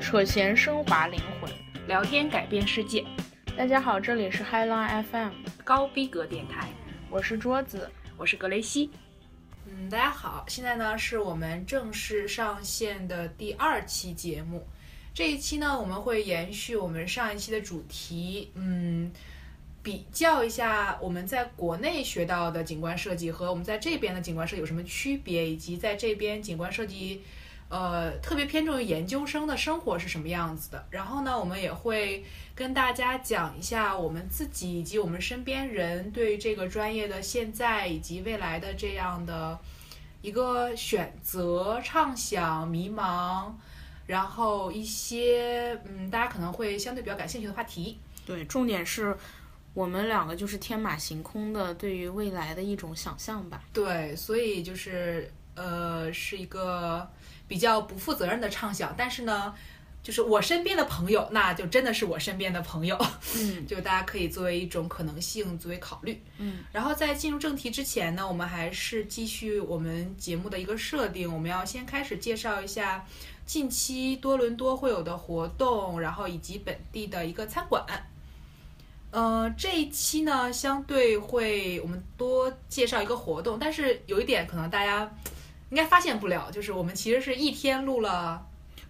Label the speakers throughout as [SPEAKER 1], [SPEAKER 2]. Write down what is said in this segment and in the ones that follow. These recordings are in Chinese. [SPEAKER 1] 扯闲升华灵魂。
[SPEAKER 2] 聊天改变世界，
[SPEAKER 1] 大家好，这里是 High Line FM，
[SPEAKER 2] 高逼格电台，
[SPEAKER 1] 我是桌子。
[SPEAKER 2] 我是格雷西。
[SPEAKER 3] 嗯，大家好，现在呢是我们正式上线的第二期节目。这一期呢，我们会延续我们上一期的主题，嗯，比较一下我们在国内学到的景观设计和我们在这边的景观设计有什么区别，以及在这边景观设计，呃，特别偏重于研究生的生活是什么样子的。然后呢，我们也会跟大家讲一下我们自己以及我们身边人对于这个专业的现在以及未来的这样的一个选择、畅想、迷茫，然后一些嗯，大家可能会相对比较感兴趣的话题。
[SPEAKER 1] 对，重点是我们两个就是天马行空的对于未来的一种想象吧。
[SPEAKER 3] 对，所以就是呃，是一个比较不负责任的畅想，但是呢。就是我身边的朋友，那就真的是我身边的朋友，
[SPEAKER 1] 嗯，
[SPEAKER 3] 就大家可以作为一种可能性作为考虑，
[SPEAKER 1] 嗯。
[SPEAKER 3] 然后在进入正题之前呢，我们还是继续我们节目的一个设定，我们要先开始介绍一下近期多伦多会有的活动，然后以及本地的一个餐馆。呃，这一期呢，相对会我们多介绍一个活动，但是有一点可能大家应该发现不了，就是我们其实是一天录了，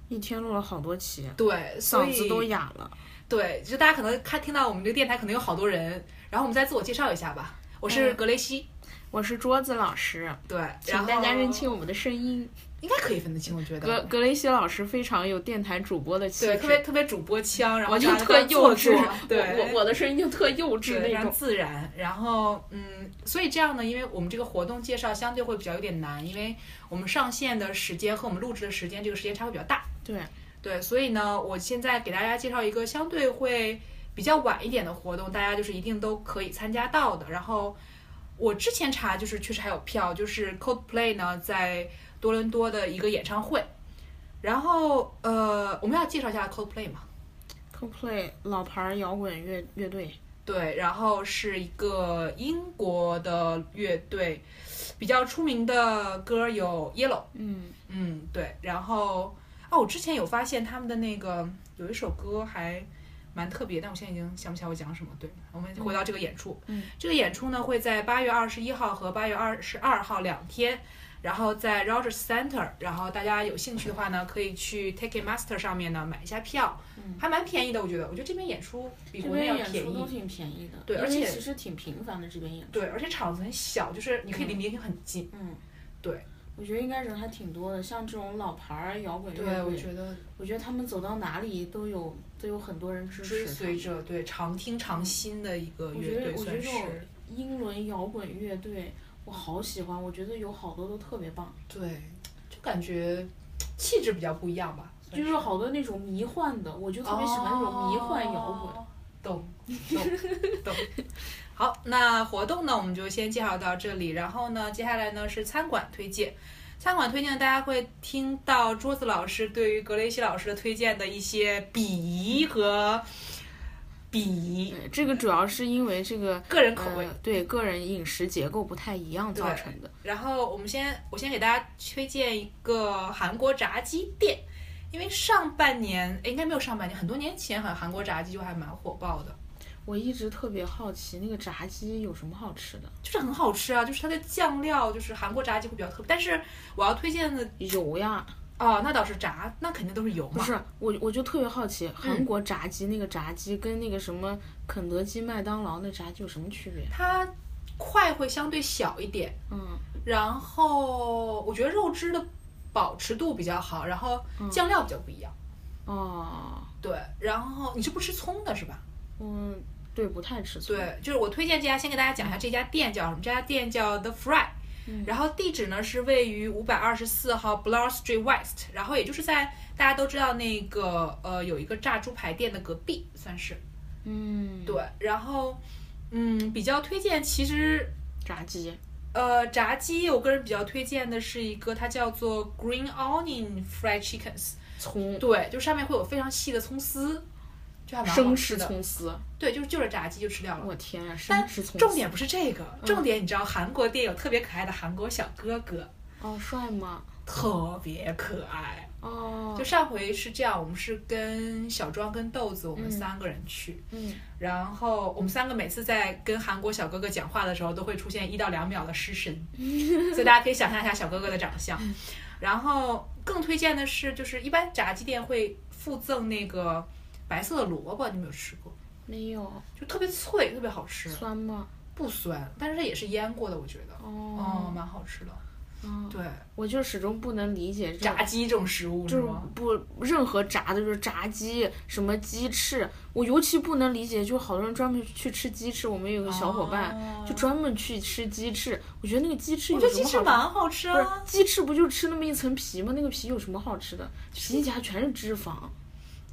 [SPEAKER 1] 一天录了好多期，
[SPEAKER 3] 对，所
[SPEAKER 1] 嗓
[SPEAKER 3] 以
[SPEAKER 1] 子都哑了。
[SPEAKER 3] 对，就大家可能看听到我们这个电台，可能有好多人，然后我们再自我介绍一下吧。我是
[SPEAKER 1] 嗯
[SPEAKER 3] 格雷西，
[SPEAKER 1] 我是桌子老师，
[SPEAKER 3] 对，
[SPEAKER 1] 请
[SPEAKER 3] 然后
[SPEAKER 1] 大家认，清我们的声音。
[SPEAKER 3] 应该可以分得清，我觉
[SPEAKER 1] 格
[SPEAKER 3] 得。
[SPEAKER 1] 格雷西老师非常有电台主播的气
[SPEAKER 3] 对，特别
[SPEAKER 1] 质，
[SPEAKER 3] 特别主播腔，然后
[SPEAKER 1] 我就
[SPEAKER 3] 大家
[SPEAKER 1] 特
[SPEAKER 3] 都
[SPEAKER 1] 幼
[SPEAKER 3] 做
[SPEAKER 1] 稚，
[SPEAKER 3] 作 对，
[SPEAKER 1] 我我我的声音就特幼稚
[SPEAKER 3] 对非
[SPEAKER 1] 那
[SPEAKER 3] 常
[SPEAKER 1] 种。
[SPEAKER 3] 自然。然后嗯，所以这样呢，因为我们这个活动介绍相对会比较有点难，因为我们上线的时间和我们录制的时间这个时间差会比较大。
[SPEAKER 1] 对
[SPEAKER 3] 对，所以呢，我现在给大家介绍一个相对会比较晚一点的活动，大家就是一定都可以参加到的。然后我之前查就是确实还有票，就是 Coldplay 呢在多伦多的一个演唱会。然后呃，我们要介绍一下 Coldplay 嘛，
[SPEAKER 1] ，CoPlay 老牌摇滚乐乐队，
[SPEAKER 3] 对，然后是一个英国的乐队，比较出名的歌有 Yellow，
[SPEAKER 1] 嗯，
[SPEAKER 3] 嗯，对，然后哦，我之前有发现他们的那个有一首歌还蛮特别，但我现在已经想不起来我讲什么。对，我们回到这个演出，
[SPEAKER 1] 嗯，
[SPEAKER 3] 这个演出呢会在八月二十一号和八月二十二号两天，然后在 Rogers Center，然后大家有兴趣的话呢，可以去 Ticketmaster 上面呢买一下票，
[SPEAKER 1] 嗯
[SPEAKER 3] 还蛮便宜的，我觉得，我觉得这边演出比
[SPEAKER 1] 这
[SPEAKER 3] 国内要
[SPEAKER 1] 边演
[SPEAKER 3] 便
[SPEAKER 1] 出都
[SPEAKER 3] 宜。
[SPEAKER 1] 挺便宜的，
[SPEAKER 3] 对而
[SPEAKER 1] 因为
[SPEAKER 3] 且
[SPEAKER 1] 其实挺频繁的这边演出。
[SPEAKER 3] 对，而且场子很小，就是你可以离明星很近。
[SPEAKER 1] 嗯，
[SPEAKER 3] 对，
[SPEAKER 1] 我觉得应该人还挺多的，像这种老牌儿摇滚乐队，
[SPEAKER 3] 我觉得
[SPEAKER 1] 我觉得他们走到哪里都有都有很多人支持
[SPEAKER 3] 追
[SPEAKER 1] 他
[SPEAKER 3] 随
[SPEAKER 1] 们。
[SPEAKER 3] 着对常听常新的一个
[SPEAKER 1] 我
[SPEAKER 3] 乐
[SPEAKER 1] 觉得
[SPEAKER 3] 队
[SPEAKER 1] 我觉得
[SPEAKER 3] 算
[SPEAKER 1] 这
[SPEAKER 3] 是。
[SPEAKER 1] 种英伦摇滚乐队，我好喜欢，我觉得有好多都特别棒，
[SPEAKER 3] 对，就感觉气质比较不一样吧，
[SPEAKER 1] 就是有好多那种迷幻的，我就特别喜欢那种迷幻摇滚。
[SPEAKER 3] 哦。懂懂懂。好，那活动呢，我们就先介绍到这里。然后呢，接下来呢是餐馆推荐。餐馆推荐，大家会听到桌子老师对于格雷西老师的推荐的一些鄙夷和鄙夷，
[SPEAKER 1] 对，这个主要是因为这个。
[SPEAKER 3] 个人口味。
[SPEAKER 1] 呃，对个人饮食结构不太一样造
[SPEAKER 3] 对
[SPEAKER 1] 成的。
[SPEAKER 3] 然后我们先，我先给大家推荐一个韩国炸鸡店，因为上半年，诶应该没有上半年，很多年前好像韩国炸鸡就还蛮火爆的，
[SPEAKER 1] 我一直特别好奇那个炸鸡有什么好吃的，
[SPEAKER 3] 就是很好吃啊，就是它的酱料，就是韩国炸鸡会比较特别。但是我要推荐的
[SPEAKER 1] 油呀，
[SPEAKER 3] 哦，那倒是炸，那肯定都是油
[SPEAKER 1] 不
[SPEAKER 3] 嘛。
[SPEAKER 1] 是我，我就特别好奇，
[SPEAKER 3] 嗯
[SPEAKER 1] 韩国炸鸡那个炸鸡跟那个什么肯德基、麦当劳那炸鸡有什么区别？
[SPEAKER 3] 它块会相对小一点，
[SPEAKER 1] 嗯，
[SPEAKER 3] 然后我觉得肉汁的保持度比较好，然后
[SPEAKER 1] 嗯
[SPEAKER 3] 酱料比较不一样。
[SPEAKER 1] 哦，
[SPEAKER 3] 对，然后你是不吃葱的是吧？
[SPEAKER 1] 嗯，对，不太吃醋。，
[SPEAKER 3] 对，就是我推荐这家，先给大家讲一下这家店叫什么。这家店叫 The Fry，、
[SPEAKER 1] 嗯
[SPEAKER 3] 然后地址呢是位于五百二十四号 Bloor Street West，然后也就是在大家都知道那个呃有一个炸猪排店的隔壁，算是
[SPEAKER 1] 嗯，
[SPEAKER 3] 对。然后嗯，比较推荐其实
[SPEAKER 1] 炸鸡，
[SPEAKER 3] 呃炸鸡，我个人比较推荐的是一个它叫做 Green Onion Fried Chickens，
[SPEAKER 1] 葱，
[SPEAKER 3] 对，就上面会有非常细的葱丝，就还蛮好
[SPEAKER 1] 生
[SPEAKER 3] 吃
[SPEAKER 1] 吃
[SPEAKER 3] 的。
[SPEAKER 1] 葱丝，
[SPEAKER 3] 对，就是就是炸鸡就吃掉了。
[SPEAKER 1] 我天啊，生
[SPEAKER 3] 但
[SPEAKER 1] 吃葱丝，
[SPEAKER 3] 重点不是这个，重点你知道韩国店有特别可爱的韩国小哥哥，
[SPEAKER 1] 哦，帅吗？
[SPEAKER 3] 特别可爱，
[SPEAKER 1] 哦，
[SPEAKER 3] 就上回是这样，我们是跟小庄跟豆子，我们三个人去，
[SPEAKER 1] 嗯，
[SPEAKER 3] 然后我们三个每次在跟韩国小哥哥讲话的时候，都会出现一到两秒的失神，所以大家可以想象一下小哥哥的长相。然后更推荐的是，就是一般炸鸡店会附赠那个白色的萝卜，你有没有吃过？
[SPEAKER 1] 没有
[SPEAKER 3] 就特别脆，特别好吃，
[SPEAKER 1] 酸吗？
[SPEAKER 3] 不酸，但是它也是腌过的，我觉得，哦，
[SPEAKER 1] 哦，
[SPEAKER 3] 蛮好吃的。
[SPEAKER 1] 嗯
[SPEAKER 3] 对，
[SPEAKER 1] 我就始终不能理解这种
[SPEAKER 3] 炸鸡这种食物
[SPEAKER 1] 就是是
[SPEAKER 3] 吗？
[SPEAKER 1] 不任何炸的，就是炸鸡、什么鸡翅，我尤其不能理解，就是好多人专门去吃鸡翅。我们有个小伙伴、
[SPEAKER 3] 哦
[SPEAKER 1] 就专门去吃鸡翅，我觉得那个鸡翅
[SPEAKER 3] 我
[SPEAKER 1] 有
[SPEAKER 3] 觉
[SPEAKER 1] 什
[SPEAKER 3] 得鸡
[SPEAKER 1] 么
[SPEAKER 3] 翅
[SPEAKER 1] 好
[SPEAKER 3] 蛮好吃
[SPEAKER 1] 不是
[SPEAKER 3] 啊，
[SPEAKER 1] 鸡翅不就吃那么一层皮吗？那个皮有什么好吃的？皮底下全是脂肪。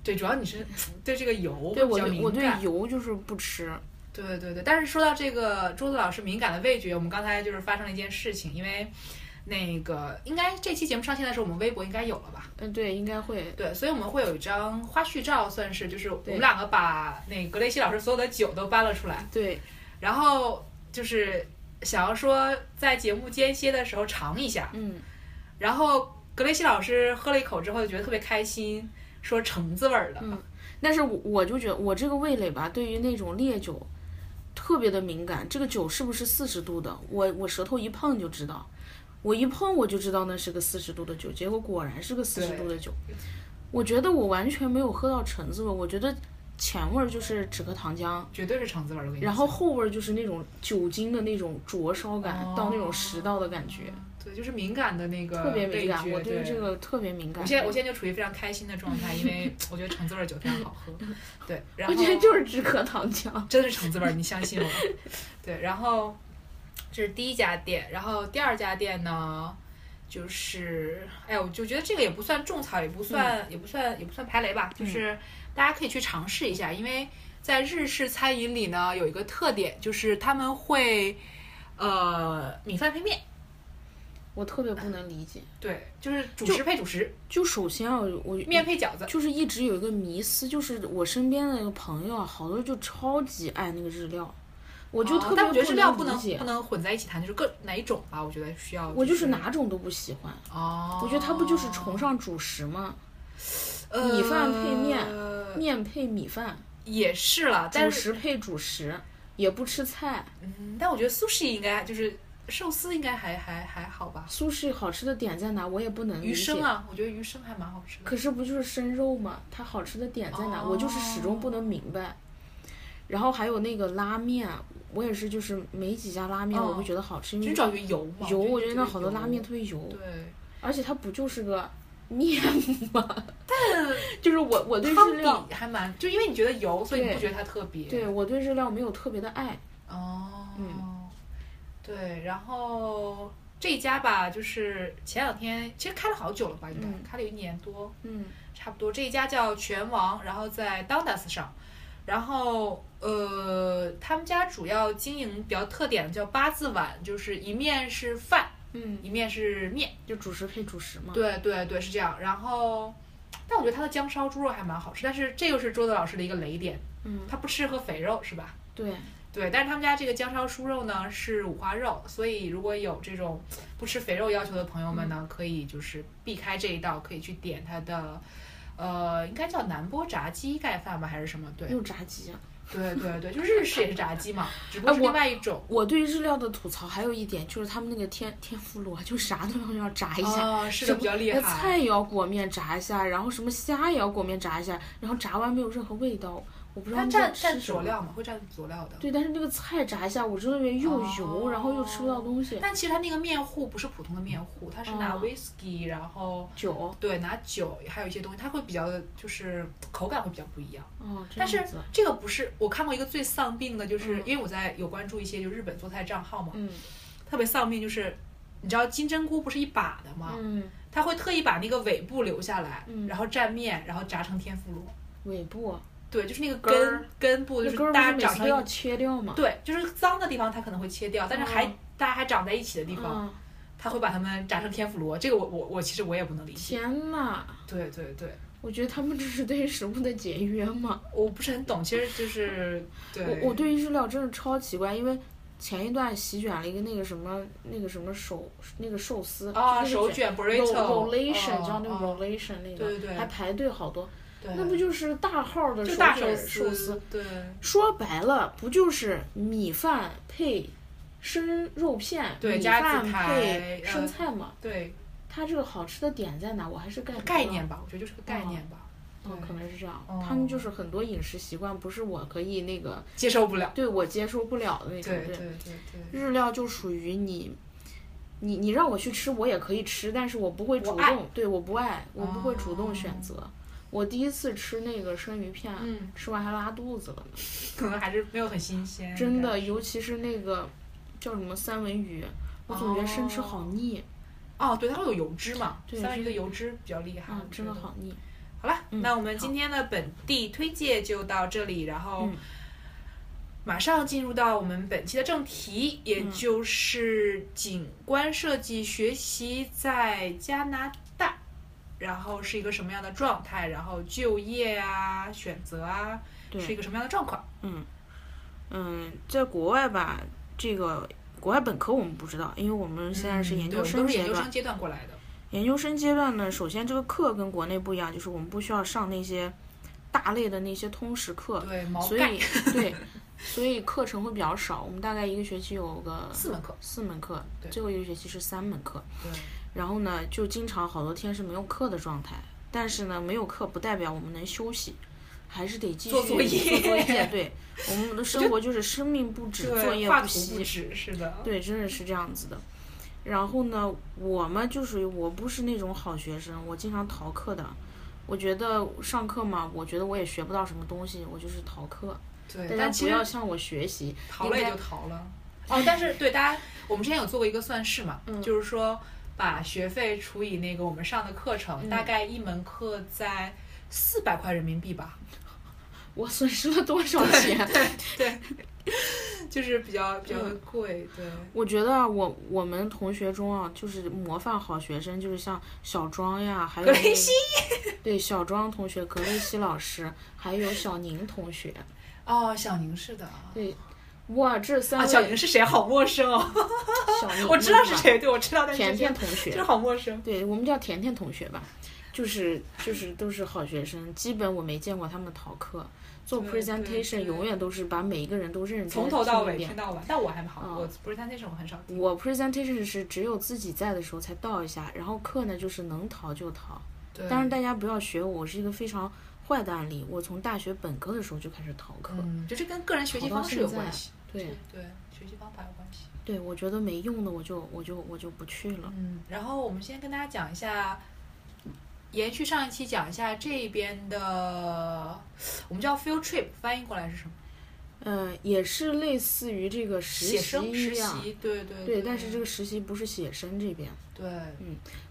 [SPEAKER 3] 对，主要你是对这个油
[SPEAKER 1] 对
[SPEAKER 3] 比
[SPEAKER 1] 我
[SPEAKER 3] 较
[SPEAKER 1] 对
[SPEAKER 3] 敏
[SPEAKER 1] 我对
[SPEAKER 3] 感。
[SPEAKER 1] 油就是不吃。
[SPEAKER 3] 对对对，但是说到这个桌子老师敏感的味觉，我们刚才就是发生了一件事情，因为那个应该这期节目上线的时候，我们微博应该有了吧？
[SPEAKER 1] 嗯，对，应该会。
[SPEAKER 3] 对，所以我们会有一张花絮照，算是就是我
[SPEAKER 1] 对
[SPEAKER 3] 们两个把那个格雷西老师所有的酒都搬了出来，
[SPEAKER 1] 对，
[SPEAKER 3] 然后就是想要说在节目间歇的时候尝一下，
[SPEAKER 1] 嗯，
[SPEAKER 3] 然后格雷西老师喝了一口之后就觉得特别开心，说橙子味儿
[SPEAKER 1] 嗯
[SPEAKER 3] 的，
[SPEAKER 1] 但是我我就觉得我这个味蕾吧，对于那种烈酒特别的敏感。这个酒是不是四十度的？我我舌头一碰就知道，我一碰我就知道那是个四十度的酒，结果果然是个四十度的酒。我觉得我完全没有喝到橙子味，我觉得前味儿就是止咳糖浆，
[SPEAKER 3] 绝对是橙子味儿。我跟你
[SPEAKER 1] 然
[SPEAKER 3] 讲
[SPEAKER 1] 后后味儿就是那种酒精的那种灼烧感，
[SPEAKER 3] 哦
[SPEAKER 1] 到那种食道的感觉，
[SPEAKER 3] 对，就是敏感的那个
[SPEAKER 1] 特别
[SPEAKER 3] 味
[SPEAKER 1] 敏感。
[SPEAKER 3] 觉
[SPEAKER 1] 我对于
[SPEAKER 3] 对
[SPEAKER 1] 这个特别敏感。
[SPEAKER 3] 我现在我现在就处于非常开心的状态，因为我觉得橙子味儿酒非常好 喝。对，然后
[SPEAKER 1] 我觉得就是止咳糖浆。
[SPEAKER 3] 真的是橙子味儿，你相 信我。对，然后这是第一家店，然后第二家店呢，就是哎，我就觉得这个也不算种草，也不算、
[SPEAKER 1] 嗯
[SPEAKER 3] 也不算也不算排雷吧，就是大家可以去尝试一下，因为在日式餐饮里呢有一个特点，就是他们会呃米饭配面，
[SPEAKER 1] 我特别不能理解。
[SPEAKER 3] 对，就是主食配主食，
[SPEAKER 1] 就首先啊，我
[SPEAKER 3] 面配饺子。
[SPEAKER 1] 就是一直有一个迷思，就是我身边的一个朋友啊，好多就超级爱那个日料，我就
[SPEAKER 3] 哦
[SPEAKER 1] 特别
[SPEAKER 3] 但我觉得日料不能
[SPEAKER 1] 理解
[SPEAKER 3] 不，能混在一起谈，就是各哪一种吧，我觉得需要。
[SPEAKER 1] 我就是哪种都不喜欢。
[SPEAKER 3] 哦，
[SPEAKER 1] 我觉得他不就是崇尚主食吗？
[SPEAKER 3] 呃
[SPEAKER 1] 米饭配面面配米饭，
[SPEAKER 3] 也是了，
[SPEAKER 1] 主
[SPEAKER 3] 呃但是
[SPEAKER 1] 食配主食，也不吃菜。
[SPEAKER 3] 嗯但我觉得苏式应该就是寿司应该还还还好吧，
[SPEAKER 1] 苏式好吃的点在哪？我也不能理
[SPEAKER 3] 鱼
[SPEAKER 1] 解
[SPEAKER 3] 生。啊，我觉得鱼生还蛮好吃的。
[SPEAKER 1] 可是不就是生肉吗？它好吃的点在哪？
[SPEAKER 3] 哦
[SPEAKER 1] 我就是始终不能明白。然后还有那个拉面，我也是，就是没几家拉面
[SPEAKER 3] 哦
[SPEAKER 1] 我会觉得好吃，因
[SPEAKER 3] 就
[SPEAKER 1] 为
[SPEAKER 3] 找鱼油嘛，
[SPEAKER 1] 油，我
[SPEAKER 3] 觉
[SPEAKER 1] 觉得
[SPEAKER 3] 得这个
[SPEAKER 1] 那好多拉面
[SPEAKER 3] 油
[SPEAKER 1] 特别油，
[SPEAKER 3] 对，
[SPEAKER 1] 而且它不就是个面吗？ 就是我我对日料
[SPEAKER 3] 汤，底还蛮，就因为你觉得油，所以你
[SPEAKER 1] 对
[SPEAKER 3] 不觉得它特别。
[SPEAKER 1] 对我对日料没有特别的爱。
[SPEAKER 3] 哦，
[SPEAKER 1] 嗯
[SPEAKER 3] 对，然后这家吧，就是前两天其实开了好久了吧，应该、
[SPEAKER 1] 嗯
[SPEAKER 3] 开了有一年多，
[SPEAKER 1] 嗯，
[SPEAKER 3] 差不多。这一家叫拳王，然后在 Dundas 上，然后呃，他们家主要经营比较特点的叫八字碗，就是一面是饭，
[SPEAKER 1] 嗯，
[SPEAKER 3] 一面是面。
[SPEAKER 1] 就主食配主食嘛。
[SPEAKER 3] 对对对，是这样。然后，但我觉得他的姜烧猪肉还蛮好吃，但是这又是桌子老师的一个雷点，
[SPEAKER 1] 嗯，
[SPEAKER 3] 他不吃和肥肉是吧？
[SPEAKER 1] 对，
[SPEAKER 3] 对，但是他们家这个姜烧猪肉呢是五花肉，所以如果有这种不吃肥肉要求的朋友们
[SPEAKER 1] 嗯
[SPEAKER 3] 呢，可以就是避开这一道，可以去点它的，呃，应该叫南波炸鸡盖饭吧，还是什么？对，
[SPEAKER 1] 又炸鸡。啊
[SPEAKER 3] 对对对，就日式也是炸鸡嘛，只不过
[SPEAKER 1] 哎
[SPEAKER 3] 是
[SPEAKER 1] 我
[SPEAKER 3] 另外一种。
[SPEAKER 1] 我对日料的吐槽还有一点就是他们那个天天妇罗，就啥都要炸一下。
[SPEAKER 3] 哦，是的，比较厉
[SPEAKER 1] 那
[SPEAKER 3] 害。
[SPEAKER 1] 菜也要裹面炸一下，然后什么虾也要裹面炸一下，然后炸完没有任何味道，我不知道
[SPEAKER 3] 它
[SPEAKER 1] 你在
[SPEAKER 3] 蘸
[SPEAKER 1] 吃
[SPEAKER 3] 蘸
[SPEAKER 1] 什
[SPEAKER 3] 佐
[SPEAKER 1] 么。
[SPEAKER 3] 料嘛，会蘸佐料的。
[SPEAKER 1] 对，但是那个菜炸一下，我真的觉得又油，
[SPEAKER 3] 哦
[SPEAKER 1] 然后又吃不到东西。
[SPEAKER 3] 但其实它那个面糊不是普通的面糊，它是拿
[SPEAKER 1] 哦
[SPEAKER 3] whisky，、然后
[SPEAKER 1] 酒，
[SPEAKER 3] 对拿酒，还有一些东西，它会比较就是口感会比较不一样。
[SPEAKER 1] 哦，这
[SPEAKER 3] 但是
[SPEAKER 1] 样子
[SPEAKER 3] 这个不是我看过一个最丧病的，就是
[SPEAKER 1] 嗯
[SPEAKER 3] 因为我在有关注一些就日本做菜账号嘛，
[SPEAKER 1] 嗯
[SPEAKER 3] 特别丧病就是，你知道金针菇不是一把的吗？
[SPEAKER 1] 嗯，
[SPEAKER 3] 他会特意把那个尾部留下来，
[SPEAKER 1] 嗯
[SPEAKER 3] 然后蘸面，然后炸成天妇罗。
[SPEAKER 1] 尾部啊
[SPEAKER 3] 对，就是那个
[SPEAKER 2] 根儿
[SPEAKER 3] 根根部，就
[SPEAKER 1] 那根儿不
[SPEAKER 3] 大
[SPEAKER 1] 是
[SPEAKER 3] 家
[SPEAKER 1] 每
[SPEAKER 3] 长
[SPEAKER 1] 次
[SPEAKER 3] 成
[SPEAKER 1] 都
[SPEAKER 3] 一
[SPEAKER 1] 要切掉吗？
[SPEAKER 3] 对，就是脏的地方它可能会切掉，但是还、
[SPEAKER 1] 嗯
[SPEAKER 3] 大家还长在一起的地方，
[SPEAKER 1] 啊，
[SPEAKER 3] 他会把它们炸成天妇罗。这个我我我其实我也不能理解。
[SPEAKER 1] 天呐，
[SPEAKER 3] 对对对，
[SPEAKER 1] 我觉得他们这是对食物的节约嘛。
[SPEAKER 3] 我不是很懂，其实就是对
[SPEAKER 1] 我我对于日料真的超奇怪，因为前一段席卷了一个那个什么那个什么手那个寿司
[SPEAKER 3] 啊，
[SPEAKER 1] 就那
[SPEAKER 3] 手
[SPEAKER 1] 个卷
[SPEAKER 3] 卷 burrito
[SPEAKER 1] rollation
[SPEAKER 3] 哦
[SPEAKER 1] 叫那个
[SPEAKER 3] 哦
[SPEAKER 1] rollation 那个，
[SPEAKER 3] 对对
[SPEAKER 1] 还排队好多，
[SPEAKER 3] 对
[SPEAKER 1] 那不就是大号的
[SPEAKER 3] 就
[SPEAKER 1] 手
[SPEAKER 3] 大
[SPEAKER 1] 卷寿
[SPEAKER 3] 寿
[SPEAKER 1] 司？？
[SPEAKER 3] 对，
[SPEAKER 1] 说白了，不就是米饭配生肉片，
[SPEAKER 3] 对
[SPEAKER 1] 米
[SPEAKER 3] 加
[SPEAKER 1] 饭
[SPEAKER 3] 紫
[SPEAKER 1] 配
[SPEAKER 3] 苔
[SPEAKER 1] 生
[SPEAKER 3] 呃
[SPEAKER 1] 菜吗？
[SPEAKER 3] 对
[SPEAKER 1] 它这个好吃的点在哪？我还是 get 不
[SPEAKER 3] 概
[SPEAKER 1] 到
[SPEAKER 3] 念吧，我觉得就是个概念吧，
[SPEAKER 1] 哦，可能是这样。
[SPEAKER 3] 哦
[SPEAKER 1] 他们就是很多饮食习惯不是我可以那个
[SPEAKER 3] 接受不了。
[SPEAKER 1] 对我接受不了的那种。
[SPEAKER 3] 对对对对，
[SPEAKER 1] 日料就属于你，你你让我去吃，我也可以吃，但是我不会主
[SPEAKER 3] 我爱
[SPEAKER 1] 动，对我不爱，我不会主动
[SPEAKER 3] 哦
[SPEAKER 1] 选择。我第一次吃那个生鱼片，
[SPEAKER 3] 嗯，
[SPEAKER 1] 吃完还拉肚子了呢，
[SPEAKER 3] 可能还是没有很新鲜。
[SPEAKER 1] 真的，尤其是那个叫什么三文鱼，我总觉得生吃好腻、
[SPEAKER 3] 哦，对，它会有油脂嘛，
[SPEAKER 1] 对
[SPEAKER 3] 三文鱼的油脂比较厉害，
[SPEAKER 1] 啊
[SPEAKER 3] 我，觉
[SPEAKER 1] 真的
[SPEAKER 3] 得
[SPEAKER 1] 好腻。
[SPEAKER 3] 好了，
[SPEAKER 1] 嗯
[SPEAKER 3] 那我们今天的本地推介就到这里，然后
[SPEAKER 1] 嗯
[SPEAKER 3] 马上进入到我们本期的正题，也
[SPEAKER 1] 嗯
[SPEAKER 3] 就是景观设计学习在加拿大，然后是一个什么样的状态，然后就业啊、选择啊，
[SPEAKER 1] 对
[SPEAKER 3] 是一个什么样的状况？
[SPEAKER 1] 嗯，在国外吧，这个国外本科我们不知道，因为我们现在是研
[SPEAKER 3] 对
[SPEAKER 1] 究
[SPEAKER 3] 我们嗯都
[SPEAKER 1] 生
[SPEAKER 3] 是
[SPEAKER 1] 阶
[SPEAKER 3] 研究
[SPEAKER 1] 段。
[SPEAKER 3] 生阶段过来的，
[SPEAKER 1] 研究生阶段呢，首先这个课跟国内不一样，就是我们不需要上那些大类的那些通识课，
[SPEAKER 3] 对，毛
[SPEAKER 1] 呃所
[SPEAKER 3] 概
[SPEAKER 1] 以对，所以课程会比较少。我们大概一个学期有个
[SPEAKER 3] 四门课，
[SPEAKER 1] 四门课，
[SPEAKER 3] 对
[SPEAKER 1] 最后一个学期是三门课。
[SPEAKER 3] 对，
[SPEAKER 1] 然后呢，就经常好多天是没有课的状态，但是呢，没有课不代表我们能休息，还是得继续
[SPEAKER 3] 做作业
[SPEAKER 1] 做作 业对，我们的生活就是生命不止，作
[SPEAKER 3] 对，
[SPEAKER 1] 业
[SPEAKER 3] 画
[SPEAKER 1] 不
[SPEAKER 3] 图
[SPEAKER 1] 息
[SPEAKER 3] 不。止，是的，
[SPEAKER 1] 对，真的是这样子的。然后呢，我们就属于我不是那种好学生，我经常逃课的。我觉得上课嘛，我觉得我也学不到什么东西，我就是逃课。
[SPEAKER 3] 对，
[SPEAKER 1] 大
[SPEAKER 3] 但
[SPEAKER 1] 家
[SPEAKER 3] 其
[SPEAKER 1] 不
[SPEAKER 3] 实
[SPEAKER 1] 要向我学习，
[SPEAKER 3] 逃了也就逃了。哦，但是对大家，我们之前有做过一个算式嘛，
[SPEAKER 1] 嗯
[SPEAKER 3] 就是说把学费除以那个我们上的课程，
[SPEAKER 1] 嗯
[SPEAKER 3] 大概一门课在四百块人民币 吧，
[SPEAKER 1] 我损失了多少钱？
[SPEAKER 3] 就是比较比较
[SPEAKER 1] 嗯
[SPEAKER 3] 贵，对，
[SPEAKER 1] 我觉得啊我我们同学中啊，就是模范好学生，就是像小庄呀，还有
[SPEAKER 3] 格
[SPEAKER 1] 那
[SPEAKER 3] 雷
[SPEAKER 1] 个
[SPEAKER 3] 西
[SPEAKER 1] 对小庄同学、格雷西老师，还有小宁同学。
[SPEAKER 3] 哦，小宁是的。
[SPEAKER 1] 对，哇，这三
[SPEAKER 3] 啊，
[SPEAKER 1] 位、
[SPEAKER 3] 小宁是谁？好陌生哦！
[SPEAKER 1] 小宁，
[SPEAKER 3] 我知道是，谁，对我知道，但是
[SPEAKER 1] 甜甜
[SPEAKER 3] 就
[SPEAKER 1] 同学，
[SPEAKER 3] 是好陌生。
[SPEAKER 1] 对我们叫甜甜同学吧，就是就是都是好学生，基本我没见过他们逃课。做
[SPEAKER 3] 对对
[SPEAKER 1] presentation
[SPEAKER 3] 对
[SPEAKER 1] 永远都是把每一个人都认真
[SPEAKER 3] 从头到
[SPEAKER 1] 听一
[SPEAKER 3] 尾
[SPEAKER 1] 遍
[SPEAKER 3] 听到完，但我还好，
[SPEAKER 1] 哦
[SPEAKER 3] 我不是他那种很少听。
[SPEAKER 1] 我 presentation 是只有自己在的时候才到一下，然后课呢就是能逃就逃。
[SPEAKER 3] 对
[SPEAKER 1] 当然大家不要学我，我是一个非常坏的案例。我从大学本科的时候就开始逃课。
[SPEAKER 3] 嗯，就这跟个人学习方式有关系。
[SPEAKER 1] 对
[SPEAKER 3] 对，学习方法有关系。
[SPEAKER 1] 对，我觉得没用的我就我就我就不去了。
[SPEAKER 3] 嗯，然后我们先跟大家讲一下，延续上一期讲一下这边的，我们叫 field trip，翻译过来是什么？
[SPEAKER 1] 嗯、也是类似于这个实
[SPEAKER 3] 写生
[SPEAKER 1] 习
[SPEAKER 3] 实
[SPEAKER 1] 一样。
[SPEAKER 3] 习，对对
[SPEAKER 1] 对，但是这个实习不是写生这边。
[SPEAKER 3] 对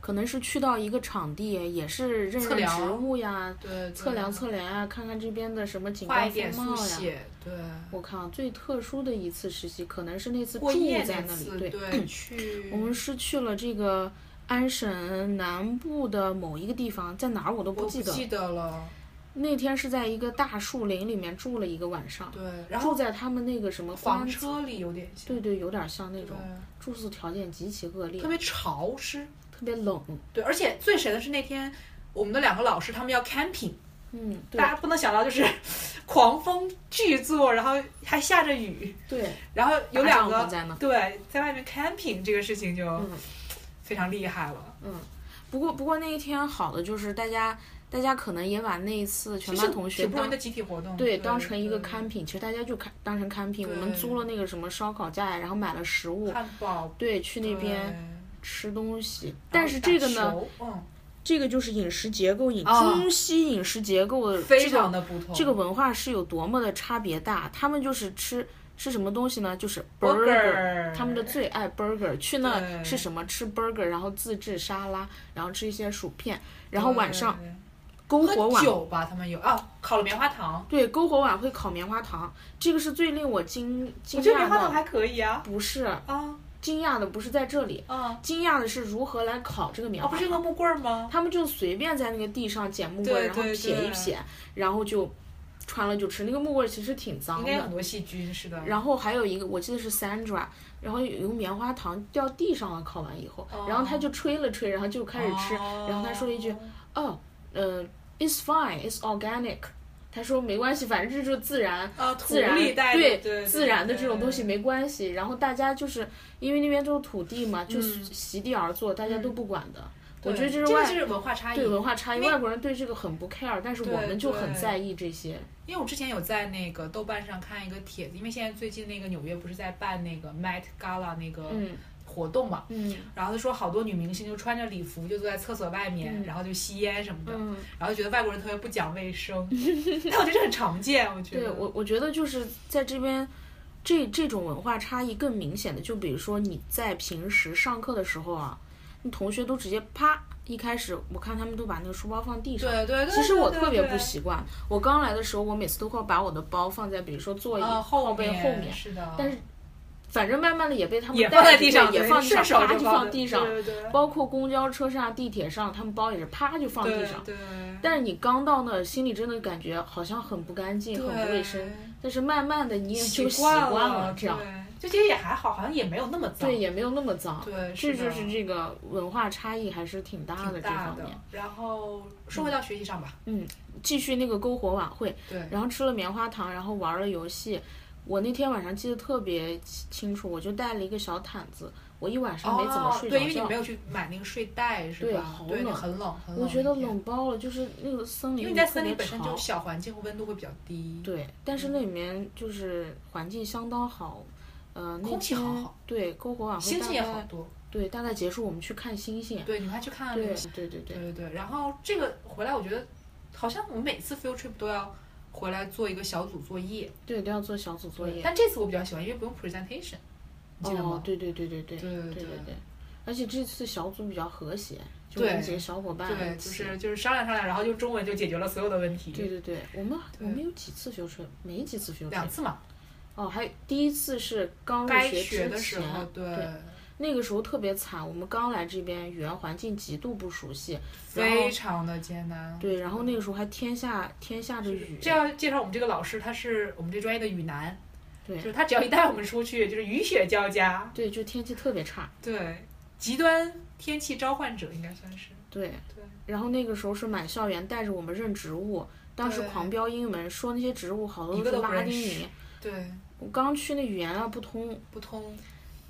[SPEAKER 1] 可能是去到一个场地，也是认
[SPEAKER 3] 测
[SPEAKER 1] 认
[SPEAKER 3] 量
[SPEAKER 1] 植物呀，
[SPEAKER 3] 对
[SPEAKER 1] 测量
[SPEAKER 3] 对
[SPEAKER 1] 测量呀，看看这边的什么景
[SPEAKER 3] 画一
[SPEAKER 1] 观
[SPEAKER 3] 点
[SPEAKER 1] 风
[SPEAKER 3] 速
[SPEAKER 1] 貌呀。
[SPEAKER 3] 写，对。
[SPEAKER 1] 我看啊，最特殊的一次实习，可能是那次住
[SPEAKER 3] 过夜
[SPEAKER 1] 在那
[SPEAKER 3] 次，
[SPEAKER 1] 里。
[SPEAKER 3] 对，
[SPEAKER 1] 对，
[SPEAKER 3] 去
[SPEAKER 1] 我们是去了这个安省南部的某一个地方，在哪儿我都
[SPEAKER 3] 我不
[SPEAKER 1] 不记得。
[SPEAKER 3] 记得了，
[SPEAKER 1] 那天是在一个大树林里面住了一个晚上，
[SPEAKER 3] 对，然
[SPEAKER 1] 住
[SPEAKER 3] 后
[SPEAKER 1] 在他们那个什么
[SPEAKER 3] 房
[SPEAKER 1] 官
[SPEAKER 3] 车里有点像
[SPEAKER 1] 对对，有点像那
[SPEAKER 3] 对
[SPEAKER 1] 种住宿条件极其恶劣
[SPEAKER 3] 特，别潮湿，
[SPEAKER 1] 特别冷。
[SPEAKER 3] 对，而且最神的是那天我们的两个老师他们要 camping。
[SPEAKER 1] 嗯，对
[SPEAKER 3] 大家不能想到就是 狂风巨作，然后还下着雨，
[SPEAKER 1] 对，
[SPEAKER 3] 然后 有
[SPEAKER 1] 大
[SPEAKER 3] 两
[SPEAKER 1] 帐篷
[SPEAKER 3] 个
[SPEAKER 1] 在那。
[SPEAKER 3] 对在外面 camping 这个事情就
[SPEAKER 1] 嗯
[SPEAKER 3] 非常厉害了。
[SPEAKER 1] 不过不过那一天好的就是大家大家可能也把那一次全
[SPEAKER 3] 就是
[SPEAKER 1] 班同学
[SPEAKER 3] 挺不容
[SPEAKER 1] 当
[SPEAKER 3] 易的集体活动，
[SPEAKER 1] 对当成一个
[SPEAKER 3] 对
[SPEAKER 1] camping，其实大家就看当成 camping，我们
[SPEAKER 3] 对
[SPEAKER 1] 租了那个什么烧烤架呀，然后买了食物，
[SPEAKER 3] 汉堡
[SPEAKER 1] 对，去那边
[SPEAKER 3] 对
[SPEAKER 1] 吃东西。
[SPEAKER 3] 然
[SPEAKER 1] 但
[SPEAKER 3] 后
[SPEAKER 1] 是
[SPEAKER 3] 打
[SPEAKER 1] 这个呢，
[SPEAKER 3] 球，嗯，
[SPEAKER 1] 这个就是饮食结构，饮
[SPEAKER 3] 哦
[SPEAKER 1] 中西饮食结构的
[SPEAKER 3] 非
[SPEAKER 1] 呃这
[SPEAKER 3] 常
[SPEAKER 1] 个
[SPEAKER 3] 的不同。
[SPEAKER 1] 这个文化是有多么的差别大。他们就是吃吃什么东西呢？就是 burger。
[SPEAKER 3] burger，
[SPEAKER 1] 他们的最爱 burger，去那
[SPEAKER 3] 对
[SPEAKER 1] 吃什么？吃 burger，然后自制沙拉，然后吃一些薯片，然后晚上篝
[SPEAKER 3] 对
[SPEAKER 1] 火
[SPEAKER 3] 喝
[SPEAKER 1] 晚
[SPEAKER 3] 酒吧，他们有啊，烤了棉花糖，
[SPEAKER 1] 对，篝火晚会烤棉花糖，这个是最令我惊惊
[SPEAKER 3] 我觉得棉
[SPEAKER 1] 讶
[SPEAKER 3] 花糖
[SPEAKER 1] 的。
[SPEAKER 3] 还可以啊，
[SPEAKER 1] 不是
[SPEAKER 3] 啊
[SPEAKER 1] 惊讶的，不是在这里，
[SPEAKER 3] 啊，
[SPEAKER 1] 惊讶的是如何来烤这个棉
[SPEAKER 3] 啊
[SPEAKER 1] 花
[SPEAKER 3] 不
[SPEAKER 1] 糖。
[SPEAKER 3] 是用木棍儿吗？
[SPEAKER 1] 他们就随便在那个地上捡木
[SPEAKER 3] 对
[SPEAKER 1] 棍，然后
[SPEAKER 3] 对
[SPEAKER 1] 撇一
[SPEAKER 3] 对
[SPEAKER 1] 撇，然后就穿了就吃。那个木棍儿其实挺脏
[SPEAKER 3] 应
[SPEAKER 1] 的
[SPEAKER 3] 该有，很多细菌是的。
[SPEAKER 1] 然后还有一个，我记得是 Sandra，然后有个棉花糖掉地上了，烤完以后，
[SPEAKER 3] 哦
[SPEAKER 1] 然后他就吹了吹，然后就开始吃，然后他说了一句，哦，呃，it's fine，it's organic，他说没关系，反正这就是自然。
[SPEAKER 3] 呃，土
[SPEAKER 1] 自然
[SPEAKER 3] 里带的
[SPEAKER 1] 对
[SPEAKER 3] 对
[SPEAKER 1] 自然的这种东西。
[SPEAKER 3] 对
[SPEAKER 1] 没关系，然后大家就是因为那边都是土地嘛，就
[SPEAKER 3] 嗯
[SPEAKER 1] 席地而坐，大家都不管的。
[SPEAKER 3] 对
[SPEAKER 1] 我觉得
[SPEAKER 3] 这
[SPEAKER 1] 这是外
[SPEAKER 3] 个就是文化差异
[SPEAKER 1] 对。文化差异，
[SPEAKER 3] 因为
[SPEAKER 1] 外国人对这个很不 care，但是我
[SPEAKER 3] 对
[SPEAKER 1] 们就很
[SPEAKER 3] 对
[SPEAKER 1] 在意这些。
[SPEAKER 3] 因为我之前有在那个豆瓣上看一个帖子，因为现在最近那个纽约不是在办那个 Met Gala 那个
[SPEAKER 1] 嗯
[SPEAKER 3] 活动嘛，
[SPEAKER 1] 嗯
[SPEAKER 3] 然后他说好多女明星就穿着礼服就坐在厕所外面，
[SPEAKER 1] 嗯
[SPEAKER 3] 然后就吸烟什么的，
[SPEAKER 1] 嗯，
[SPEAKER 3] 然后觉得外国人特别不讲卫生，但我觉得这很常见，我觉
[SPEAKER 1] 对
[SPEAKER 3] 得。
[SPEAKER 1] 我，我觉得就是在这边，这这种文化差异更明显的，就比如说你在平时上课的时候啊，你同学都直接啪，一开始我看他们都把那个书包放地上。
[SPEAKER 3] 对对对，
[SPEAKER 1] 其实我
[SPEAKER 3] 对
[SPEAKER 1] 特别
[SPEAKER 3] 对
[SPEAKER 1] 不习惯，我刚来的时候，我每次都会把我的包放在比如说座椅
[SPEAKER 3] 呃
[SPEAKER 1] 后
[SPEAKER 3] 后
[SPEAKER 1] 背
[SPEAKER 3] 面
[SPEAKER 1] 后面，
[SPEAKER 3] 是的，
[SPEAKER 1] 但是反正慢慢的也被他们
[SPEAKER 3] 也
[SPEAKER 1] 带
[SPEAKER 3] 放在
[SPEAKER 1] 着
[SPEAKER 3] 地
[SPEAKER 1] 对
[SPEAKER 3] 上，
[SPEAKER 1] 也
[SPEAKER 3] 对
[SPEAKER 1] 放地上，
[SPEAKER 3] 顺手
[SPEAKER 1] 啪就
[SPEAKER 3] 就放
[SPEAKER 1] 放地上，
[SPEAKER 3] 对对对
[SPEAKER 1] 包括公交车上、地铁上，他们包也是啪就放地上。
[SPEAKER 3] 对，
[SPEAKER 1] 但是你刚到那儿，心里真的感觉好像很不干净、
[SPEAKER 3] 对
[SPEAKER 1] 很不卫生。但是慢慢的你也就习
[SPEAKER 3] 惯
[SPEAKER 1] 惯了这样，，
[SPEAKER 3] 对就其实也还好，好像也没有那么脏，
[SPEAKER 1] 对，也没有那么脏。
[SPEAKER 3] 对，
[SPEAKER 1] 这
[SPEAKER 3] 的
[SPEAKER 1] 就是这个文化差异还是挺大的
[SPEAKER 3] 挺
[SPEAKER 1] 这
[SPEAKER 3] 大
[SPEAKER 1] 方
[SPEAKER 3] 的
[SPEAKER 1] 面。。
[SPEAKER 3] 然后说回到学习上吧，
[SPEAKER 1] 继续那个篝火嗯晚会，
[SPEAKER 3] 对，
[SPEAKER 1] 然后吃了棉花糖，然后玩了游戏。我那天晚上记得特别清楚，我就带了一个小毯子，我一晚上没怎么
[SPEAKER 3] 哦
[SPEAKER 1] 睡着
[SPEAKER 3] 对，因为
[SPEAKER 1] 觉。
[SPEAKER 3] 你没有去买那个睡袋是
[SPEAKER 1] 对
[SPEAKER 3] 吧
[SPEAKER 1] 好？
[SPEAKER 3] 对，
[SPEAKER 1] 冷
[SPEAKER 3] 很冷，很冷。
[SPEAKER 1] 我觉得，冷爆了，就是那个森林
[SPEAKER 3] 因为
[SPEAKER 1] 里
[SPEAKER 3] 你在
[SPEAKER 1] 特
[SPEAKER 3] 森
[SPEAKER 1] 别
[SPEAKER 3] 林本身
[SPEAKER 1] 潮
[SPEAKER 3] 就。小环境和温度会比较低，
[SPEAKER 1] 对，但
[SPEAKER 3] 嗯
[SPEAKER 1] 是那里面就是环境相当好，呃，那
[SPEAKER 3] 空气好
[SPEAKER 1] 天
[SPEAKER 3] 好，
[SPEAKER 1] 对篝火晚会
[SPEAKER 3] 星
[SPEAKER 1] 大
[SPEAKER 3] 星也
[SPEAKER 1] 概
[SPEAKER 3] 好多。
[SPEAKER 1] 对，大概结束我们去看星星。
[SPEAKER 3] 对，你还去看了那
[SPEAKER 1] 对
[SPEAKER 3] 个
[SPEAKER 1] 对对对
[SPEAKER 3] 对，对对，然后这个回来，我觉得好像我每次 field trip 都要回来做一个小组作业，
[SPEAKER 1] 对都要做小组作业。
[SPEAKER 3] 但这次我比较喜欢，因为不用 presentation，你记得
[SPEAKER 1] 哦
[SPEAKER 3] 吗，？
[SPEAKER 1] 对对对对对
[SPEAKER 3] 对对
[SPEAKER 1] 对
[SPEAKER 3] 对
[SPEAKER 1] 对，而且这次小组比较和谐，就我
[SPEAKER 3] 对
[SPEAKER 1] 们几个小伙伴
[SPEAKER 3] 对，
[SPEAKER 1] 一
[SPEAKER 3] 就
[SPEAKER 1] 起
[SPEAKER 3] 是就是商量商量，然后用中文就解决了所有的问题。
[SPEAKER 1] 对对对，我们我
[SPEAKER 3] 对
[SPEAKER 1] 们有几次 field trip，没几次 field
[SPEAKER 3] 两
[SPEAKER 1] trip。
[SPEAKER 3] 次嘛，
[SPEAKER 1] 哦，还有第一次是刚入
[SPEAKER 3] 该
[SPEAKER 1] 学
[SPEAKER 3] 学
[SPEAKER 1] 之
[SPEAKER 3] 的时候，
[SPEAKER 1] 前，对那个时候特别惨，我们刚来这边，语言环境极度不熟悉。然后
[SPEAKER 3] 非常的艰难。
[SPEAKER 1] 对，然后那个时候还天下天下着雨。
[SPEAKER 3] 这要介绍我们这个老师，他是我们这专业的雨男，
[SPEAKER 1] 对
[SPEAKER 3] 就是他只要一带我们出去，就是雨雪交加，
[SPEAKER 1] 对，就天气特别差。
[SPEAKER 3] 对，极端天气召唤者应该算是，
[SPEAKER 1] 对，
[SPEAKER 3] 对，
[SPEAKER 1] 然后那个时候是满校园带着我们认植物，当时
[SPEAKER 3] 对
[SPEAKER 1] 狂飙英文，说那些植物好多
[SPEAKER 3] 一个
[SPEAKER 1] 是
[SPEAKER 3] 都不
[SPEAKER 1] 拉
[SPEAKER 3] 认
[SPEAKER 1] 丁
[SPEAKER 3] 识
[SPEAKER 1] 语。
[SPEAKER 3] 对，
[SPEAKER 1] 我刚去那语言啊不通，
[SPEAKER 3] 不通，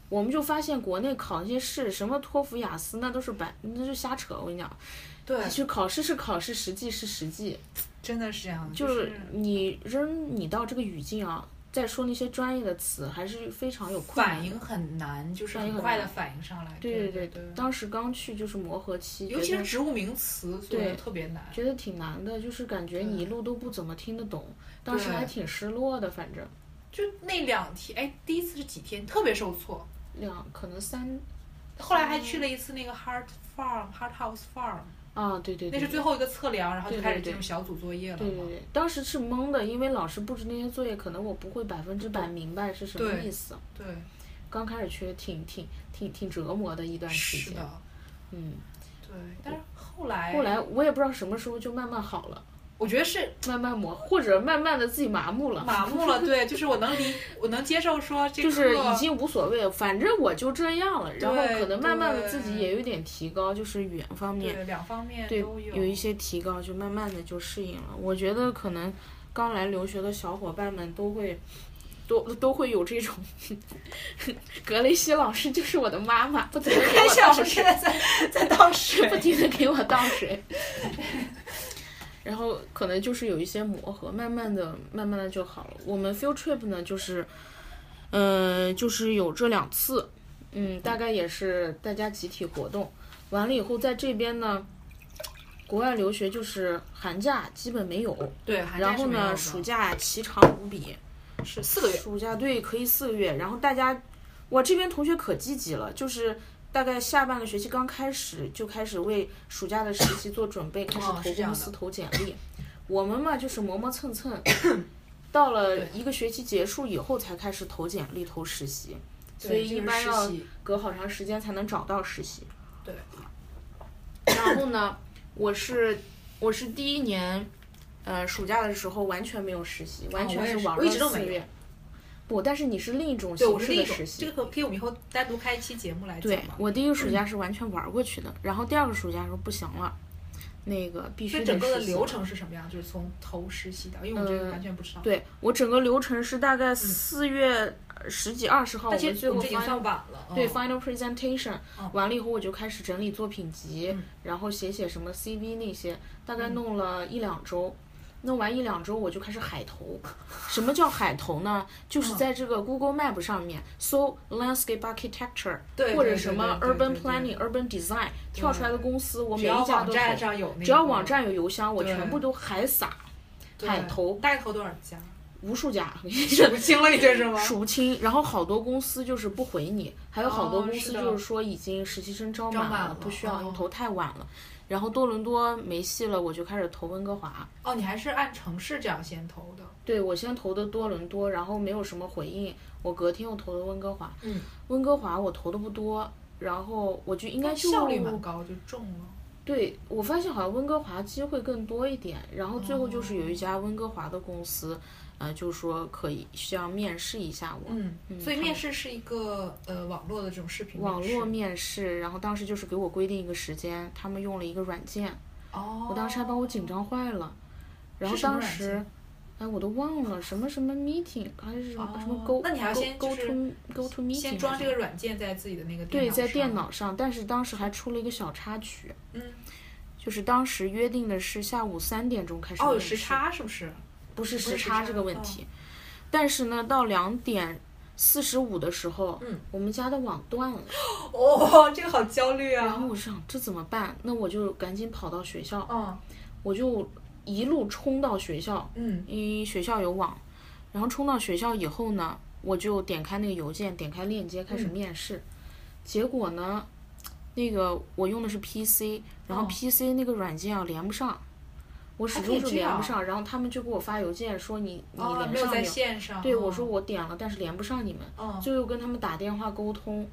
[SPEAKER 1] 我们就发现国内考那些试，什么托福、雅思，那都是白，那就瞎扯。我跟你讲，
[SPEAKER 3] 对，
[SPEAKER 1] 去考试是考试，实际是实际，
[SPEAKER 3] 真嗯的是这样的，
[SPEAKER 1] 就是是你扔你到这个语境啊，再说那些专业的词，还是非常有困难
[SPEAKER 3] 反
[SPEAKER 1] 的。
[SPEAKER 3] 应很难，就是
[SPEAKER 1] 反应
[SPEAKER 3] 很
[SPEAKER 1] 很
[SPEAKER 3] 快
[SPEAKER 1] 难
[SPEAKER 3] 的反应上来。
[SPEAKER 1] 对
[SPEAKER 3] 对
[SPEAKER 1] 对
[SPEAKER 3] 对，
[SPEAKER 1] 当时刚去就是磨合期，
[SPEAKER 3] 尤其
[SPEAKER 1] 觉
[SPEAKER 3] 是
[SPEAKER 1] 得
[SPEAKER 3] 植物名词做的
[SPEAKER 1] 对
[SPEAKER 3] 特别难。
[SPEAKER 1] 觉得挺难的，就是感觉
[SPEAKER 3] 对
[SPEAKER 1] 你一路都不怎么听得懂，当时
[SPEAKER 3] 对
[SPEAKER 1] 还挺失落的。反正
[SPEAKER 3] 就那两天，哎，第一次是几天，特别受挫。
[SPEAKER 1] 两可能三
[SPEAKER 3] 后来还去了一次那个 Heart Farm、Heart House Farm，
[SPEAKER 1] 啊，对对
[SPEAKER 3] 那
[SPEAKER 1] 对，
[SPEAKER 3] 是最后一个测量，然后就
[SPEAKER 1] 对
[SPEAKER 3] 开始
[SPEAKER 1] 对对
[SPEAKER 3] 进入小组作业了
[SPEAKER 1] 对对
[SPEAKER 3] 嘛。
[SPEAKER 1] 对，当时是懵的，因为老师布置那些作业，可能我不会百分之百明白是什么
[SPEAKER 3] 对
[SPEAKER 1] 意思。
[SPEAKER 3] 对，
[SPEAKER 1] 刚开始去挺挺挺挺折磨的一段时
[SPEAKER 3] 是
[SPEAKER 1] 间，
[SPEAKER 3] 的，哎
[SPEAKER 1] 嗯，
[SPEAKER 3] 对。但是后来，
[SPEAKER 1] 后来我也不知道什么时候就慢慢好了，
[SPEAKER 3] 我觉得是
[SPEAKER 1] 慢慢磨，或者慢慢的自己麻木了，
[SPEAKER 3] 麻木了，对，就是我能 理，我能接受说这
[SPEAKER 1] 就
[SPEAKER 3] 个
[SPEAKER 1] 是已经无所谓，反正我就这样了。然后可能慢慢的自己
[SPEAKER 3] 对
[SPEAKER 1] 也有点提高，就是语言方面。
[SPEAKER 3] 对两方面
[SPEAKER 1] 对
[SPEAKER 3] 都，
[SPEAKER 1] 有一 些提高，就慢慢的就适应了。我觉得可能刚来留学的小伙伴们都会，都都会有这种。 格雷西老师就是我的妈妈，不停的给我倒
[SPEAKER 3] 小
[SPEAKER 1] 水
[SPEAKER 3] 现，在在 在倒 水
[SPEAKER 1] 不，停的给我倒 水。然后可能就是有一些磨合，慢慢的、慢慢的就好了。我们 field trip 呢，就是，呃，就是有这两次，嗯，大概也是大家集体活动，完了以后在这边呢，国外留学就是寒假基本没有，
[SPEAKER 3] 对，寒假
[SPEAKER 1] 然后
[SPEAKER 3] 是没有
[SPEAKER 1] 呢，
[SPEAKER 3] 的
[SPEAKER 1] 暑假奇长无比，
[SPEAKER 3] 是四个月，
[SPEAKER 1] 暑假对，可以四个月。然后大家，我这边同学可积极了，就是大概下半个学期刚开始就开始为暑假的实习做准备，开始
[SPEAKER 3] 哦是
[SPEAKER 1] 投
[SPEAKER 3] 这样
[SPEAKER 1] 公司、投简历。我们嘛就是磨磨蹭 蹭，到了一个学期结束以后才开始投简历、投实习，所
[SPEAKER 3] 对
[SPEAKER 1] 以
[SPEAKER 3] 就
[SPEAKER 1] 一
[SPEAKER 3] 是
[SPEAKER 1] 般
[SPEAKER 3] 实
[SPEAKER 1] 要
[SPEAKER 3] 习
[SPEAKER 1] 隔好长时间才能找到实习。
[SPEAKER 3] 对。
[SPEAKER 1] 然后呢，我是我是第一年，嗯、呃，暑假的时候完全没有实习，完全
[SPEAKER 3] 哦我也是
[SPEAKER 1] 网
[SPEAKER 3] 我一直
[SPEAKER 1] 上
[SPEAKER 3] 都没
[SPEAKER 1] 四
[SPEAKER 3] 有
[SPEAKER 1] 月。不，但是你是另一种
[SPEAKER 3] 对，我
[SPEAKER 1] 形
[SPEAKER 3] 是
[SPEAKER 1] 式
[SPEAKER 3] 另
[SPEAKER 1] 的
[SPEAKER 3] 一种
[SPEAKER 1] 实，
[SPEAKER 3] 这
[SPEAKER 1] 习。
[SPEAKER 3] 个可以我们以后单独开一期节目来讲
[SPEAKER 1] 对
[SPEAKER 3] 嘛。
[SPEAKER 1] 我第一个
[SPEAKER 3] 嗯
[SPEAKER 1] 暑假是完全玩过去的，然后第二个暑假说不行了，那个必须
[SPEAKER 3] 所以
[SPEAKER 1] 得
[SPEAKER 3] 整个的
[SPEAKER 1] 实习
[SPEAKER 3] 流
[SPEAKER 1] 了
[SPEAKER 3] 程是什么样？就是从头实习到，因为我这个完全不知道。
[SPEAKER 1] 对我整个流程是大概四月十几二十号，
[SPEAKER 3] 嗯那
[SPEAKER 1] 我
[SPEAKER 3] 其
[SPEAKER 1] 们
[SPEAKER 3] 实
[SPEAKER 1] 最
[SPEAKER 3] 我
[SPEAKER 1] 后
[SPEAKER 3] 们这已经
[SPEAKER 1] final
[SPEAKER 3] 算晚了。嗯
[SPEAKER 1] 对 final presentation
[SPEAKER 3] 嗯
[SPEAKER 1] 完了以后，我就开始整理作品集
[SPEAKER 3] 嗯，
[SPEAKER 1] 然后写写什么 CV 那些，大概弄了一两周。弄完一两周，我就开始海投。什么叫海投呢？
[SPEAKER 3] 嗯
[SPEAKER 1] 就是在这个 Google Map 上面搜 landscape architecture
[SPEAKER 3] 对，
[SPEAKER 1] 或者
[SPEAKER 3] 对
[SPEAKER 1] 什么
[SPEAKER 3] 对对
[SPEAKER 1] urban
[SPEAKER 3] 对对
[SPEAKER 1] planning、urban design 跳出来的公司，我
[SPEAKER 3] 只
[SPEAKER 1] 每
[SPEAKER 3] 要
[SPEAKER 1] 一家
[SPEAKER 3] 网
[SPEAKER 1] 都
[SPEAKER 3] 站
[SPEAKER 1] 投。
[SPEAKER 3] 上有那个，
[SPEAKER 1] 只要网站有邮箱，我
[SPEAKER 3] 对
[SPEAKER 1] 全部都海撒
[SPEAKER 3] 对
[SPEAKER 1] 海投
[SPEAKER 3] 大概投多少 家？
[SPEAKER 1] 无数 家。
[SPEAKER 3] 数不清了，你这是 吗？
[SPEAKER 1] 数不清，然后好多公司就是不回你，还有好多
[SPEAKER 3] 哦
[SPEAKER 1] 公
[SPEAKER 3] 是
[SPEAKER 1] 司
[SPEAKER 3] 的
[SPEAKER 1] 就是说已经实习生招满
[SPEAKER 3] 招满了
[SPEAKER 1] 不需要，
[SPEAKER 3] 哦
[SPEAKER 1] 你投太晚了。然后多伦多没戏了，我就开始投温哥华。
[SPEAKER 3] 哦，你还是按城市这样先投的。
[SPEAKER 1] 对我先投的多伦多，然后没有什么回应，我隔天又投的温哥华。
[SPEAKER 3] 嗯，
[SPEAKER 1] 温哥华我投的不多，然后我就应该就
[SPEAKER 3] 效率蛮高，就中了。
[SPEAKER 1] 对我发现好像温哥华机会更多一点，然后最后
[SPEAKER 3] 哦
[SPEAKER 1] 就是有一家温哥华的公司，呃，就说可以想面试一下我。
[SPEAKER 3] 嗯，
[SPEAKER 1] 嗯
[SPEAKER 3] 所以
[SPEAKER 1] 他
[SPEAKER 3] 面试是一个呃网络的这种视频面
[SPEAKER 1] 网
[SPEAKER 3] 试
[SPEAKER 1] 络面试，然后当时就是给我规定一个时间，他们用了一个软件，
[SPEAKER 3] 哦，
[SPEAKER 1] 我当时还把我紧张坏了。然后
[SPEAKER 3] 是什么
[SPEAKER 1] 当
[SPEAKER 3] 软
[SPEAKER 1] 时
[SPEAKER 3] 件，
[SPEAKER 1] 哎，我都忘了什么什么 meeting 还是什么、什么 go，
[SPEAKER 3] 哦那你还要先
[SPEAKER 1] go
[SPEAKER 3] 就
[SPEAKER 1] go
[SPEAKER 3] 是
[SPEAKER 1] to go to meeting，
[SPEAKER 3] 先装
[SPEAKER 1] 还
[SPEAKER 3] 这
[SPEAKER 1] 是
[SPEAKER 3] 个软件在自己的那个
[SPEAKER 1] 对，在
[SPEAKER 3] 电
[SPEAKER 1] 电
[SPEAKER 3] 脑
[SPEAKER 1] 脑
[SPEAKER 3] 上。
[SPEAKER 1] 上，但是当时还出了一个小插曲，
[SPEAKER 3] 嗯，
[SPEAKER 1] 就是当时约定的是下午三点钟开始
[SPEAKER 3] 哦，有
[SPEAKER 1] 面
[SPEAKER 3] 时
[SPEAKER 1] 试，
[SPEAKER 3] 差是不是？
[SPEAKER 1] 不是
[SPEAKER 3] 不是
[SPEAKER 1] 时
[SPEAKER 3] 时
[SPEAKER 1] 差
[SPEAKER 3] 差
[SPEAKER 1] 这个问
[SPEAKER 3] 哦
[SPEAKER 1] 题，但是呢，到两点四十五的时候，
[SPEAKER 3] 嗯，
[SPEAKER 1] 我们家的网断了。
[SPEAKER 3] 哦，这个好焦虑
[SPEAKER 1] 然后
[SPEAKER 3] 啊。
[SPEAKER 1] 我想这怎么办？那我就赶紧跑到学校，
[SPEAKER 3] 嗯
[SPEAKER 1] 我就一路冲到学校，
[SPEAKER 3] 嗯，
[SPEAKER 1] 因为学校有网，然后冲到学校以后呢，我就点开那个邮件，点开链接开始
[SPEAKER 3] 嗯
[SPEAKER 1] 面试。结果呢，那个我用的是 PC，然后
[SPEAKER 3] 哦
[SPEAKER 1] PC 那个软件啊连不上，我始
[SPEAKER 3] 还可
[SPEAKER 1] 终
[SPEAKER 3] 以
[SPEAKER 1] 是
[SPEAKER 3] 这
[SPEAKER 1] 连
[SPEAKER 3] 样啊
[SPEAKER 1] 不上。然后他们就给我发邮件说你嗯你
[SPEAKER 3] 哦，
[SPEAKER 1] 连
[SPEAKER 3] 没有
[SPEAKER 1] 上没
[SPEAKER 3] 在
[SPEAKER 1] 有？
[SPEAKER 3] 线上。
[SPEAKER 1] 对，
[SPEAKER 3] 嗯
[SPEAKER 1] 我说，我点了，但是连不上你们。
[SPEAKER 3] 嗯，
[SPEAKER 1] 就又跟他们打电话沟通，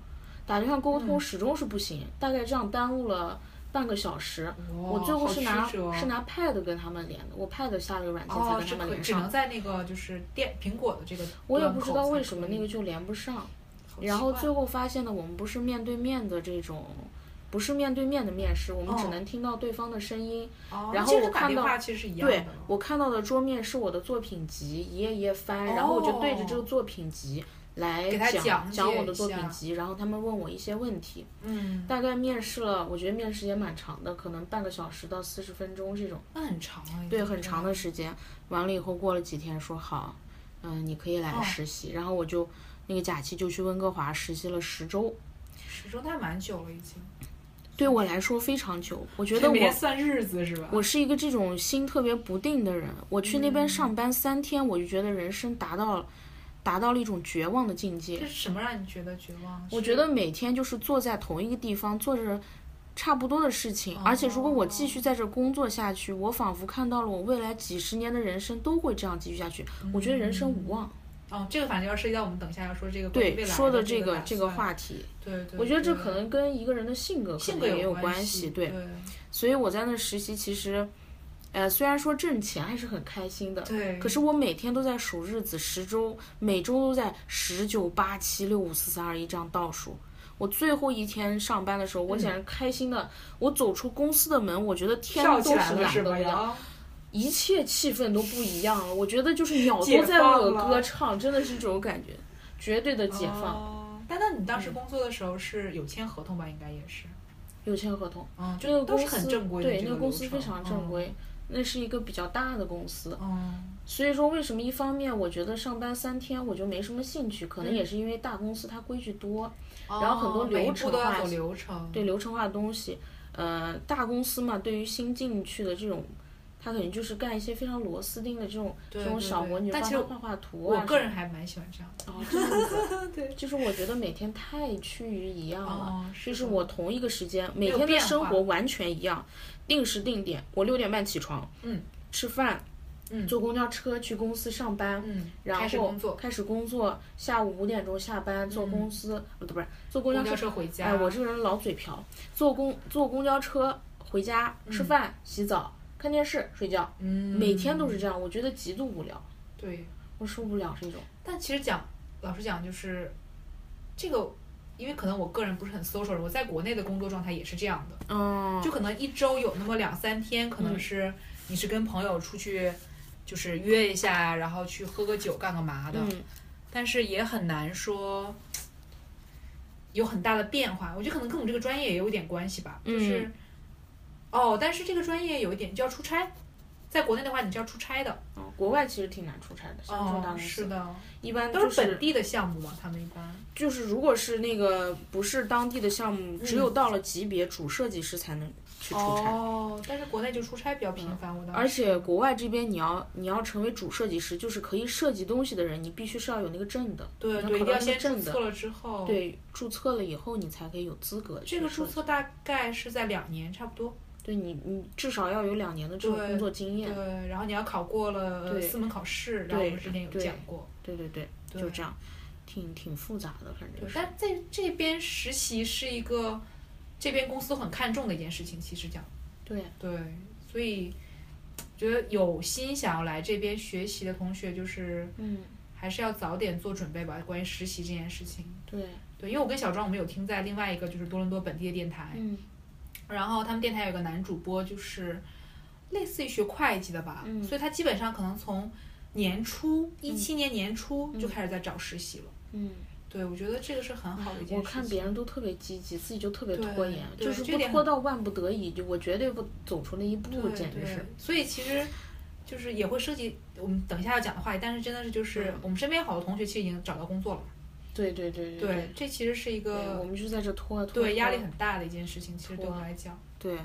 [SPEAKER 1] 打电话沟通始终是不行，大概这样耽误了半个小时。我
[SPEAKER 3] 我
[SPEAKER 1] 最后是拿是
[SPEAKER 3] 拿
[SPEAKER 1] 拿 Pad 跟他们连的，我 Pad 下了个软件才
[SPEAKER 3] 哦，
[SPEAKER 1] 跟
[SPEAKER 3] 是
[SPEAKER 1] 他们
[SPEAKER 3] 可以
[SPEAKER 1] 连
[SPEAKER 3] 只
[SPEAKER 1] 上，
[SPEAKER 3] 能在那个就是电苹果的这个端口才可以，
[SPEAKER 1] 我也不知道为什么那个就连不上。
[SPEAKER 3] 好奇
[SPEAKER 1] 然后
[SPEAKER 3] 怪哦
[SPEAKER 1] 最后发现呢，我们不是面对面的这种，不是面对面的面试，我们只
[SPEAKER 3] 哦
[SPEAKER 1] 能听到对方的声音。
[SPEAKER 3] 哦
[SPEAKER 1] 然
[SPEAKER 3] 那
[SPEAKER 1] 后
[SPEAKER 3] 其实
[SPEAKER 1] 我
[SPEAKER 3] 打
[SPEAKER 1] 看
[SPEAKER 3] 电
[SPEAKER 1] 到
[SPEAKER 3] 话其实是一样的
[SPEAKER 1] 对
[SPEAKER 3] 了，
[SPEAKER 1] 我看到的桌面是我的作品集，一页一页翻，然后我就对着这个作品集来
[SPEAKER 3] 哦给他
[SPEAKER 1] 讲
[SPEAKER 3] 讲
[SPEAKER 1] 讲
[SPEAKER 3] 解
[SPEAKER 1] 我
[SPEAKER 3] 一
[SPEAKER 1] 的作品
[SPEAKER 3] 下
[SPEAKER 1] 集，然后他们问我一些问题。
[SPEAKER 3] 嗯，
[SPEAKER 1] 大概面试了，我觉得面试也蛮长的，可能半个小时到四十分钟这种，
[SPEAKER 3] 那很长啊，
[SPEAKER 1] 对，很长
[SPEAKER 3] 的。
[SPEAKER 1] 的时间。完了以后，过了几天说好，嗯、你可以来
[SPEAKER 3] 哦
[SPEAKER 1] 实习。然后我就那个假期就去温哥华实习了十周，
[SPEAKER 3] 始终还蛮久了，已经。
[SPEAKER 1] 对我来说非常久。我觉得
[SPEAKER 3] 所以每天
[SPEAKER 1] 我
[SPEAKER 3] 算日子是吧？
[SPEAKER 1] 我是一个这种心特别不定的人，我去那
[SPEAKER 3] 嗯
[SPEAKER 1] 边上班三天，我就觉得人生达到了达到了一种绝望的境界
[SPEAKER 3] 这。是什么让你觉得绝望？
[SPEAKER 1] 我
[SPEAKER 3] 是
[SPEAKER 1] 觉得每天就是坐在同一个地方做着差不多的事情，而且如果我
[SPEAKER 3] 哦
[SPEAKER 1] 继续在这工作下去，我仿佛看到了我未来几十年的人生都会这样继续下去。
[SPEAKER 3] 嗯
[SPEAKER 1] 我觉得人生无望。
[SPEAKER 3] 哦，这个反正要涉及到我们等一下要说这个关于
[SPEAKER 1] 对，
[SPEAKER 3] 未来
[SPEAKER 1] 说
[SPEAKER 3] 的
[SPEAKER 1] 这
[SPEAKER 3] 个
[SPEAKER 1] 个
[SPEAKER 3] 打
[SPEAKER 1] 这个
[SPEAKER 3] 算，
[SPEAKER 1] 话题，
[SPEAKER 3] 对对，
[SPEAKER 1] 我觉得这
[SPEAKER 3] 对
[SPEAKER 1] 可能跟一个人的性格可
[SPEAKER 3] 性
[SPEAKER 1] 能
[SPEAKER 3] 格
[SPEAKER 1] 也有
[SPEAKER 3] 关
[SPEAKER 1] 系。
[SPEAKER 3] 对
[SPEAKER 1] 对，所以我在那实习，其实，呃，虽然说挣钱还是很开心的。
[SPEAKER 3] 对，
[SPEAKER 1] 可是我每天都在数日子，十周，每周都在十九八七六五四三二一这样倒数。我最后一天上班的时候，我简直开心的，我走出公司的门，我觉得天
[SPEAKER 3] 跳
[SPEAKER 1] 都
[SPEAKER 3] 起来了
[SPEAKER 1] 蓝
[SPEAKER 3] 是
[SPEAKER 1] 的，
[SPEAKER 3] 吧？哦
[SPEAKER 1] 我讲
[SPEAKER 3] 要
[SPEAKER 1] 一切气氛都不一样了。我觉得就是鸟
[SPEAKER 3] 解
[SPEAKER 1] 都在为
[SPEAKER 3] 放
[SPEAKER 1] 我
[SPEAKER 3] 了
[SPEAKER 1] 歌唱，真的是这种感觉，绝对的解放。嗯
[SPEAKER 3] 哦但那你当时工作的时候是有签合同吧？应该也是，
[SPEAKER 1] 有签合同，
[SPEAKER 3] 嗯，
[SPEAKER 1] 那个
[SPEAKER 3] 都
[SPEAKER 1] 公
[SPEAKER 3] 是
[SPEAKER 1] 司
[SPEAKER 3] 很正规的
[SPEAKER 1] 对
[SPEAKER 3] 这
[SPEAKER 1] 那个公司
[SPEAKER 3] 流
[SPEAKER 1] 非
[SPEAKER 3] 程
[SPEAKER 1] 常正。规，那是一个比较大的公司。
[SPEAKER 3] 嗯，
[SPEAKER 1] 所以说，为什么一方面我觉得上班三天我就没什么兴趣，可能
[SPEAKER 3] 嗯
[SPEAKER 1] 也是因为大公司它规矩多，
[SPEAKER 3] 嗯
[SPEAKER 1] 然后很多
[SPEAKER 3] 哦每一
[SPEAKER 1] 流
[SPEAKER 3] 步
[SPEAKER 1] 程
[SPEAKER 3] 都要
[SPEAKER 1] 化
[SPEAKER 3] 走流程，
[SPEAKER 1] 对流程化的东西，呃，大公司嘛，对于新进去的这种，他可能就是干一些非常螺丝钉的这种
[SPEAKER 3] 对
[SPEAKER 1] 这种
[SPEAKER 3] 对
[SPEAKER 1] 小
[SPEAKER 3] 对
[SPEAKER 1] 魔女，
[SPEAKER 3] 但
[SPEAKER 1] 帮
[SPEAKER 3] 其实
[SPEAKER 1] 他画画图
[SPEAKER 3] 我
[SPEAKER 1] 啊什么的。
[SPEAKER 3] 个人还蛮喜欢这样的。
[SPEAKER 1] 哦，这样子，
[SPEAKER 3] 对，
[SPEAKER 1] 就是我觉得每天太趋于一样了。
[SPEAKER 3] 哦，
[SPEAKER 1] 就是
[SPEAKER 3] 的
[SPEAKER 1] 我同一个时间，每
[SPEAKER 3] 有
[SPEAKER 1] 天的
[SPEAKER 3] 变
[SPEAKER 1] 生
[SPEAKER 3] 化
[SPEAKER 1] 活完全一样，定时定点。我六点半起床，
[SPEAKER 3] 嗯，
[SPEAKER 1] 吃饭，
[SPEAKER 3] 嗯
[SPEAKER 1] 坐公交车去公司上班，
[SPEAKER 3] 嗯，
[SPEAKER 1] 然后
[SPEAKER 3] 开始工作，嗯
[SPEAKER 1] 开始工作，下午五点钟下班，坐公司，呃不是坐公
[SPEAKER 3] 公
[SPEAKER 1] 交
[SPEAKER 3] 交
[SPEAKER 1] 车。哎
[SPEAKER 3] 车回家。
[SPEAKER 1] 哎，我这个人老嘴瓢，坐公坐公交车回家吃饭、洗澡，看电视、睡觉，
[SPEAKER 3] 嗯，
[SPEAKER 1] 每天都是这样，我觉得极度无聊，
[SPEAKER 3] 对。
[SPEAKER 1] 我受不了这种。
[SPEAKER 3] 但其实讲，老实讲，就是这个，因为可能我个人不是很 social，人我在国内的工作状态也是这样的，
[SPEAKER 1] 嗯，
[SPEAKER 3] 就可能一周有那么两三天，可能是你是跟朋友出去，就是约一下，然后去喝个酒，干个嘛的，
[SPEAKER 1] 嗯，
[SPEAKER 3] 但是也很难说有很大的变化。我觉得可能跟我们这个专业也有一点关系吧，
[SPEAKER 1] 嗯
[SPEAKER 3] 就是、哦，但是这个专业有一点，你就要出差。在国内的话，你就要出差的。
[SPEAKER 1] 嗯国外其实挺难出差的，像这种大
[SPEAKER 3] 哦，
[SPEAKER 1] 公司，
[SPEAKER 3] 是的，
[SPEAKER 1] 一般
[SPEAKER 3] 都
[SPEAKER 1] 就是
[SPEAKER 3] 本地的项目嘛，他们一般。
[SPEAKER 1] 就是如果是那个不是当地的项目，只有到了级别主设计师才能去出差。
[SPEAKER 3] 嗯
[SPEAKER 1] 嗯
[SPEAKER 3] 哦，但是国内就出差比较频繁，我当时。
[SPEAKER 1] 而且国外这边，你要你要成为主设计师，就是可以设计东西的人，你必须是要有那个证的。
[SPEAKER 3] 对
[SPEAKER 1] 你
[SPEAKER 3] 对，
[SPEAKER 1] 要
[SPEAKER 3] 一定
[SPEAKER 1] 考
[SPEAKER 3] 要
[SPEAKER 1] 到那
[SPEAKER 3] 先
[SPEAKER 1] 个
[SPEAKER 3] 注
[SPEAKER 1] 证的。
[SPEAKER 3] 册了之后。，
[SPEAKER 1] 对，注册了以后，你才可以有资格去
[SPEAKER 3] 这个
[SPEAKER 1] 设
[SPEAKER 3] 注
[SPEAKER 1] 计
[SPEAKER 3] 册大概是在两年差不多。
[SPEAKER 1] 对你，你至少要有两年的这种
[SPEAKER 3] 对
[SPEAKER 1] 工作经
[SPEAKER 3] 对
[SPEAKER 1] 验。，
[SPEAKER 3] 然后你要考过了呃
[SPEAKER 1] 对
[SPEAKER 3] 四门考试，然后我们之前有
[SPEAKER 1] 对
[SPEAKER 3] 讲过。
[SPEAKER 1] 对对对，
[SPEAKER 3] 对
[SPEAKER 1] 就这样，挺挺复杂的，反
[SPEAKER 3] 对
[SPEAKER 1] 正，是。
[SPEAKER 3] 但在这边实习是一个这边公司很看重的一件事情，其实讲
[SPEAKER 1] 对，
[SPEAKER 3] 对，所以觉得有心想要来这边学习的同学，就是
[SPEAKER 1] 嗯，
[SPEAKER 3] 还是要早点做准备吧，关于实习这件事情。
[SPEAKER 1] 对，
[SPEAKER 3] 对，因为我跟小庄我们有听在另外一个就是多伦多本地的电台，
[SPEAKER 1] 嗯
[SPEAKER 3] 然后他们电台有个男主播，就是类似于学会计的吧，
[SPEAKER 1] 嗯
[SPEAKER 3] 所以他基本上可能从年初一
[SPEAKER 1] 嗯
[SPEAKER 3] 七年年初
[SPEAKER 1] 嗯
[SPEAKER 3] 就开始在找实习了。
[SPEAKER 1] 嗯，
[SPEAKER 3] 对，我觉得这个是很好的一件
[SPEAKER 1] 我
[SPEAKER 3] 事情。
[SPEAKER 1] 看别人都特别积极，自己就特别
[SPEAKER 3] 对
[SPEAKER 1] 拖延，
[SPEAKER 3] 对
[SPEAKER 1] 就是
[SPEAKER 3] 这
[SPEAKER 1] 不
[SPEAKER 3] 点
[SPEAKER 1] 拖
[SPEAKER 3] 很
[SPEAKER 1] 到万不得已，就我绝对不走出那一步，
[SPEAKER 3] 对
[SPEAKER 1] 简直
[SPEAKER 3] 对
[SPEAKER 1] 是。
[SPEAKER 3] 所以其实就是也会涉及我们等一下要讲的话题，但是真的是就是
[SPEAKER 1] 嗯
[SPEAKER 3] 我们身边有好多同学其实已经找到工作了。
[SPEAKER 1] 对对对
[SPEAKER 3] 对，
[SPEAKER 1] 对，
[SPEAKER 3] 这其实是一
[SPEAKER 1] 对我
[SPEAKER 3] 个
[SPEAKER 1] 们就在这拖拖，
[SPEAKER 3] 对压力
[SPEAKER 1] 拖
[SPEAKER 3] 很大的一件事情，其实对我们来讲。
[SPEAKER 1] 对。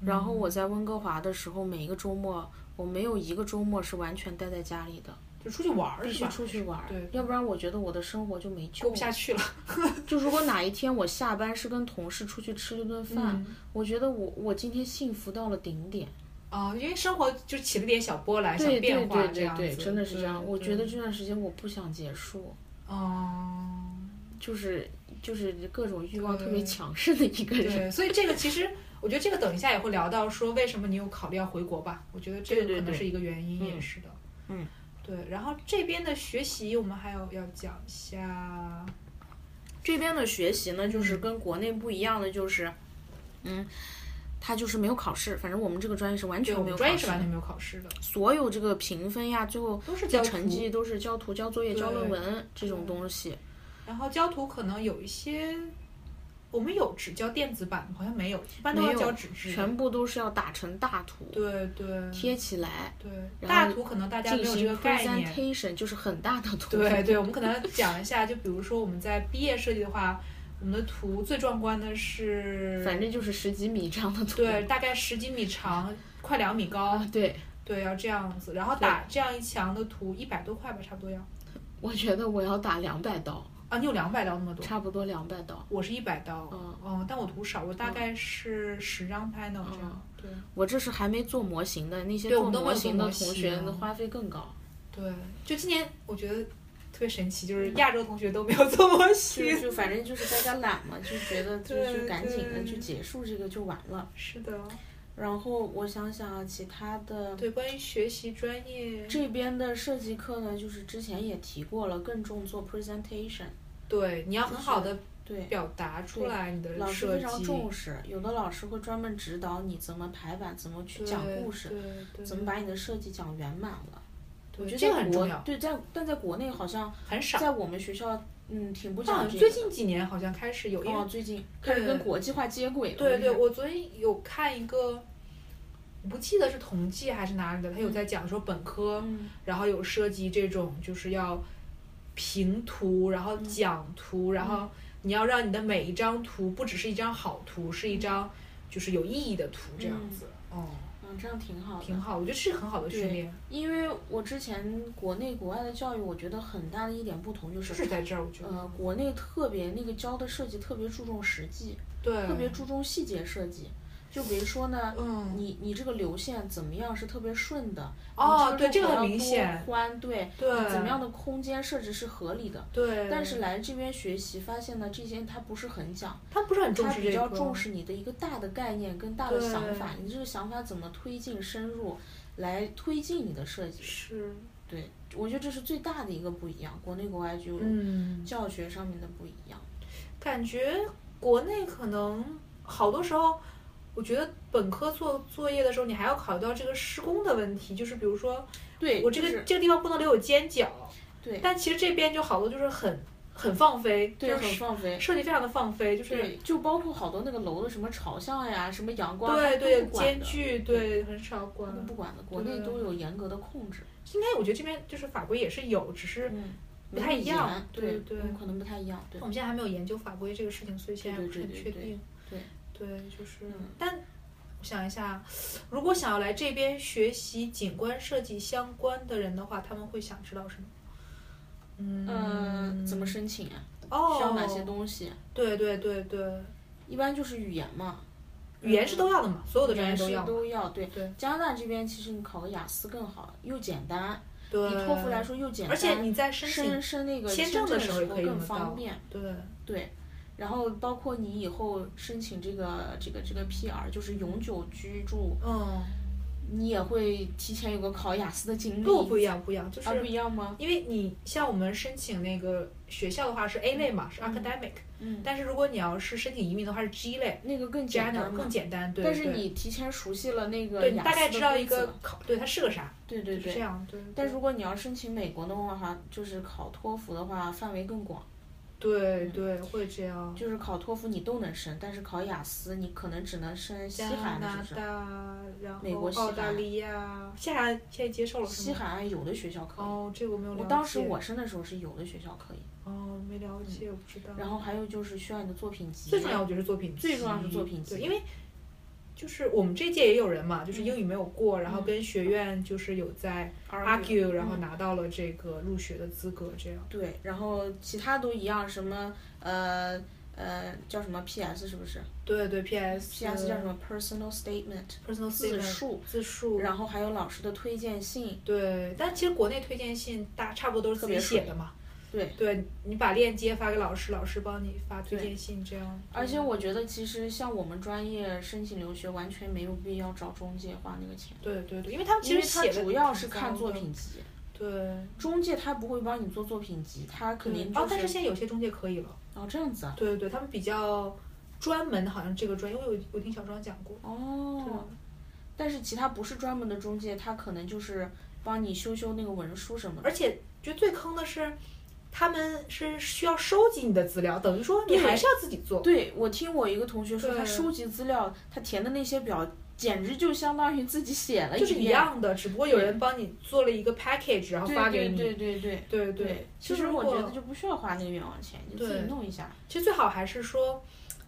[SPEAKER 1] 然后
[SPEAKER 3] 嗯
[SPEAKER 1] 我在温哥华的时候，每一个周末我没有一个周末是完全待在家里的，
[SPEAKER 3] 就出去玩儿
[SPEAKER 1] 必
[SPEAKER 3] 是
[SPEAKER 1] 须
[SPEAKER 3] 吧？
[SPEAKER 1] 出去玩儿
[SPEAKER 3] 对，
[SPEAKER 1] 要不然我觉得我的生活就没救了
[SPEAKER 3] 过不。下去了。
[SPEAKER 1] 就如果哪一天我下班是跟同事出去吃了顿饭，
[SPEAKER 3] 嗯
[SPEAKER 1] 我觉得我我今天幸福到了顶点。
[SPEAKER 3] 哦，因为生活就起了点小波澜、小
[SPEAKER 1] 对对
[SPEAKER 3] 变化
[SPEAKER 1] 对
[SPEAKER 3] 这
[SPEAKER 1] 对
[SPEAKER 3] 样
[SPEAKER 1] 对，
[SPEAKER 3] 子，
[SPEAKER 1] 真的是这样。
[SPEAKER 3] 对
[SPEAKER 1] 我觉得，
[SPEAKER 3] 对
[SPEAKER 1] 这段时间我不想结束，
[SPEAKER 3] 哦，
[SPEAKER 1] 就是就是各种欲望
[SPEAKER 3] 对
[SPEAKER 1] 特别强盛的一个人。
[SPEAKER 3] 对，所以这个其实，我觉得这个等一下也会聊到，说为什么你有考虑要回国吧？我觉得这
[SPEAKER 1] 对
[SPEAKER 3] 个
[SPEAKER 1] 对
[SPEAKER 3] 可能
[SPEAKER 1] 对
[SPEAKER 3] 是一个原因，
[SPEAKER 1] 嗯
[SPEAKER 3] 也是的。
[SPEAKER 1] 嗯，
[SPEAKER 3] 对。然后这边的学习，我们还有要讲一下，
[SPEAKER 1] 这边的学习呢，就是
[SPEAKER 3] 嗯
[SPEAKER 1] 跟国内不一样的，就是，嗯，它就是没有考试，反正我们这个专业是完
[SPEAKER 3] 对
[SPEAKER 1] 全
[SPEAKER 3] 我
[SPEAKER 1] 没
[SPEAKER 3] 们
[SPEAKER 1] 有
[SPEAKER 3] 专
[SPEAKER 1] 考
[SPEAKER 3] 业是
[SPEAKER 1] 试
[SPEAKER 3] 完
[SPEAKER 1] 的，
[SPEAKER 3] 全没有考试的，
[SPEAKER 1] 所有这个评分呀，最后
[SPEAKER 3] 都是
[SPEAKER 1] 这
[SPEAKER 3] 教
[SPEAKER 1] 成
[SPEAKER 3] 徒。
[SPEAKER 1] 绩都是交图、交作业、
[SPEAKER 3] 对
[SPEAKER 1] 交论文这种东西。
[SPEAKER 3] 然后教图可能有一些，我们有只教电子版，好像没有，一般都
[SPEAKER 1] 没
[SPEAKER 3] 要
[SPEAKER 1] 有
[SPEAKER 3] 教纸质的。
[SPEAKER 1] 全部都是要打成大图，
[SPEAKER 3] 对对
[SPEAKER 1] 贴起来，
[SPEAKER 3] 对，
[SPEAKER 1] 然
[SPEAKER 3] 大
[SPEAKER 1] 后
[SPEAKER 3] 图可能大家没
[SPEAKER 1] 进
[SPEAKER 3] 有这
[SPEAKER 1] 行
[SPEAKER 3] 个概念。
[SPEAKER 1] presentation，就是很大的 图。
[SPEAKER 3] 对对，我们可能要讲一下，就比如说我们在毕业设计的话，我们的图最壮观的是，
[SPEAKER 1] 反正就是十几米这样的图。
[SPEAKER 3] 对，大概十几米长，快两米高
[SPEAKER 1] 啊，，对，
[SPEAKER 3] 对，要这样子，然后打这样一墙的图，一百多块吧，差不多要。
[SPEAKER 1] 我觉得我要打两百刀，
[SPEAKER 3] 啊，你有两百刀那么多，
[SPEAKER 1] 差不多两百刀。
[SPEAKER 3] 我是一百刀，
[SPEAKER 1] 嗯
[SPEAKER 3] 嗯，但我图少，我大概是十张 panel 这
[SPEAKER 1] 哦
[SPEAKER 3] 样，
[SPEAKER 1] 我这是还没做模型的，那些
[SPEAKER 3] 对我
[SPEAKER 1] 做
[SPEAKER 3] 们都
[SPEAKER 1] 模
[SPEAKER 3] 没有做
[SPEAKER 1] 型的
[SPEAKER 3] 模
[SPEAKER 1] 同
[SPEAKER 3] 型啊
[SPEAKER 1] 学的花费更 高。
[SPEAKER 3] 对对，就今年我觉得特别神奇，就是亚洲同学都没有做模型，
[SPEAKER 1] 就就反正嗯就是大家懒嘛，就觉得就
[SPEAKER 3] 对
[SPEAKER 1] 就赶紧的
[SPEAKER 3] 对
[SPEAKER 1] 就结束这个就完了。
[SPEAKER 3] 是的，
[SPEAKER 1] 然后我想想啊，其他的
[SPEAKER 3] 对，关于学习专业，
[SPEAKER 1] 这边的设计课呢，就是之前也提过了，更重做 presentation。
[SPEAKER 3] 对，你要很好的
[SPEAKER 1] 对，
[SPEAKER 3] 表达出
[SPEAKER 1] 对
[SPEAKER 3] 来你的
[SPEAKER 1] 老师
[SPEAKER 3] 设
[SPEAKER 1] 非
[SPEAKER 3] 计，
[SPEAKER 1] 常重视，有的老师会专门指导你怎么排版，怎么去
[SPEAKER 3] 对
[SPEAKER 1] 讲故事，，
[SPEAKER 3] 对
[SPEAKER 1] 怎么把你的设计讲圆满了。我
[SPEAKER 3] 对
[SPEAKER 1] 觉得
[SPEAKER 3] 对，这个
[SPEAKER 1] 在
[SPEAKER 3] 很
[SPEAKER 1] 国
[SPEAKER 3] 重要，
[SPEAKER 1] 对，在但在国内好像
[SPEAKER 3] 很少。
[SPEAKER 1] 在我们学校，嗯，挺不
[SPEAKER 3] 像
[SPEAKER 1] 讲这个的。
[SPEAKER 3] 最近几年好像开始有，因
[SPEAKER 1] 哦
[SPEAKER 3] 为，
[SPEAKER 1] 最近开始
[SPEAKER 3] 对
[SPEAKER 1] 跟国际化接轨了。
[SPEAKER 3] 对对，
[SPEAKER 1] 就是
[SPEAKER 3] 我昨天有看一个，我不记得是统计还是哪里的，他有在讲说本科，
[SPEAKER 1] 嗯
[SPEAKER 3] 然后有涉及这种就是要评图，然后讲图，然后你要让你的每一张图不只是一张好图，是一张就是有意义的图这样
[SPEAKER 1] 嗯
[SPEAKER 3] 子。哦，
[SPEAKER 1] 嗯，这样挺好的。
[SPEAKER 3] 挺好，我觉得是很好的训
[SPEAKER 1] 对
[SPEAKER 3] 练，
[SPEAKER 1] 因为我之前国内国外的教育，我觉得很大的一点不同就，
[SPEAKER 3] 就是嗯是在这儿，我觉得
[SPEAKER 1] 呃，国内特别那个教的设计特别注重实际，
[SPEAKER 3] 对，
[SPEAKER 1] 特别注重细节设计。就比如说呢，
[SPEAKER 3] 嗯，
[SPEAKER 1] 你你这个流线怎么样是特别顺的？
[SPEAKER 3] 哦，
[SPEAKER 1] 你
[SPEAKER 3] 对，这
[SPEAKER 1] 个
[SPEAKER 3] 个
[SPEAKER 1] 路口要
[SPEAKER 3] 很明
[SPEAKER 1] 多
[SPEAKER 3] 显，
[SPEAKER 1] 宽，对，
[SPEAKER 3] 对，
[SPEAKER 1] 怎么样？的空间设置是合理的。
[SPEAKER 3] 对，
[SPEAKER 1] 但是来这边学习，发现呢，这些他不是很讲，
[SPEAKER 3] 他不是很重
[SPEAKER 1] 他
[SPEAKER 3] 视这
[SPEAKER 1] 比
[SPEAKER 3] 个，
[SPEAKER 1] 较重视你的一个大的概念跟大的
[SPEAKER 3] 对
[SPEAKER 1] 想法，你这个想法怎么推进深入，来推进你的设计。
[SPEAKER 3] 是，
[SPEAKER 1] 对，我觉得这是最大的一个不一样，国内国外就
[SPEAKER 3] 嗯，
[SPEAKER 1] 教学上面的不一样。
[SPEAKER 3] 感觉国内可能好多时候，我觉得本科做作业的时候，你还要考虑到这个施工的问题，就是比如说
[SPEAKER 1] 对，
[SPEAKER 3] 我这个、
[SPEAKER 1] 就是
[SPEAKER 3] 这个地方不能留有尖角，
[SPEAKER 1] 对
[SPEAKER 3] 但其实这边就好多就是很很放飞，
[SPEAKER 1] 对
[SPEAKER 3] 就
[SPEAKER 1] 很
[SPEAKER 3] 是
[SPEAKER 1] 放飞。
[SPEAKER 3] 设计非常的放飞，就是
[SPEAKER 1] 对，就包括好多那个楼的什么朝向呀、什么阳光，
[SPEAKER 3] 对
[SPEAKER 1] 它
[SPEAKER 3] 对
[SPEAKER 1] 都不管
[SPEAKER 3] 间
[SPEAKER 1] 的，嗯
[SPEAKER 3] 距对很少管
[SPEAKER 1] 都。不管的，国内
[SPEAKER 3] 对
[SPEAKER 1] 都有严格的控制。
[SPEAKER 3] 应该我觉得这边就是法规也是有，只是
[SPEAKER 1] 嗯，
[SPEAKER 3] 不太一样
[SPEAKER 1] 没那么严
[SPEAKER 3] 对对哦
[SPEAKER 1] 嗯可能不太一样，对
[SPEAKER 3] 我，们现在还没有研究法规这个事情，所以现在
[SPEAKER 1] 对
[SPEAKER 3] 不是
[SPEAKER 1] 对
[SPEAKER 3] 很
[SPEAKER 1] 对
[SPEAKER 3] 确
[SPEAKER 1] 对
[SPEAKER 3] 定。
[SPEAKER 1] 对
[SPEAKER 3] 对就是
[SPEAKER 1] 嗯，
[SPEAKER 3] 但我想一下，如果想要来这边学习景观设计相关的人的话，他们会想知道什么？嗯，
[SPEAKER 1] 嗯，怎么申请啊？
[SPEAKER 3] 哦，
[SPEAKER 1] 需要哪些东西？嗯
[SPEAKER 3] 对对对对，
[SPEAKER 1] 一般就是语言嘛，嗯
[SPEAKER 3] 语言是都要的嘛，所有的专业都
[SPEAKER 1] 语言是
[SPEAKER 3] 要嘛。
[SPEAKER 1] 都要。对
[SPEAKER 3] 对
[SPEAKER 1] 加拿大这边其实你考个雅思更好，又简单，
[SPEAKER 3] 对，
[SPEAKER 1] 比托福来说又简单，
[SPEAKER 3] 而且你在申请
[SPEAKER 1] 申申那个
[SPEAKER 3] 签
[SPEAKER 1] 证
[SPEAKER 3] 证的
[SPEAKER 1] 时
[SPEAKER 3] 时候也可以用
[SPEAKER 1] 更
[SPEAKER 3] 得到
[SPEAKER 1] 方便。
[SPEAKER 3] 对
[SPEAKER 1] 然后包括你以后申请这个这个这个 PR，就是永久居住，
[SPEAKER 3] 嗯，
[SPEAKER 1] 你也会提前有个考雅思的经历。
[SPEAKER 3] 不不一样，不一样，就是
[SPEAKER 1] 啊，不一样吗？
[SPEAKER 3] 因为你像我们申请那个学校的话是 A 类嘛，是 academic，、
[SPEAKER 1] 嗯，
[SPEAKER 3] 但是如果你要是申请移民的话是 G 类，
[SPEAKER 1] 那个更
[SPEAKER 3] 这
[SPEAKER 1] 简
[SPEAKER 3] 样
[SPEAKER 1] 单嘛
[SPEAKER 3] 更。简单。对，
[SPEAKER 1] 但是
[SPEAKER 3] 对
[SPEAKER 1] 你提前熟悉了那个
[SPEAKER 3] 对你
[SPEAKER 1] 雅
[SPEAKER 3] 大概
[SPEAKER 1] 思的
[SPEAKER 3] 知道一
[SPEAKER 1] 规
[SPEAKER 3] 个
[SPEAKER 1] 则，
[SPEAKER 3] 考，对它是个啥，
[SPEAKER 1] 对对
[SPEAKER 3] 就是这
[SPEAKER 1] 对。
[SPEAKER 3] 样。对，
[SPEAKER 1] 但如果你要申请美国的话，就是考托福的话，范围更广，
[SPEAKER 3] 对对会这
[SPEAKER 1] 嗯
[SPEAKER 3] 样。
[SPEAKER 1] 就是考托福你都能申，但是考雅思你可能只能申西
[SPEAKER 3] 加
[SPEAKER 1] 海岸，
[SPEAKER 3] 拿
[SPEAKER 1] 是不是？
[SPEAKER 3] 大，然
[SPEAKER 1] 美
[SPEAKER 3] 后
[SPEAKER 1] 国西
[SPEAKER 3] 澳大
[SPEAKER 1] 海
[SPEAKER 3] 利亚，西海岸现在接受了是
[SPEAKER 1] 西
[SPEAKER 3] 吗？
[SPEAKER 1] 海岸有的学校可以，
[SPEAKER 3] 哦，这个我没有了解。
[SPEAKER 1] 我当时我申的时候是有的学校可以。
[SPEAKER 3] 哦没了解，我不知道。
[SPEAKER 1] 然后还有就是需要你的作品集，
[SPEAKER 3] 最重要，我觉得是作品集，
[SPEAKER 1] 最重要是作品集
[SPEAKER 3] 对，因为就是我们这届也有人嘛，就是英语没有过，然后
[SPEAKER 1] 嗯
[SPEAKER 3] 跟学院就是有在
[SPEAKER 1] argue，
[SPEAKER 3] argue，然后嗯拿到了这个入学的资格，这样。
[SPEAKER 1] 对，然后其他都一样，什么呃呃叫什么 PS 是不是
[SPEAKER 3] 对对，PS
[SPEAKER 1] ？PS 叫什么 personal statement
[SPEAKER 3] 呃 personal
[SPEAKER 1] 自
[SPEAKER 3] statement
[SPEAKER 1] 述，
[SPEAKER 3] 自述。
[SPEAKER 1] 然后还有老师的推荐信，
[SPEAKER 3] 对，但其实国内推荐信大差不多都是自
[SPEAKER 1] 特
[SPEAKER 3] 己
[SPEAKER 1] 别
[SPEAKER 3] 写
[SPEAKER 1] 水
[SPEAKER 3] 的嘛。
[SPEAKER 1] 对，
[SPEAKER 3] 对你把链接发给老师，老师帮你发推
[SPEAKER 1] 对
[SPEAKER 3] 荐信，这样。
[SPEAKER 1] 而且
[SPEAKER 3] 对
[SPEAKER 1] 我觉得其实像我们专业申请留学完全没有必要找中介花那个钱，
[SPEAKER 3] 对对对，因为他们
[SPEAKER 1] 因
[SPEAKER 3] 其
[SPEAKER 1] 为
[SPEAKER 3] 实
[SPEAKER 1] 他
[SPEAKER 3] 写的
[SPEAKER 1] 主要
[SPEAKER 3] 挺
[SPEAKER 1] 是
[SPEAKER 3] 高
[SPEAKER 1] 看作
[SPEAKER 3] 的。
[SPEAKER 1] 品集，
[SPEAKER 3] 对，
[SPEAKER 1] 中介他不会帮你做作品集，他肯定
[SPEAKER 3] 对
[SPEAKER 1] 就
[SPEAKER 3] 哦，但是
[SPEAKER 1] 是
[SPEAKER 3] 现在有些中介可以了。
[SPEAKER 1] 哦这样子啊，
[SPEAKER 3] 对对对，他们比较专门，好像这个专业，因为我有我听小庄讲过。
[SPEAKER 1] 哦，但是其他不是专门的中介，他可能就是帮你修修那个文书什么的。
[SPEAKER 3] 而且觉得最坑的是，他们是需要收集你的资料，等于说你
[SPEAKER 1] 对
[SPEAKER 3] 还是要自己做。
[SPEAKER 1] 对我听我一个同学说，
[SPEAKER 3] 对
[SPEAKER 1] 他收集资料，他填的那些表，简直就相当于自己写了
[SPEAKER 3] 就是一
[SPEAKER 1] 遍。
[SPEAKER 3] 样的，只不过有人帮你做了一个 package，然后
[SPEAKER 1] 对
[SPEAKER 3] 发
[SPEAKER 1] 对
[SPEAKER 3] 给你。
[SPEAKER 1] 对对对
[SPEAKER 3] 对
[SPEAKER 1] 对，
[SPEAKER 3] 其
[SPEAKER 1] 其
[SPEAKER 3] 实
[SPEAKER 1] 实
[SPEAKER 3] 如
[SPEAKER 1] 我
[SPEAKER 3] 果
[SPEAKER 1] 觉得就不需要花那个冤枉钱，你就自己
[SPEAKER 3] 对
[SPEAKER 1] 弄一下。
[SPEAKER 3] 其实最好还是说，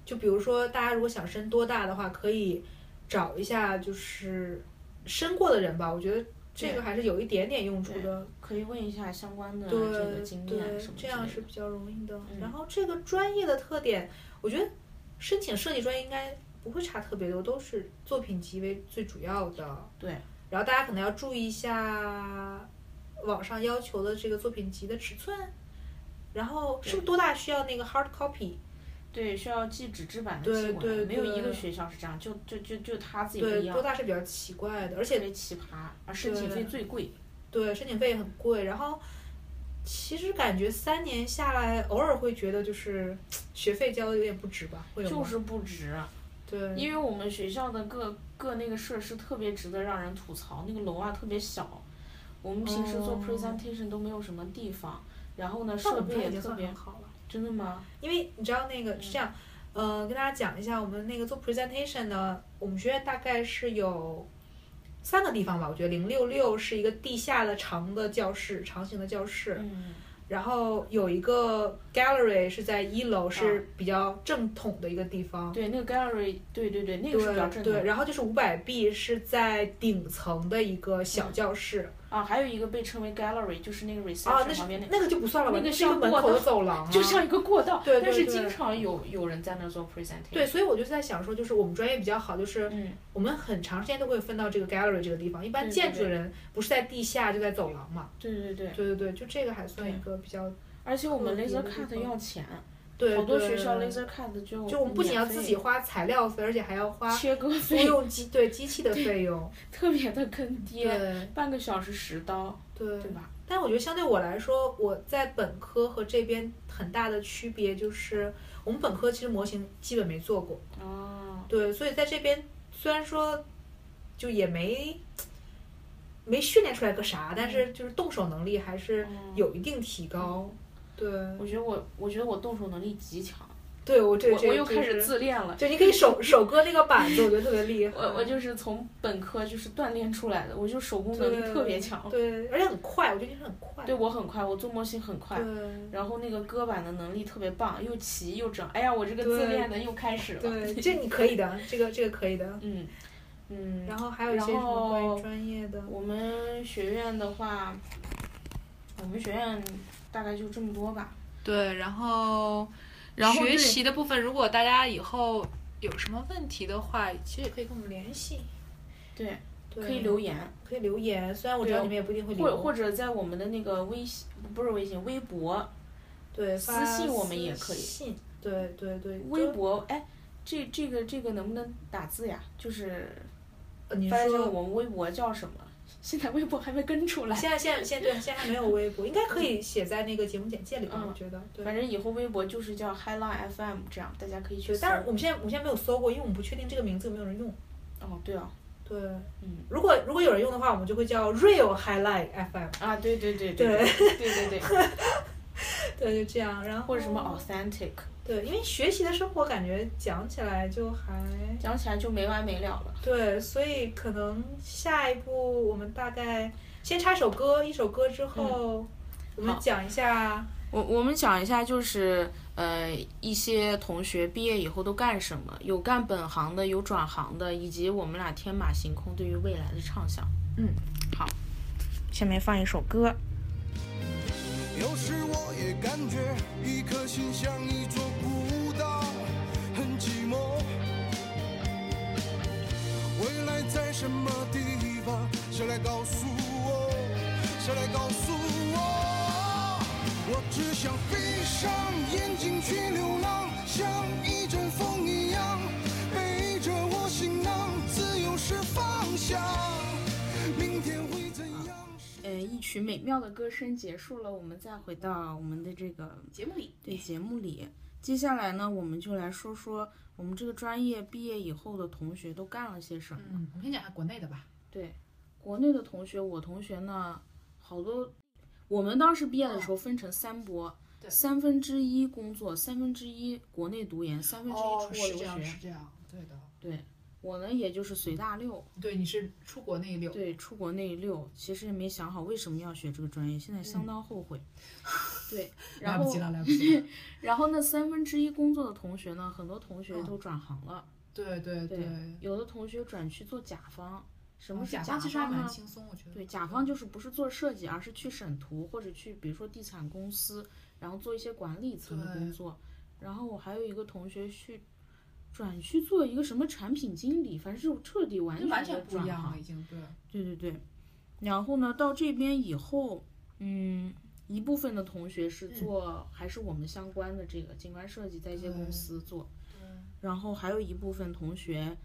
[SPEAKER 3] 就比如说大家如果想升多大的话，可以找一下就是升过的人吧。我觉得这个还是有一点点用处的。
[SPEAKER 1] 可以问一下相关嗯的这个
[SPEAKER 3] 对
[SPEAKER 1] 经验
[SPEAKER 3] 对
[SPEAKER 1] 什，么之类
[SPEAKER 3] 这样是
[SPEAKER 1] 的。
[SPEAKER 3] 比较容易的。
[SPEAKER 1] 嗯
[SPEAKER 3] 然后这个专业的特点，我觉得申请设计专业应该不会差特别多，都是作品集为最主要的。
[SPEAKER 1] 对。
[SPEAKER 3] 然后大家可能要注意一下网上要求的这个作品集的尺寸，然后是不是多大需要那个 hard copy？
[SPEAKER 1] 对，需要寄纸质版的
[SPEAKER 3] 对
[SPEAKER 1] 寄过来，
[SPEAKER 3] 对
[SPEAKER 1] 没有一个
[SPEAKER 3] 对
[SPEAKER 1] 学校是这样，就就就就他自己不
[SPEAKER 3] 对
[SPEAKER 1] 一，样
[SPEAKER 3] 多，大是比较奇怪的，
[SPEAKER 1] 特
[SPEAKER 3] 而且
[SPEAKER 1] 别奇葩，而申请
[SPEAKER 3] 对
[SPEAKER 1] 费最贵。
[SPEAKER 3] 对申请费也很贵。然后其实感觉三年下来，偶尔会觉得就是学费交的有点不值吧，会有吗？
[SPEAKER 1] 就是不值，
[SPEAKER 3] 对，
[SPEAKER 1] 因为我们学校的各各那个设施特别值得让人吐槽，那个楼啊特别小，我们平时做
[SPEAKER 3] 哦
[SPEAKER 1] presentation 都没有什么地方，然后呢
[SPEAKER 3] 但我
[SPEAKER 1] 设
[SPEAKER 3] 们
[SPEAKER 1] 备
[SPEAKER 3] 这儿
[SPEAKER 1] 也
[SPEAKER 3] 已经
[SPEAKER 1] 特
[SPEAKER 3] 算
[SPEAKER 1] 别嗯
[SPEAKER 3] 很，好了。
[SPEAKER 1] 真的吗？
[SPEAKER 3] 因为你知道那个是这样，呃，跟大家讲一下，我们那个做 presentation 呢，我们学院大概是有三个地方吧，我觉得零六六是一个地下的长的教室，长形的教室，
[SPEAKER 1] 嗯，
[SPEAKER 3] 然后有一个 gallery 是在一楼，
[SPEAKER 1] 啊
[SPEAKER 3] 是比较正统的一个地方。
[SPEAKER 1] 对，那个 gallery，对对对，那个是比较
[SPEAKER 3] 对
[SPEAKER 1] 正
[SPEAKER 3] 对，
[SPEAKER 1] 的
[SPEAKER 3] 然后就是五百 B 是在顶层的一个小教室，
[SPEAKER 1] 啊，还有一个被称为 gallery，就是那个
[SPEAKER 3] 啊，
[SPEAKER 1] reception
[SPEAKER 3] 那是
[SPEAKER 1] 旁边那，
[SPEAKER 3] 那个就不算了吧，
[SPEAKER 1] 那个
[SPEAKER 3] 是一个
[SPEAKER 1] 像
[SPEAKER 3] 门
[SPEAKER 1] 过
[SPEAKER 3] 口的
[SPEAKER 1] 道
[SPEAKER 3] 走廊啊，
[SPEAKER 1] 就像一个过道，
[SPEAKER 3] 对对
[SPEAKER 1] 但是
[SPEAKER 3] 对
[SPEAKER 1] 经常有有人在那做 presentation。
[SPEAKER 3] 对，，所以我就在想说，就是我们专业比较好，就是
[SPEAKER 1] 嗯，
[SPEAKER 3] 我们很长时间都会分到这个 gallery 这个地方。一般
[SPEAKER 1] 对对
[SPEAKER 3] 建筑的人不是在地下就在走廊嘛？
[SPEAKER 1] 对对对，
[SPEAKER 3] 对对对，就这个还算一个比较
[SPEAKER 1] 而且我们
[SPEAKER 3] 特别
[SPEAKER 1] laser
[SPEAKER 3] 的地方
[SPEAKER 1] cut 要钱，
[SPEAKER 3] 对。
[SPEAKER 1] 好多
[SPEAKER 3] 对
[SPEAKER 1] 学校
[SPEAKER 3] 对
[SPEAKER 1] laser cut 就
[SPEAKER 3] 就我们不仅要自己
[SPEAKER 1] 免
[SPEAKER 3] 花材料费，而且还要
[SPEAKER 1] 费
[SPEAKER 3] 花
[SPEAKER 1] 切割
[SPEAKER 3] 租
[SPEAKER 1] 费，
[SPEAKER 3] 用机对机器的费用。
[SPEAKER 1] 特别的坑爹，
[SPEAKER 3] 对
[SPEAKER 1] 半个小时十刀，
[SPEAKER 3] 对
[SPEAKER 1] 对。吧？
[SPEAKER 3] 但我觉得相对我来说，我在本科和这边很大的区别就是，我们本科其实模型基本没做过。
[SPEAKER 1] 啊，
[SPEAKER 3] 对，所以在这边虽然说就也没没训练出来个啥，但是就是动手能力还是有一定提高。对，
[SPEAKER 1] 我觉得我我觉得我动手能力极强，
[SPEAKER 3] 对我这
[SPEAKER 1] 我
[SPEAKER 3] 这
[SPEAKER 1] 我又
[SPEAKER 3] 这
[SPEAKER 1] 开始
[SPEAKER 3] 是
[SPEAKER 1] 自恋了。
[SPEAKER 3] 就你可以手手割那个板子，我觉得特别厉害。
[SPEAKER 1] 我我就是从本科就是锻炼出来的，我就手工能力
[SPEAKER 3] 对
[SPEAKER 1] 特别强。
[SPEAKER 3] 对，而且很快，我觉得你很快。
[SPEAKER 1] 对我很快，我做模型很快，
[SPEAKER 3] 对
[SPEAKER 1] 然后那个割板的能力特别棒，又齐又整。哎呀，我这个自
[SPEAKER 3] 对
[SPEAKER 1] 恋的又开始了。
[SPEAKER 3] 对，这你可以的，这个这个可以的。
[SPEAKER 1] 嗯嗯，
[SPEAKER 3] 然后还有一些什
[SPEAKER 1] 然
[SPEAKER 3] 么关
[SPEAKER 1] 后
[SPEAKER 3] 于专业的？
[SPEAKER 1] 我们学院的话，我们学院大概就这么多吧。
[SPEAKER 4] 对，然
[SPEAKER 3] 哦
[SPEAKER 4] 后，然后
[SPEAKER 1] 学
[SPEAKER 4] 学
[SPEAKER 1] 习
[SPEAKER 4] 习的部分，如果大家以后有什么问题的话，其实
[SPEAKER 3] 可以跟我们联系，
[SPEAKER 1] 对，
[SPEAKER 3] 对
[SPEAKER 1] 可以留言，
[SPEAKER 3] 可以留言，虽然我知道
[SPEAKER 1] 对
[SPEAKER 3] 你们也不一定会
[SPEAKER 1] 或者
[SPEAKER 3] 留，
[SPEAKER 1] 或者在我们的那个微信，不是微信，微博，
[SPEAKER 3] 对，
[SPEAKER 1] 私
[SPEAKER 3] 发
[SPEAKER 1] 信我们
[SPEAKER 3] 私
[SPEAKER 1] 也可以
[SPEAKER 3] 信，对对对，
[SPEAKER 1] 微
[SPEAKER 3] 就
[SPEAKER 1] 博，哎，这这个这个能不能打字呀？就是
[SPEAKER 3] 呃你
[SPEAKER 1] 发现
[SPEAKER 3] 说
[SPEAKER 1] 我们微博叫什么？ 现在微博还没跟出来，
[SPEAKER 3] 现在现在现在对，现在还没有微博，应该可以写在那个节目简介里吧？
[SPEAKER 1] 嗯
[SPEAKER 3] 我觉得 对。
[SPEAKER 1] 反正以后微博就是叫嗨浪 FM，这样大家可以去
[SPEAKER 3] 对，
[SPEAKER 1] 搜。
[SPEAKER 3] 但是我们现在我们现在没有搜过，因为我们不确定这个名字有没有人用。
[SPEAKER 1] 哦，对哦，
[SPEAKER 3] 对，
[SPEAKER 1] 嗯
[SPEAKER 3] 如果如果有人用的话，我们就会叫 Real Highlight FM。
[SPEAKER 1] 啊，对对对
[SPEAKER 3] 对
[SPEAKER 1] 对对对对，
[SPEAKER 3] 对，就这样。然后
[SPEAKER 1] 或者什 么 authentic，
[SPEAKER 3] 对，因为学习的生活感觉讲起来就还
[SPEAKER 1] 讲起来就没完没了了。
[SPEAKER 3] 对，所以可能下一步我们大概先插一首歌，一首歌之后、我
[SPEAKER 1] 嗯
[SPEAKER 3] 们
[SPEAKER 1] 好
[SPEAKER 3] 讲一下。
[SPEAKER 1] 我我们讲一下，就是呃，一些同学毕业以后都干什么，有干本行的，有转行的，以及我们俩天马行空对于未来的畅想。
[SPEAKER 3] 嗯，
[SPEAKER 1] 好，下面放一首歌。
[SPEAKER 5] 有时我也感觉一颗心像一座孤岛，很寂寞。未来在什么地方？谁来告诉我？谁来告诉我？我只想闭上眼睛去流浪，像一阵风一样，背着我行囊，自由是方向。明天会怎样？
[SPEAKER 1] 呃，一曲美妙的歌声结束了，我们再回到我们的这个
[SPEAKER 2] 节目里
[SPEAKER 1] 对节目里。接下来呢，我们就来说说我们这个专业毕业以后的同学都干了些什么。
[SPEAKER 3] 嗯，
[SPEAKER 2] 我们先讲下国内的吧。
[SPEAKER 1] 对，国内的同学，我同学呢，好多，我们当时毕业的
[SPEAKER 3] 嗯
[SPEAKER 1] 时候分成三波，
[SPEAKER 2] 对
[SPEAKER 1] 三分之一工作，三分之一国内读研，三分之一出国哦留学。
[SPEAKER 3] 哦这样，对的。
[SPEAKER 1] 我呢，也就是随大溜，
[SPEAKER 3] 对，你是出国那一
[SPEAKER 1] 嗯
[SPEAKER 3] 溜。
[SPEAKER 1] 对，出国那一溜，其实也没想好为什么要学这个专业，现在相当后 悔。对，然后
[SPEAKER 3] 来嗯不 及了。
[SPEAKER 1] 然后那三分之一工作的同学呢，很多同学
[SPEAKER 3] 嗯
[SPEAKER 1] 都转行了，
[SPEAKER 3] 对对嗯
[SPEAKER 1] 对有的同学转去做甲方。什么是
[SPEAKER 3] 哦甲
[SPEAKER 1] 方
[SPEAKER 3] 方其实还蛮
[SPEAKER 1] 呢
[SPEAKER 3] 轻松，我觉得。
[SPEAKER 1] 对，甲方就是不是做设计，而是去审图或者去比如说地产公司，然后做一些管理层的工
[SPEAKER 3] 对
[SPEAKER 1] 作。然后我还有一个同学去转去做一个什么产品经理，反正是彻底完
[SPEAKER 3] 就完
[SPEAKER 1] 全的
[SPEAKER 3] 全不一
[SPEAKER 1] 转
[SPEAKER 3] 样
[SPEAKER 1] 行
[SPEAKER 3] 了，已。经对。
[SPEAKER 1] 对对对。然后呢，到这边以后，嗯，一部分的同学是
[SPEAKER 3] 嗯
[SPEAKER 1] 做、还是我们相关的这个景观设计，在一些公
[SPEAKER 3] 对
[SPEAKER 1] 司做。然后还有一部分同学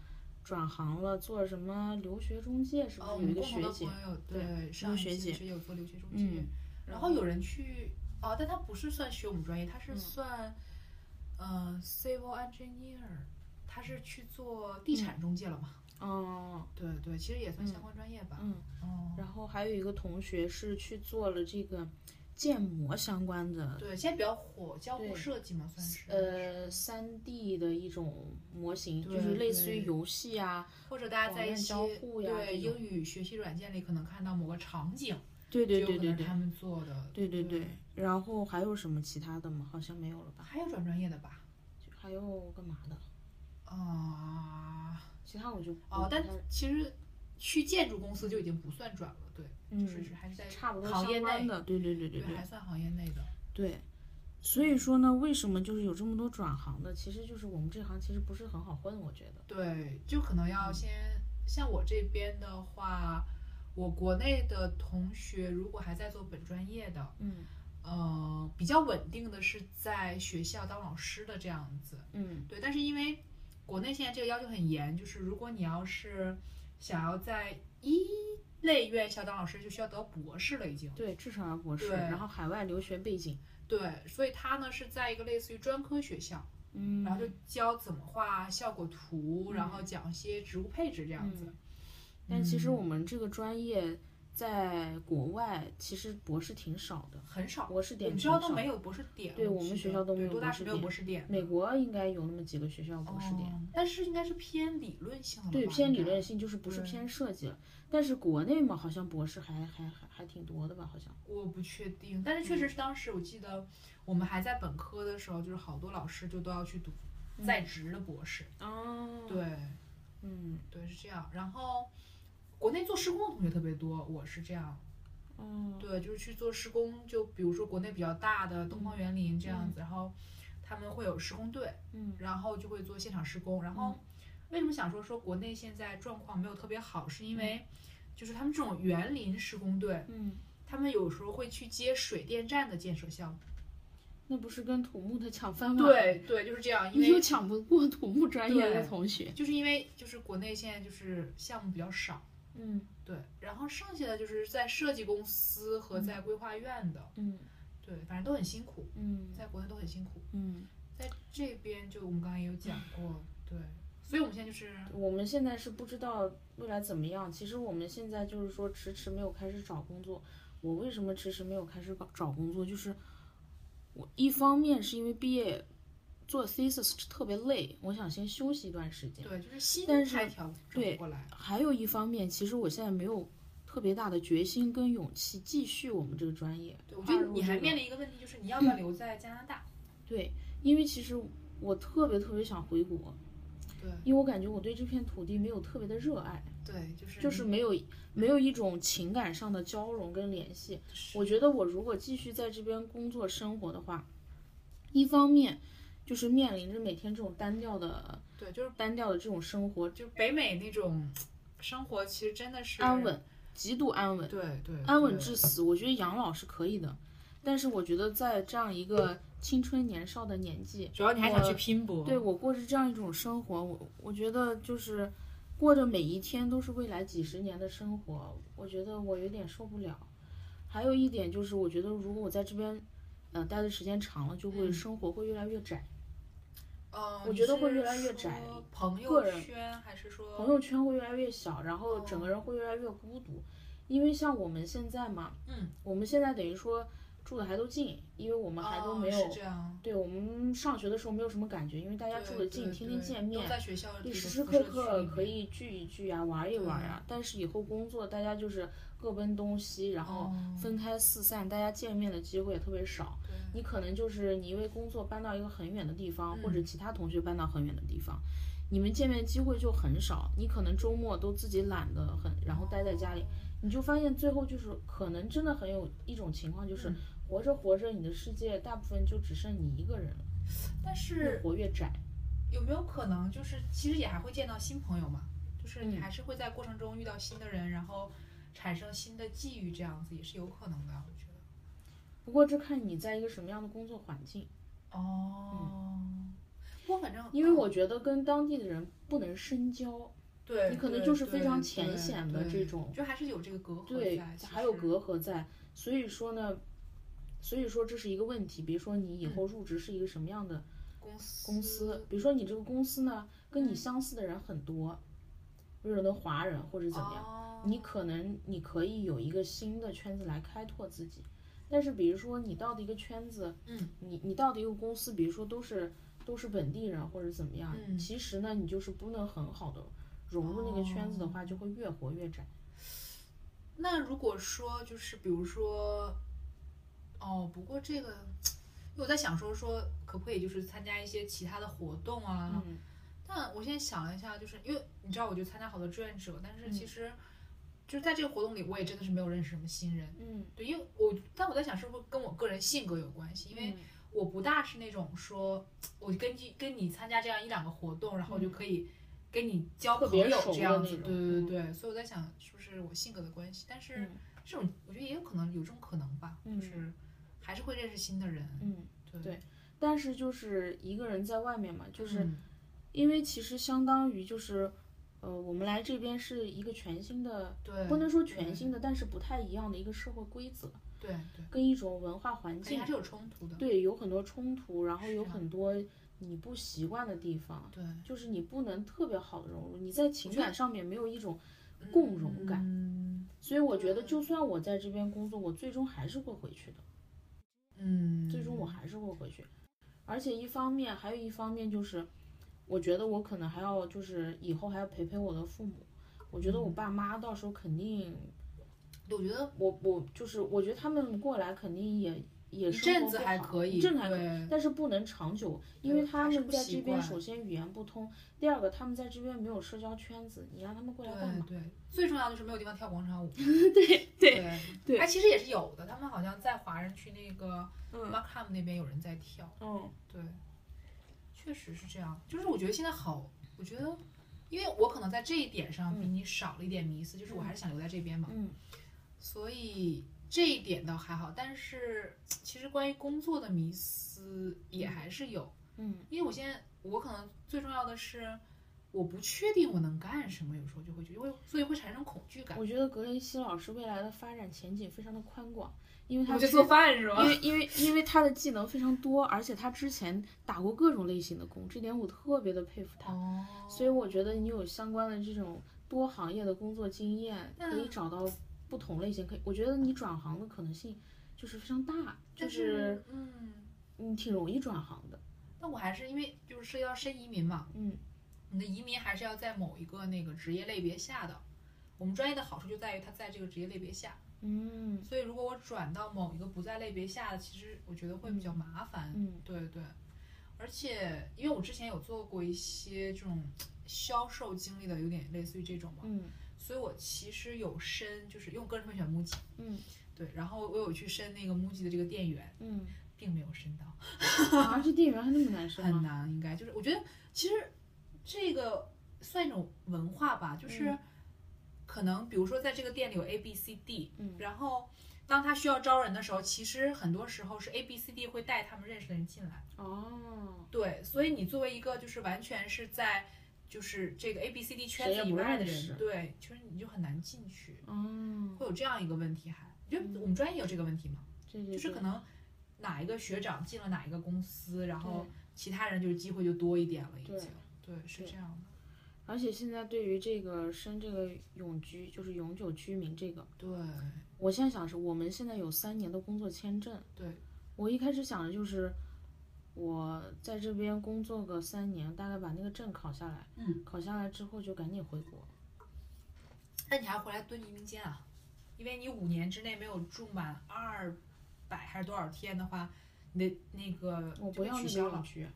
[SPEAKER 1] 转行了，做什么留学中介，是不
[SPEAKER 3] 哦，我
[SPEAKER 1] 是有一
[SPEAKER 3] 们
[SPEAKER 1] 个
[SPEAKER 3] 共同
[SPEAKER 1] 学
[SPEAKER 3] 的
[SPEAKER 1] 姐
[SPEAKER 3] 朋？友对上
[SPEAKER 1] 个
[SPEAKER 3] 一
[SPEAKER 1] 学
[SPEAKER 3] 期
[SPEAKER 1] 姐
[SPEAKER 3] 是有做留学中介，
[SPEAKER 1] 嗯，
[SPEAKER 3] 然后有人去哦，但他不是算学我们专业，他是算嗯、呃 civil engineer，他
[SPEAKER 1] 嗯
[SPEAKER 3] 是去做地产中介了嘛？
[SPEAKER 1] 哦，
[SPEAKER 3] 对对，其实也
[SPEAKER 1] 嗯
[SPEAKER 3] 算相关专业吧。
[SPEAKER 1] 嗯。
[SPEAKER 3] 哦，
[SPEAKER 1] 然后还有一个同学是去做了这个建模相关的，
[SPEAKER 3] 对，现在比较火交互
[SPEAKER 1] 对
[SPEAKER 3] 设计嘛，算是
[SPEAKER 1] 呃，三 D 的一种模型，
[SPEAKER 3] 对
[SPEAKER 1] 就是类似于
[SPEAKER 3] 对
[SPEAKER 1] 游戏啊，
[SPEAKER 3] 或者大家
[SPEAKER 1] 网
[SPEAKER 3] 在一
[SPEAKER 1] 站
[SPEAKER 3] 些
[SPEAKER 1] 交互呀
[SPEAKER 3] 对
[SPEAKER 1] 这种
[SPEAKER 3] 英语学习软件里可能看到某个场景，
[SPEAKER 1] 对对
[SPEAKER 3] 就
[SPEAKER 1] 对
[SPEAKER 3] 有可
[SPEAKER 1] 对
[SPEAKER 3] 能
[SPEAKER 1] 对
[SPEAKER 3] 是他们做的。
[SPEAKER 1] 对嗯对
[SPEAKER 3] 对
[SPEAKER 1] 对。然后还有什么其他的吗？好像没有了吧？
[SPEAKER 3] 还有转专业的吧？
[SPEAKER 1] 就还有干嘛的？
[SPEAKER 3] 啊、
[SPEAKER 1] 其他我就
[SPEAKER 2] 哦
[SPEAKER 3] 哦，但其实
[SPEAKER 2] 去建筑公司就已经不算转了，对，
[SPEAKER 1] 嗯
[SPEAKER 2] 就是是还是在
[SPEAKER 1] 差不多
[SPEAKER 2] 行业
[SPEAKER 1] 相关
[SPEAKER 2] 内
[SPEAKER 1] 的，对对对对
[SPEAKER 2] 对，
[SPEAKER 1] 对
[SPEAKER 2] 还算行业内的。
[SPEAKER 1] 对。所以说呢，为什么就是有这么多转行的？其实就是我们这行其实不是很好混，我觉得。
[SPEAKER 2] 对，就可能
[SPEAKER 1] 嗯
[SPEAKER 2] 要先像我这边的话，我国内的同学如果还在做本专业的，
[SPEAKER 1] 嗯
[SPEAKER 2] 呃，比较稳定的是在学校当老师的这样子。
[SPEAKER 1] 嗯
[SPEAKER 2] 对，但是因为国内现在这个要求很严，就是如果你要是想要在一类院校当老师，就需要得博士了已经。
[SPEAKER 1] 对，至少要博士，
[SPEAKER 2] 对
[SPEAKER 1] 然后海外留学背景，
[SPEAKER 2] 对，所以他呢是在一个类似于专科学校，
[SPEAKER 1] 嗯
[SPEAKER 2] 然后就教怎么画效果图，然后讲一些植物配置这样子。
[SPEAKER 1] 但其
[SPEAKER 2] 嗯
[SPEAKER 1] 实我们这个专业在国外其实博士挺少的，
[SPEAKER 2] 很少，
[SPEAKER 1] 嗯博士
[SPEAKER 2] 我
[SPEAKER 1] 点
[SPEAKER 2] 们
[SPEAKER 1] 挺
[SPEAKER 2] 学
[SPEAKER 1] 少的。
[SPEAKER 2] 校都没有博士点，
[SPEAKER 1] 对我
[SPEAKER 2] 记
[SPEAKER 1] 们学
[SPEAKER 2] 得
[SPEAKER 1] 校都没
[SPEAKER 2] 对
[SPEAKER 1] 有
[SPEAKER 2] 多
[SPEAKER 1] 博
[SPEAKER 2] 大
[SPEAKER 1] 士
[SPEAKER 2] 学没有
[SPEAKER 1] 点
[SPEAKER 2] 博士点，
[SPEAKER 1] 美国应该有那么几个学校有博士点，
[SPEAKER 2] 哦但是应该是偏理论性的，
[SPEAKER 1] 对偏理论。性，就是不是
[SPEAKER 2] 对
[SPEAKER 1] 偏设计了。但是国内嘛，好像博士还还还还挺多的吧？好像
[SPEAKER 2] 我不确定，但是确实
[SPEAKER 1] 嗯
[SPEAKER 2] 是当时我记得我们还在本科的时候，就是好多老师就都要去读
[SPEAKER 1] 嗯
[SPEAKER 2] 在职的博士，
[SPEAKER 1] 哦，
[SPEAKER 2] 对
[SPEAKER 1] 嗯，
[SPEAKER 2] 对是这样。然后国内做施工的同学特别多，我是这样，
[SPEAKER 1] 哦，
[SPEAKER 2] 对，就是去做施工，就比如说国内比较大的东方园林这样子，然后他们会有施工队，
[SPEAKER 1] 嗯
[SPEAKER 2] 然后就会做现场施工。然后为什么想说说国内现在状况没有特别好，是因为就是他们这种园林施工队，
[SPEAKER 1] 嗯，
[SPEAKER 2] 他们有时候会去接水电站的建设项目。
[SPEAKER 1] 那不是跟土木的抢饭碗？，
[SPEAKER 2] 对对，就是这样，因
[SPEAKER 1] 嗯你又
[SPEAKER 2] 为
[SPEAKER 1] 抢不过土木专业的
[SPEAKER 2] 对
[SPEAKER 1] 同学。
[SPEAKER 2] 就是因为就是国内现在就是项目比较少，
[SPEAKER 1] 嗯
[SPEAKER 2] 对，然后剩下的就是在设计公司和在规划院的，
[SPEAKER 1] 嗯
[SPEAKER 2] 对，反正都很辛苦，
[SPEAKER 1] 嗯
[SPEAKER 2] 在国内都很辛苦，
[SPEAKER 1] 嗯，
[SPEAKER 2] 在这边就我们刚才也有讲过，对，所以我们现在就是
[SPEAKER 1] 我们现在是不知道未来怎么样。其实我们现在就是说迟迟没有开始找工作。我为什么迟迟没有开始搞找工作？就是我一方面是因为毕业做 thesis 特别累，我想先休息一段时间。
[SPEAKER 2] 对，就是心
[SPEAKER 1] 但是
[SPEAKER 2] 态调整
[SPEAKER 1] 对
[SPEAKER 2] 过来，
[SPEAKER 1] 还有一方面，其实我现在没有特别大的决心跟勇气继续我们这个专业。
[SPEAKER 2] 对，我觉
[SPEAKER 1] 跨
[SPEAKER 2] 得
[SPEAKER 1] 入
[SPEAKER 2] 你
[SPEAKER 1] 这
[SPEAKER 2] 还
[SPEAKER 1] 个
[SPEAKER 2] 面临一个问题，就是你要
[SPEAKER 1] 嗯
[SPEAKER 2] 不要留在加拿大？
[SPEAKER 1] 对，因为其实我特别特别想回国，
[SPEAKER 2] 对
[SPEAKER 1] 因为我感觉我对这片土地没有特别的热爱，
[SPEAKER 2] 对，就是
[SPEAKER 1] 就是没有没有一种情感上的交融跟联系。我觉得我如果继续在这边工作生活的话，一方面就是面临着每天这种单调的
[SPEAKER 2] 对，就是
[SPEAKER 1] 单调的这种生活
[SPEAKER 2] 就是北美那种生活，其实真的是
[SPEAKER 1] 安，稳，极度安稳，
[SPEAKER 2] 对对，
[SPEAKER 1] 安稳
[SPEAKER 2] 对
[SPEAKER 1] 至死。我觉得养老是可以的，但是我觉得在这样一个青春年少的年纪，
[SPEAKER 2] 主要你还想
[SPEAKER 1] 我
[SPEAKER 2] 去拼搏，
[SPEAKER 1] 对我过着这样一种生活，我我觉得就是过着每一天都是未来几十年的生活，我觉得我有点受不了。还有一点就是，我觉得如果我在这边，呃，待的时间长了，就会
[SPEAKER 2] 嗯
[SPEAKER 1] 生活会越来越窄，
[SPEAKER 2] 嗯，
[SPEAKER 1] 我
[SPEAKER 2] 你
[SPEAKER 1] 觉得会
[SPEAKER 2] 是
[SPEAKER 1] 越来越窄
[SPEAKER 2] 说朋
[SPEAKER 1] 个
[SPEAKER 2] 友
[SPEAKER 1] 人
[SPEAKER 2] 圈还是说
[SPEAKER 1] 朋友圈会越来越小，然后
[SPEAKER 2] 哦
[SPEAKER 1] 整个人会越来越孤独。因为像我们现在嘛，
[SPEAKER 2] 嗯，
[SPEAKER 1] 我们现在等于说住的还都近，因为我们还都
[SPEAKER 2] 哦
[SPEAKER 1] 没有，
[SPEAKER 2] 是这样，
[SPEAKER 1] 对我们上学的时候没有什么感觉，因为大家
[SPEAKER 2] 对
[SPEAKER 1] 住的近，
[SPEAKER 2] 对
[SPEAKER 1] 天天
[SPEAKER 2] 对
[SPEAKER 1] 见面
[SPEAKER 2] 都，在学校这
[SPEAKER 1] 你
[SPEAKER 2] 个
[SPEAKER 1] 时
[SPEAKER 2] 宿
[SPEAKER 1] 时
[SPEAKER 2] 舍
[SPEAKER 1] 刻
[SPEAKER 2] 区
[SPEAKER 1] 刻
[SPEAKER 2] 里
[SPEAKER 1] 可
[SPEAKER 2] 面
[SPEAKER 1] 以聚一聚呀，玩一玩呀。但是以后工作，大家就是各奔东西，然后
[SPEAKER 2] 哦
[SPEAKER 1] 分开四散，大家见面的机会也特别少。
[SPEAKER 2] 对
[SPEAKER 1] 你可能就是你因为工作搬到一个很远的地方，或者
[SPEAKER 2] 嗯
[SPEAKER 1] 其他同学搬到很远的地方，你们见面机会就很少。你可能周末都自己懒得很，然后待在家里，你就发现最后就是可能真的很有一种情况，就是
[SPEAKER 2] 嗯
[SPEAKER 1] 活着活着，你的世界大部分就只剩你一个人了，
[SPEAKER 2] 但
[SPEAKER 1] 越
[SPEAKER 2] 是
[SPEAKER 1] 活越窄。
[SPEAKER 2] 有没有可能就是其实也还会见到新朋友嘛？就是你
[SPEAKER 1] 嗯
[SPEAKER 2] 还是会在过程中遇到新的人，然后产生新的际遇，这样子也是有可能的，我觉得。
[SPEAKER 1] 不过这看你在一个什么样的工作环境。
[SPEAKER 2] 哦，不过反正
[SPEAKER 1] 嗯
[SPEAKER 2] 嗯
[SPEAKER 1] 因为我觉得跟当地的人不能深交，
[SPEAKER 2] 对
[SPEAKER 1] 你可能
[SPEAKER 2] 对
[SPEAKER 1] 就是
[SPEAKER 2] 对
[SPEAKER 1] 非常
[SPEAKER 2] 对
[SPEAKER 1] 浅显的
[SPEAKER 2] 对
[SPEAKER 1] 这种
[SPEAKER 2] 就还是有这个隔阂
[SPEAKER 1] 对，
[SPEAKER 2] 在啊其
[SPEAKER 1] 哎还有
[SPEAKER 2] 实
[SPEAKER 1] 隔阂在，所以说呢，所以说这是一个问题。比如说你以后入职是一个什么样的
[SPEAKER 2] 公司
[SPEAKER 1] 公
[SPEAKER 2] 嗯
[SPEAKER 1] 司，比如说你这个公司呢，跟你相似的人很多，比如有的华人或者怎么样，
[SPEAKER 2] 哦
[SPEAKER 1] 你可能你可以有一个新的圈子来开拓自己。但是比如说你到的一个圈子，
[SPEAKER 2] 嗯，
[SPEAKER 1] 你你到的一个公司，比如说都是都是本地人或者怎么样，
[SPEAKER 2] 嗯
[SPEAKER 1] 其实呢你就是不能很好的融入那个圈子的话，就会越活越窄。
[SPEAKER 2] 哦那如果说就是比如说，哦，不过这个，因为我在想说说可不可以就是参加一些其他的活动啊？
[SPEAKER 1] 嗯
[SPEAKER 2] 但我现在想了一下，就是因为你知道，我就参加好多志愿者，但是其实就是在这个活动里，我也真的是没有认识什么新人。
[SPEAKER 1] 嗯，
[SPEAKER 2] 对，因为我但我在想，是不是跟我个人性格有关系？因
[SPEAKER 1] 嗯
[SPEAKER 2] 为我不大是那种说，我根据跟你参加这样一两个活动，然后就可以跟你交
[SPEAKER 1] 嗯特
[SPEAKER 2] 朋
[SPEAKER 1] 别
[SPEAKER 2] 友
[SPEAKER 1] 熟
[SPEAKER 2] 这
[SPEAKER 1] 的
[SPEAKER 2] 样
[SPEAKER 1] 那
[SPEAKER 2] 子。
[SPEAKER 1] 种
[SPEAKER 2] 对对
[SPEAKER 1] 嗯
[SPEAKER 2] 对对，所以我在想，是不是我性格的关系？但是
[SPEAKER 1] 嗯
[SPEAKER 2] 这种，我觉得也有可能有这种可能吧，
[SPEAKER 1] 嗯
[SPEAKER 2] 就是还是会认识新的人。
[SPEAKER 1] 嗯，
[SPEAKER 2] 对
[SPEAKER 1] 对但是就是一个人在外面嘛，就是
[SPEAKER 2] 嗯
[SPEAKER 1] 因为其实相当于就是，呃，我们来这边是一个全新的，
[SPEAKER 2] 对，
[SPEAKER 1] 不能说全
[SPEAKER 2] 对
[SPEAKER 1] 新的，但是不太一样的一个社会规则，
[SPEAKER 2] 对对，
[SPEAKER 1] 跟一种文化环
[SPEAKER 2] 肯定
[SPEAKER 1] 境
[SPEAKER 2] 还，是有冲突的。
[SPEAKER 1] 对，有很多冲突，然后有
[SPEAKER 2] 是啊
[SPEAKER 1] 很多你不习惯的地方，
[SPEAKER 2] 对，
[SPEAKER 1] 就是你不能特别好的融入，你在情
[SPEAKER 2] 我觉得
[SPEAKER 1] 感上面没有一种共融感，
[SPEAKER 2] 嗯
[SPEAKER 1] 所以我觉得就算我在这边工作，我最终还是会回去的。
[SPEAKER 2] 嗯，
[SPEAKER 1] 最终我还是会回去。而且一方面，还有一方面就是，我觉得我可能还要就是以后还要陪陪我的父母。我觉得
[SPEAKER 2] 嗯
[SPEAKER 1] 我爸妈到时候肯定，
[SPEAKER 2] 对我觉得
[SPEAKER 1] 我我就是我觉得他们过来肯定也也
[SPEAKER 2] 一
[SPEAKER 1] 生活
[SPEAKER 2] 阵子
[SPEAKER 1] 不
[SPEAKER 2] 还
[SPEAKER 1] 好
[SPEAKER 2] 可以，
[SPEAKER 1] 一阵子还可以，
[SPEAKER 2] 以。
[SPEAKER 1] 但是不能长久，因
[SPEAKER 2] 对
[SPEAKER 1] 为他
[SPEAKER 2] 还是
[SPEAKER 1] 们
[SPEAKER 2] 不
[SPEAKER 1] 在
[SPEAKER 2] 习
[SPEAKER 1] 这边
[SPEAKER 2] 惯
[SPEAKER 1] 首先语言不通，第二个他们在这边没有社交圈子，你让他们过来干
[SPEAKER 2] 对
[SPEAKER 1] 嘛？
[SPEAKER 2] 对，最重要的就是没有地方跳广场舞。
[SPEAKER 1] 对对，
[SPEAKER 2] 对
[SPEAKER 1] 对
[SPEAKER 2] 哎，其实也是有的，他们好像在华人区那个
[SPEAKER 1] 嗯
[SPEAKER 2] Markham 那边有人在跳。
[SPEAKER 1] 嗯
[SPEAKER 2] 对，确实是这样。就是我觉得现在好，我觉得，因为我可能在这一点上比你少了一点迷思，就是我还是想留在这边嘛，
[SPEAKER 1] 嗯
[SPEAKER 2] 所以这一点倒还好。但是其实关于工作的迷思也还是有。
[SPEAKER 1] 嗯
[SPEAKER 2] 因为我现在我可能最重要的是，我不确定我能干什么，有时候就会觉得会，所以会产生恐惧感。
[SPEAKER 1] 我觉得格雷西老师未来的发展前景非常的宽广，因嗯为他
[SPEAKER 2] 就
[SPEAKER 1] 之
[SPEAKER 2] 做饭是
[SPEAKER 1] 因
[SPEAKER 2] 吗？
[SPEAKER 1] 为因为因为他的技能非常多，而且他之前打过各种类型的工，这点我特别的佩 服他。
[SPEAKER 2] 哦，
[SPEAKER 1] 所以我觉得你有相关的这种多行业的工作经验，可以
[SPEAKER 2] 嗯
[SPEAKER 1] 找到不同类型，可以，我觉得你转行的可能性就是非常大，就
[SPEAKER 2] 但
[SPEAKER 1] 是
[SPEAKER 2] 是嗯，
[SPEAKER 1] 你挺容易转行的。
[SPEAKER 2] 那我还是因为就是涉及到申移民嘛，
[SPEAKER 1] 嗯
[SPEAKER 2] 你的移民还是要在某一个那个职业类别下的。我们专业的好处就在于它在这个职业类别下，
[SPEAKER 1] 嗯
[SPEAKER 2] 所以如果我转到某一个不在类别下的，其实我觉得会比较麻烦。
[SPEAKER 1] 嗯
[SPEAKER 2] 对对，而且因为我之前有做过一些这种嗯销售经历的，有点类似于这种嘛，
[SPEAKER 1] 嗯
[SPEAKER 2] 所以我其实有申，就是因为我个人会选 MUJI，
[SPEAKER 1] 嗯
[SPEAKER 2] 对，然后我有去申那个 MUJI 的这个店员，
[SPEAKER 1] 嗯，
[SPEAKER 2] 并没有申到，
[SPEAKER 1] 啊，这店员还那么难升
[SPEAKER 2] 很
[SPEAKER 1] 吗？
[SPEAKER 2] 难，应该就是我觉得其实这个算一种文化吧，就是
[SPEAKER 1] 嗯
[SPEAKER 2] 可能比如说在这个店里有 A B C D，
[SPEAKER 1] 嗯
[SPEAKER 2] 然后当他需要招人的时候，其实很多时候是 A B C D 会带他们认识的人进来。
[SPEAKER 1] 哦，
[SPEAKER 2] 对，所以你作为一个就是完全是在就是这个 A B C D 圈
[SPEAKER 1] 谁也
[SPEAKER 2] 子以
[SPEAKER 1] 不
[SPEAKER 2] 外的
[SPEAKER 1] 认识
[SPEAKER 2] 人，对，其实你就很难进去，
[SPEAKER 1] 哦，
[SPEAKER 2] 会有这样一个问题还。就
[SPEAKER 1] 嗯
[SPEAKER 2] 我们专业有这个问题吗？
[SPEAKER 1] 这
[SPEAKER 2] 就是可能哪一个学长进了哪一个公司，然后
[SPEAKER 1] 对
[SPEAKER 2] 其他人就是机会就多一点了，已
[SPEAKER 1] 对
[SPEAKER 2] 经。对，是
[SPEAKER 1] 对
[SPEAKER 2] 这样的。
[SPEAKER 1] 而且现在对于这个申这个永居，就是永久居民这个，
[SPEAKER 2] 对，
[SPEAKER 1] 我现在想是，我们现在有三年的工作签证。
[SPEAKER 2] 对，
[SPEAKER 1] 我一开始想的就是，我在这边工作个三年，大概把那个证考下来。
[SPEAKER 2] 嗯，
[SPEAKER 1] 考下来之后就赶紧回国。
[SPEAKER 2] 那你还回来蹲移民监啊？因为你五年之内没有住满二百还是多少天的话，你的那个
[SPEAKER 1] 我
[SPEAKER 2] 就
[SPEAKER 1] 不
[SPEAKER 2] 被
[SPEAKER 1] 要那
[SPEAKER 2] 取
[SPEAKER 1] 个
[SPEAKER 2] 消
[SPEAKER 1] 永
[SPEAKER 2] 了。
[SPEAKER 1] 居，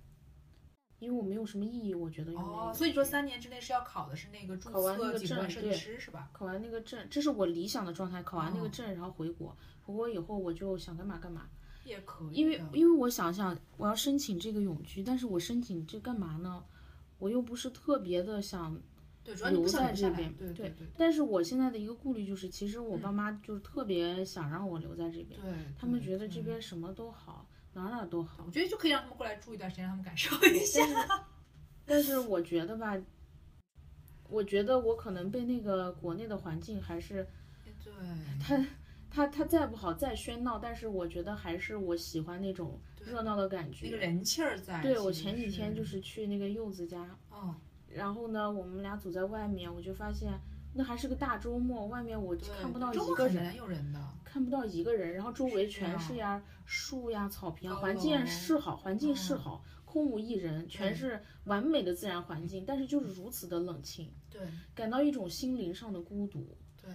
[SPEAKER 1] 因为我没有什么意义，我觉得用那个
[SPEAKER 2] 哦，
[SPEAKER 1] 永
[SPEAKER 2] 所以说
[SPEAKER 1] 居
[SPEAKER 2] 三年之内是要考的是那个注
[SPEAKER 1] 考完那
[SPEAKER 2] 册
[SPEAKER 1] 个
[SPEAKER 2] 景观
[SPEAKER 1] 证
[SPEAKER 2] 设计
[SPEAKER 1] 对
[SPEAKER 2] 师是吧？
[SPEAKER 1] 考完那个证，这是我理想的状态。考完那个
[SPEAKER 2] 哦
[SPEAKER 1] 证，然后回国，回国以后我就想干嘛干嘛。
[SPEAKER 2] 也可以的，
[SPEAKER 1] 因为因为我想想，我要申请这个永居，但是我申请这干嘛呢？我又不是特别的想，
[SPEAKER 2] 对，啊主要你不
[SPEAKER 1] 留
[SPEAKER 2] 想
[SPEAKER 1] 在
[SPEAKER 2] 留
[SPEAKER 1] 这
[SPEAKER 2] 下来，
[SPEAKER 1] 边
[SPEAKER 2] 对
[SPEAKER 1] 对
[SPEAKER 2] 对对
[SPEAKER 1] 但是我现在的一个顾虑就是，其实我爸
[SPEAKER 2] 嗯
[SPEAKER 1] 妈就是特别想让我留在这边，
[SPEAKER 2] 对，
[SPEAKER 1] 他们
[SPEAKER 2] 对
[SPEAKER 1] 觉得这。
[SPEAKER 2] 对
[SPEAKER 1] 边什么都好，哪儿哪儿都好
[SPEAKER 2] 我。觉得就可以让他们过来住一段时间，让他们感受一下。
[SPEAKER 1] 但是我觉得吧，我觉得我可能被那个国内的环境还是
[SPEAKER 2] 对，
[SPEAKER 1] 它它再不好再喧闹，但是我觉得还是我喜欢那种
[SPEAKER 2] 对
[SPEAKER 1] 热闹的感觉。
[SPEAKER 2] 那个人气儿在。
[SPEAKER 1] 对我
[SPEAKER 2] 其实
[SPEAKER 1] 前几天就是，去那个柚子家，
[SPEAKER 2] 哦，
[SPEAKER 1] 然后呢，我们俩走在外面，我就发现那还是个大周末，外面我
[SPEAKER 2] 对，
[SPEAKER 1] 看不到
[SPEAKER 2] 周
[SPEAKER 1] 一
[SPEAKER 2] 末
[SPEAKER 1] 个
[SPEAKER 2] 很
[SPEAKER 1] 人，
[SPEAKER 2] 难有人的。
[SPEAKER 1] 看不到一个人，然后周围全
[SPEAKER 2] 是啊
[SPEAKER 1] 是呀树呀、草坪啊，
[SPEAKER 2] 高
[SPEAKER 1] 环
[SPEAKER 2] 楼
[SPEAKER 1] 境是好，环境是
[SPEAKER 2] 嗯
[SPEAKER 1] 好，空无一人，全
[SPEAKER 2] 对
[SPEAKER 1] 是完美的自然环境，但是就是如此的冷清，
[SPEAKER 2] 对
[SPEAKER 1] 感到一种心灵上的孤独。
[SPEAKER 2] 对，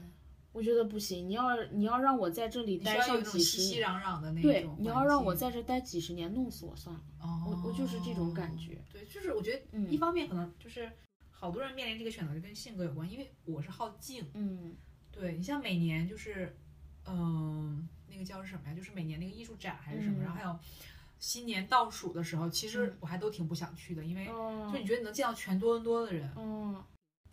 [SPEAKER 1] 我觉得不行，你要你要让我在这里
[SPEAKER 2] 你需
[SPEAKER 1] 待
[SPEAKER 2] 要有
[SPEAKER 1] 上
[SPEAKER 2] 那种
[SPEAKER 1] 几
[SPEAKER 2] 熙
[SPEAKER 1] 十
[SPEAKER 2] 熙
[SPEAKER 1] 年，
[SPEAKER 2] 攘攘的那种环
[SPEAKER 1] 对
[SPEAKER 2] 境。，
[SPEAKER 1] 你要让我在这待几十年，弄死我算了。
[SPEAKER 2] 哦，
[SPEAKER 1] 我我就是这种感觉。
[SPEAKER 2] 对，就是我觉得
[SPEAKER 1] 嗯
[SPEAKER 2] 一方面可能就是好多人面临这个选择就跟性格有关，因为我是好静，
[SPEAKER 1] 嗯
[SPEAKER 2] 对你像每年就是，嗯、那个叫什么呀？就是每年那个艺术展还是什么，
[SPEAKER 1] 嗯
[SPEAKER 2] 然后还有新年倒数的时候，其实我还都挺不想去的，因为
[SPEAKER 1] 哦
[SPEAKER 2] 哎就你觉得你能见到全多伦多的人，
[SPEAKER 1] 嗯，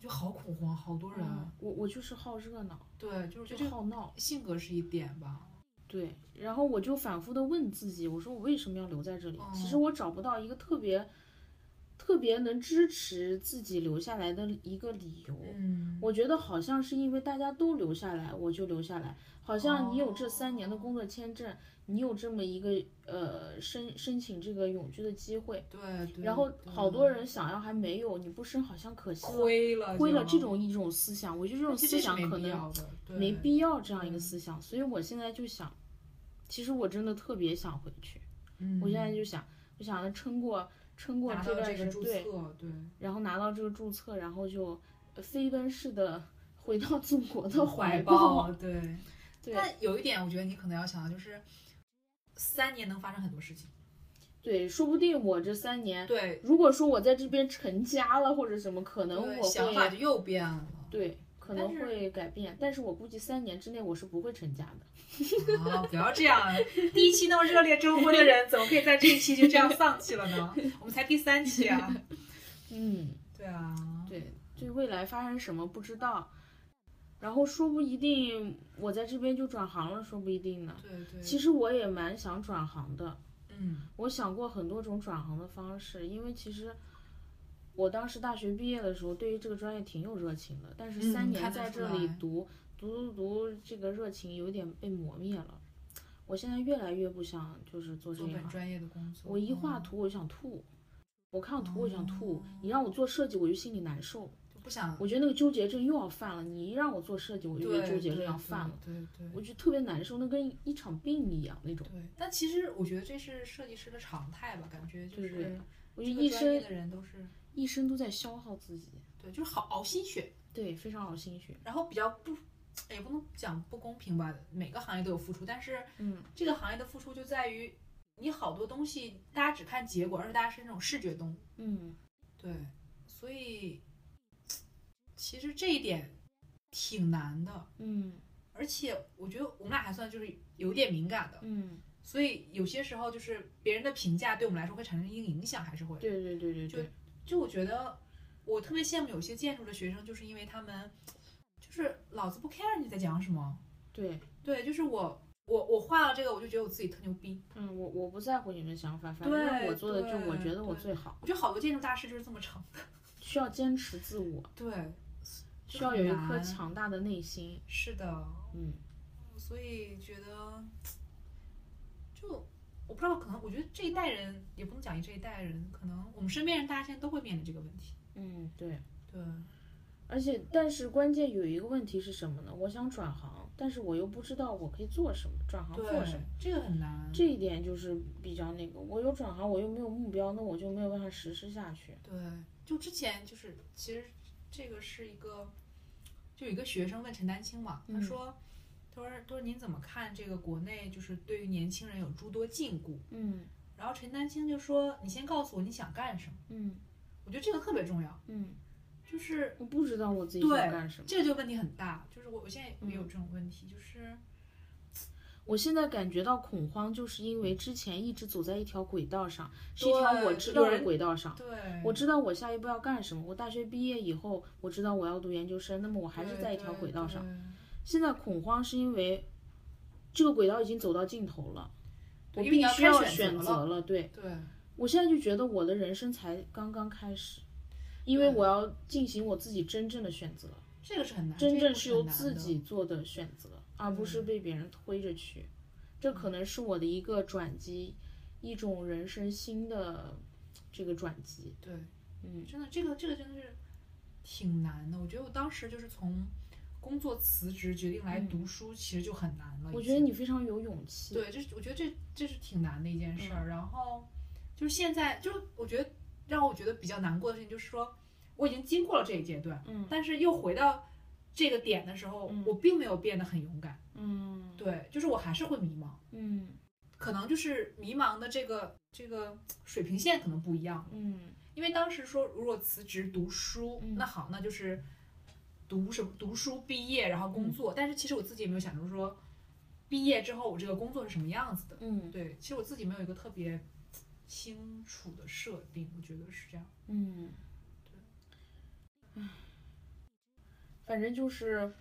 [SPEAKER 2] 就好恐慌，好多人。
[SPEAKER 1] 嗯我我就是好热闹，
[SPEAKER 2] 对，就是
[SPEAKER 1] 就
[SPEAKER 2] 这
[SPEAKER 1] 好闹。
[SPEAKER 2] 性格是一点吧。
[SPEAKER 1] 对，然后我就反复的问自己，我说我为什么要留在这里？其实
[SPEAKER 2] 哦
[SPEAKER 1] 我找不到一个特别、特别能支持自己留下来的一个理由。
[SPEAKER 2] 嗯，
[SPEAKER 1] 我觉得好像是因为大家都留下来，我就留下来。好像你有
[SPEAKER 2] 哦
[SPEAKER 1] 这三年的工作签证，你有这么一个呃申申请这个永居的机会，
[SPEAKER 2] 对对。
[SPEAKER 1] 然后
[SPEAKER 2] 对
[SPEAKER 1] 好多人想要还没有，你不申好像可惜了，
[SPEAKER 2] 亏了，
[SPEAKER 1] 亏了这种一种思想。我觉得这种
[SPEAKER 2] 其
[SPEAKER 1] 思
[SPEAKER 2] 实是
[SPEAKER 1] 想
[SPEAKER 2] 没
[SPEAKER 1] 可
[SPEAKER 2] 必
[SPEAKER 1] 能
[SPEAKER 2] 要的，对
[SPEAKER 1] 没必要这样一个思想，所以我现在就想，其实我真的特别想回去，
[SPEAKER 2] 嗯
[SPEAKER 1] 我现在就想，我想着撑过撑过
[SPEAKER 2] 拿
[SPEAKER 1] 这
[SPEAKER 2] 到
[SPEAKER 1] 段
[SPEAKER 2] 这
[SPEAKER 1] 时
[SPEAKER 2] 个
[SPEAKER 1] 间，
[SPEAKER 2] 注册
[SPEAKER 1] 对，，
[SPEAKER 2] 对，
[SPEAKER 1] 然后拿到这个注册，然后就呃飞奔似的 回到祖国的怀
[SPEAKER 2] 嗯抱，对。
[SPEAKER 1] 对
[SPEAKER 2] 但有一点，我觉得你可能要想的就是，三年能发生很多事情。
[SPEAKER 1] 对，说不定我这三年，
[SPEAKER 2] 对，
[SPEAKER 1] 如果说我在这边成家了或者什么，可能
[SPEAKER 2] 对
[SPEAKER 1] 我
[SPEAKER 2] 想法
[SPEAKER 1] 会啊
[SPEAKER 2] 就又变了。
[SPEAKER 1] 对。可能
[SPEAKER 2] 但是
[SPEAKER 1] 会改变，但是我估计三年之内我是不会成家的。
[SPEAKER 2] 啊，不要这样！第一期那么热烈征婚的人，怎么可以在这一期就这样丧气了呢？我们才第三期啊。
[SPEAKER 1] 嗯，
[SPEAKER 2] 对啊，
[SPEAKER 1] 对，对未来发生什么不知道，然后说不一定我在这边就转行了，说不一定呢。
[SPEAKER 2] 对对，
[SPEAKER 1] 其实我也蛮想转行的，
[SPEAKER 2] 嗯
[SPEAKER 1] 我想过很多种转行的方式，因为其实我当时大学毕业的时候，对于这个专业挺有热情的，但是三
[SPEAKER 2] 嗯
[SPEAKER 1] 年
[SPEAKER 2] 看得
[SPEAKER 1] 在
[SPEAKER 2] 出
[SPEAKER 1] 这里
[SPEAKER 2] 来
[SPEAKER 1] 读读读读，这个热情有点被磨灭了。我现在越来越不想就是做这
[SPEAKER 2] 做
[SPEAKER 1] 一
[SPEAKER 2] 本
[SPEAKER 1] 行，
[SPEAKER 2] 专业的工作，
[SPEAKER 1] 我一画
[SPEAKER 2] 嗯哦
[SPEAKER 1] 图我就想吐，我看到图我就想吐，你让我做设计我就心里难受。
[SPEAKER 2] 就不想，
[SPEAKER 1] 我觉得那个纠结症又要犯了。你一让我做设计，我就觉得
[SPEAKER 2] 嗯对
[SPEAKER 1] 纠结症
[SPEAKER 2] 对
[SPEAKER 1] 要
[SPEAKER 2] 对
[SPEAKER 1] 犯了，
[SPEAKER 2] 对对
[SPEAKER 1] 我就特别难受，那跟一场病一样那种。
[SPEAKER 2] 对。但其实我觉得这是设计师的常态吧，感觉就
[SPEAKER 1] 对对
[SPEAKER 2] 是
[SPEAKER 1] 我觉
[SPEAKER 2] 这
[SPEAKER 1] 得
[SPEAKER 2] 个
[SPEAKER 1] 一
[SPEAKER 2] 专业
[SPEAKER 1] 生
[SPEAKER 2] 的人都是
[SPEAKER 1] 一生都在消耗自己，
[SPEAKER 2] 对，就是好熬心血，
[SPEAKER 1] 对，非常熬心血。
[SPEAKER 2] 然后比较不。也不能讲不公平吧，每个行业都有付出，但是
[SPEAKER 1] 嗯，
[SPEAKER 2] 这个行业的付出就在于你好多东西，大家只看结果，而且大家是那种视觉动物。
[SPEAKER 1] 嗯，
[SPEAKER 2] 对，所以其实这一点挺难的，
[SPEAKER 1] 嗯
[SPEAKER 2] 而且我觉得我们俩还算就是有点敏感的，
[SPEAKER 1] 嗯，
[SPEAKER 2] 所以有些时候就是别人的评价对我们来说会产生一定影响，还是会。
[SPEAKER 1] 对对对对对，
[SPEAKER 2] 就我觉得我特别羡慕有些建筑的学生，就是因为他们就是老子不 care 你在讲什么，
[SPEAKER 1] 对，
[SPEAKER 2] 对，就是我我我画了这个，我就觉得我自己特牛逼。
[SPEAKER 1] 嗯，我我不在乎你们的想法，反正
[SPEAKER 2] 对
[SPEAKER 1] 我做的就我
[SPEAKER 2] 对
[SPEAKER 1] 觉得我
[SPEAKER 2] 对
[SPEAKER 1] 最好，
[SPEAKER 2] 我觉得好多建筑大师就是这么成的，
[SPEAKER 1] 需要坚持自我，
[SPEAKER 2] 对，
[SPEAKER 1] 需要有一颗
[SPEAKER 2] 难
[SPEAKER 1] 强大的内心。
[SPEAKER 2] 是的，
[SPEAKER 1] 嗯，
[SPEAKER 2] 所以觉得，就我不知道，可能我觉得这一代人也不能讲一这一代人，可能我们身边人大家现在都会面临这个问题。
[SPEAKER 1] 嗯，对。
[SPEAKER 2] 对，
[SPEAKER 1] 而且，但是关键有一个问题是什么呢？我想转行，但是我又不知道我可以做什么，转行做什么
[SPEAKER 2] 对。，这个很难。
[SPEAKER 1] 这一点就是比较那个，我有转行，我又没有目标，那我就没有办法实施下去。
[SPEAKER 2] 对，就之前就是，其实这个是一个，就有一个学生问陈丹青嘛，他
[SPEAKER 1] 嗯
[SPEAKER 2] 说，他说，他说您怎么看这个国内就是对于年轻人有诸多禁锢？
[SPEAKER 1] 嗯
[SPEAKER 2] 然后陈丹青就说，你先告诉我你想干什么。
[SPEAKER 1] 嗯
[SPEAKER 2] 我觉得这个特别重要，
[SPEAKER 1] 嗯，
[SPEAKER 2] 就是
[SPEAKER 1] 我不知道我自己想
[SPEAKER 2] 对
[SPEAKER 1] 干什么。
[SPEAKER 2] 这就问题很大，就是我我现在也有
[SPEAKER 1] 嗯
[SPEAKER 2] 这种问题，就是
[SPEAKER 1] 我现在感觉到恐慌，就是因为之前一直走在一条轨道上，是一
[SPEAKER 2] 对
[SPEAKER 1] 条我知道
[SPEAKER 2] 有
[SPEAKER 1] 的
[SPEAKER 2] 人
[SPEAKER 1] 轨道上。
[SPEAKER 2] 对，
[SPEAKER 1] 我知道我下一步要干什么。我大学毕业以后，我知道我要读研究生，那么我还是
[SPEAKER 2] 对
[SPEAKER 1] 在一条轨道上。。
[SPEAKER 2] 对
[SPEAKER 1] 现在恐慌是因为这个轨道已经走到尽头了，我
[SPEAKER 2] 对因为
[SPEAKER 1] 必
[SPEAKER 2] 你要
[SPEAKER 1] 须
[SPEAKER 2] 开
[SPEAKER 1] 要
[SPEAKER 2] 选
[SPEAKER 1] 选
[SPEAKER 2] 择
[SPEAKER 1] 择
[SPEAKER 2] 了
[SPEAKER 1] 了。对
[SPEAKER 2] 对对
[SPEAKER 1] 我现在就觉得我的人生才刚刚开始，因为
[SPEAKER 2] 对
[SPEAKER 1] 我要进行我自己真正的选择，
[SPEAKER 2] 这个是很难，
[SPEAKER 1] 真
[SPEAKER 2] 这
[SPEAKER 1] 正
[SPEAKER 2] 个
[SPEAKER 1] 是
[SPEAKER 2] 很
[SPEAKER 1] 由
[SPEAKER 2] 难
[SPEAKER 1] 自
[SPEAKER 2] 的嗯
[SPEAKER 1] 己做的选择，而不是被别人推着去。这可能是我的一个转机，一种人生新的这个转机。
[SPEAKER 2] 对，
[SPEAKER 1] 嗯
[SPEAKER 2] 真的这个这个真的是挺难的。我觉得我当时就是从工作辞职决定来
[SPEAKER 1] 嗯
[SPEAKER 2] 读书，其实就很难了已经。
[SPEAKER 1] 我觉得你非常有勇气。
[SPEAKER 2] 对，这是我觉得这这是挺难的一件事
[SPEAKER 1] 嗯
[SPEAKER 2] 儿。然后就是现在，就是我觉得让我觉得比较难过的事情，就是说我已经经过了这一阶段，
[SPEAKER 1] 嗯
[SPEAKER 2] 但是又回到这个点的时候，
[SPEAKER 1] 嗯
[SPEAKER 2] 我并没有变得很勇敢。
[SPEAKER 1] 嗯，
[SPEAKER 2] 对，就是我还是会迷茫，
[SPEAKER 1] 嗯
[SPEAKER 2] 可能就是迷茫的这个这个水平线可能不一样。
[SPEAKER 1] 嗯
[SPEAKER 2] 因为当时说如果辞职读书，
[SPEAKER 1] 嗯
[SPEAKER 2] 那好，那就是读什么读书毕业，然后
[SPEAKER 1] 嗯
[SPEAKER 2] 工作，但是其实我自己也没有想成说，毕业之后我这个工作是什么样子的。
[SPEAKER 1] 嗯
[SPEAKER 2] 对，其实我自己没有一个特别清楚的设定，我觉得是这样。
[SPEAKER 1] 嗯，对，反正就是，